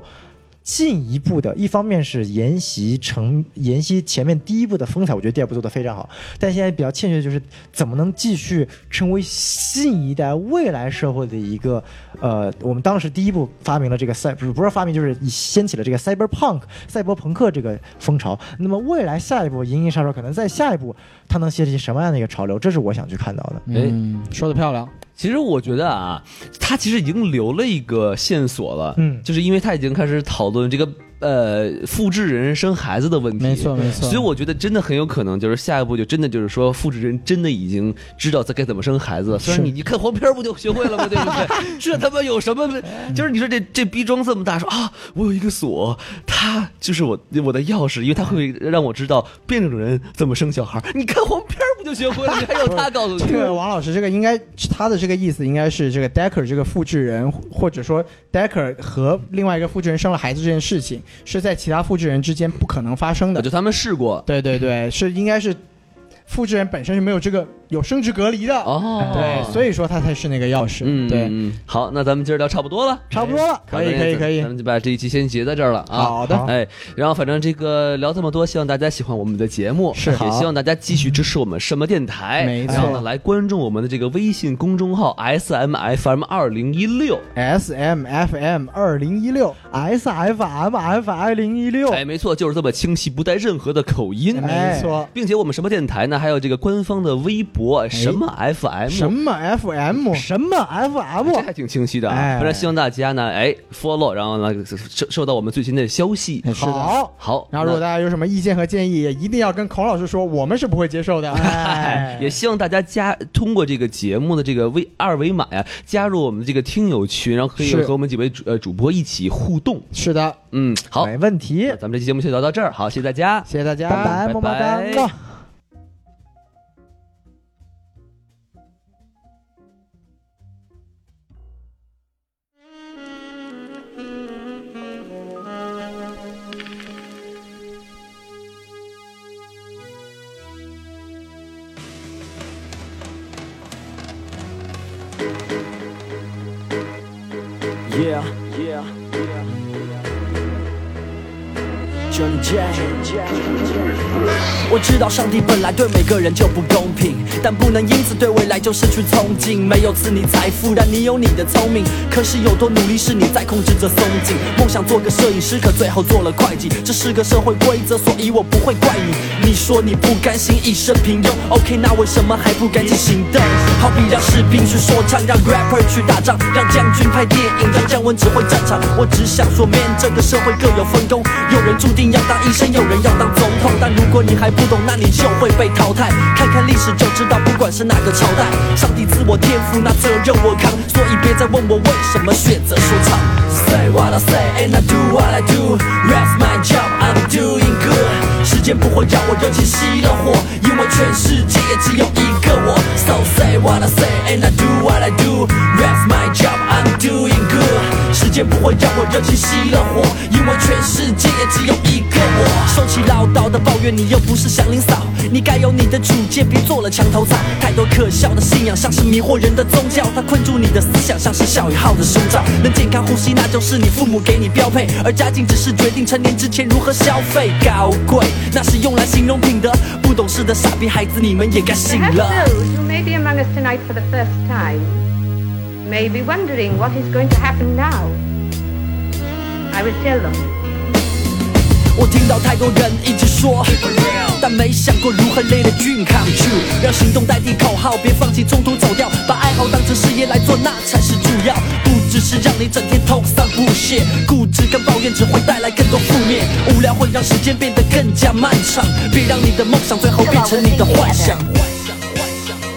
[SPEAKER 4] 进一步的，一方面是沿袭成沿袭前面第一部的风采，我觉得第二部做得非常好，但现在比较欠缺的就是怎么能继续成为新一代未来社会的一个呃，我们当时第一部发明了这个赛，不是不是发明，就是掀起了这个 cyberpunk 赛博朋克这个风潮。那么未来下一步《银翼杀手》可能在下一步它能掀起什么样的一个潮流，这是我想去看到的。
[SPEAKER 1] 哎
[SPEAKER 2] 嗯，说的漂亮，
[SPEAKER 1] 其实我觉得啊，他其实已经留了一个线索了，
[SPEAKER 4] 嗯
[SPEAKER 1] 就是因为他已经开始讨论这个呃复制人生孩子的问题，
[SPEAKER 2] 没错没错。
[SPEAKER 1] 所以我觉得真的很有可能就是下一步就真的就是说复制人真的已经知道在该怎么生孩
[SPEAKER 2] 嗯
[SPEAKER 1] 子了。虽然你你看黄片儿不就学会了吗？对不对？ 这他妈有什么？就是你说这这逼装这么大，说啊，我有一个锁，它就是我我的钥匙，因为它会让我知道变种人怎么生小孩。你看黄片儿不就学会了？你还要他告诉
[SPEAKER 2] 这
[SPEAKER 1] 你？
[SPEAKER 2] 个王老师，这个应该他的这个意思应该是这个 Decker 这个复制人，或者说 Decker 和另外一个复制人生了孩子这件事情，是在其他复制人之间不可能发生的。
[SPEAKER 1] 就他们试过
[SPEAKER 2] 对对对，是应该是复制人本身是没有这个有生殖隔离的。
[SPEAKER 1] 哦，
[SPEAKER 2] 对，所
[SPEAKER 1] 以
[SPEAKER 2] 以说他才是那个钥匙。
[SPEAKER 1] 嗯，
[SPEAKER 2] 对，
[SPEAKER 1] 嗯好，那咱们今儿聊差不多了，
[SPEAKER 4] 差不多了，
[SPEAKER 2] 可以可以可以
[SPEAKER 1] 咱。们就把这一期先结在这儿了啊。
[SPEAKER 2] 好的，
[SPEAKER 4] 好
[SPEAKER 1] 哎，然后反正这个聊这么多，希望大家喜欢我们的节目，
[SPEAKER 2] 是
[SPEAKER 1] 也希望大家继续支持我们什么电台，
[SPEAKER 2] 没错
[SPEAKER 1] 然后呢，来关注我们的这个微信公众号 S M F M 二零一六。
[SPEAKER 2] S M F M 二零一六 M，M，M，
[SPEAKER 4] S F M F 二零一
[SPEAKER 2] 哦
[SPEAKER 4] 六，
[SPEAKER 1] 哎，没错，就是这么清晰，不带任何的口音。
[SPEAKER 2] 没错，
[SPEAKER 1] 并且我们什么电台呢？还有这个官方的微博什么 FM，
[SPEAKER 2] 哎什么 F M
[SPEAKER 4] 什么 F M？
[SPEAKER 1] 这还挺清晰的啊。
[SPEAKER 4] 哎
[SPEAKER 1] 反正希望大家呢，哎，follow，然后呢收收到我们最新的消息。
[SPEAKER 2] 嗯是的
[SPEAKER 4] 好，
[SPEAKER 1] 好，
[SPEAKER 2] 然后如果
[SPEAKER 1] 那
[SPEAKER 2] 大家有什么意见和建议，也一定要跟孔老师说，我们是不会接受的。
[SPEAKER 1] 哎，也希望大家加通过这个节目的这个微二维码呀，加入我们这个听友群，然后可以
[SPEAKER 2] 是
[SPEAKER 1] 和我们几位主呃主播一起互动。
[SPEAKER 2] 是的，
[SPEAKER 1] 嗯，好，
[SPEAKER 4] 没问题
[SPEAKER 1] 那，咱们这期节目就聊到这儿，好，谢谢大家。
[SPEAKER 2] 谢谢大家，
[SPEAKER 4] 拜拜，
[SPEAKER 1] 拜
[SPEAKER 4] 么么哒
[SPEAKER 1] 拜。
[SPEAKER 4] 么
[SPEAKER 6] 真贱。我知道上帝本来对每个人就不公平，但不能因此对未来就失去憧憬。没有赐你财富，但你有你的聪明。可是有多努力是你在控制着松紧。梦想做个摄影师，可最后做了会计。这是个社会规则，所以我不会怪你。你说你不甘心一生平庸，OK，那为什么还不赶紧行动？好比让士兵去说唱，让 rapper 去打仗，让将军拍电影，让将文指挥战场。我只想说，man，这个社会各有分工，有人注定要当医生，有人要当总统。但如果你还不不懂，那你就会被淘汰。看看历史就知道，不管是哪个朝代，上帝赐我天赋，那责任我扛。所以别再问我为什么选择说唱。Say what I say and I do what I do. That's my job, I'm doing good. 时间不会让我热情熄了火，因为全世界只有一个我。So say what I say and I do what I do. That's my job, I'm doing good. 时间不会让我热情熄了火，因为全世界只有一个我。收起唠叨的抱怨，你又不是祥林嫂，你该有你的主见，别做了墙头草。太多可笑的信仰，像是迷惑人的宗教，它困住你的思想，像是笑与号的胸罩。能健康呼吸，那就是你父母给你标配，而家境只是决定成年之前如何消费。高贵，那是用来形容品德。不懂事的傻逼孩子，你们也该醒
[SPEAKER 7] Perhaps
[SPEAKER 6] 了。
[SPEAKER 7] those who may be among us tonight for the first time may be wondering what is going to happen now. I will tell them.
[SPEAKER 6] 我听到太多人一直说，但没想过如何 let it dream come true，让行动代替口号，别放弃中途走掉，把爱好当成事业来做，那才是主要。不只是让你整天头上不屑，固执跟抱怨只会带来更多负面，无聊会让时间变得更加漫长，别让你的梦想最后变成你的幻想。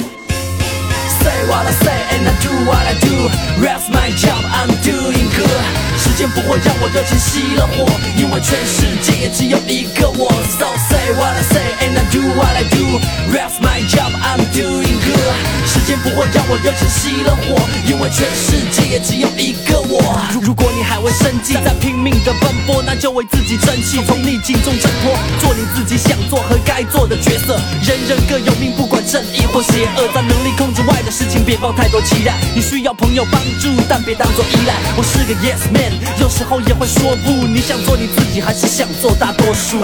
[SPEAKER 6] Say what I say and I do what I do. That's my job, I'm doing good. 时间不会让我热情熄了火，因为全世界也只有一个我。So say what I say and I do what I do. That's my job, I'm doing good. 时间不会让我热情熄了火，因为全世界也只有一个我。如果你还为生计在拼命的奔波，那就为自己争气，从逆境中挣脱，做你自己想做和该做的角色。人人各有命，不管正义或邪恶，在能力控制外的事情别抱太多期待。你需要朋友帮助，但别当做依赖。我是个 yes man，有时候也会说不。你想做你自己，还是想做大多数？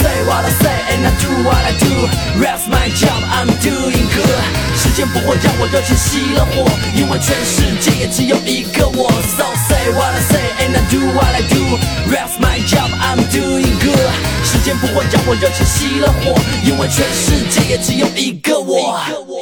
[SPEAKER 6] say what I say and I do what I do. That's my job, I'm doing good. 时间不会让我热情熄了火，因为全世界也只有一个我。So say what I say and I do what I do. That's my job, I'm doing good. 时间不会让我热情熄了火，因为全世界也只有一个我。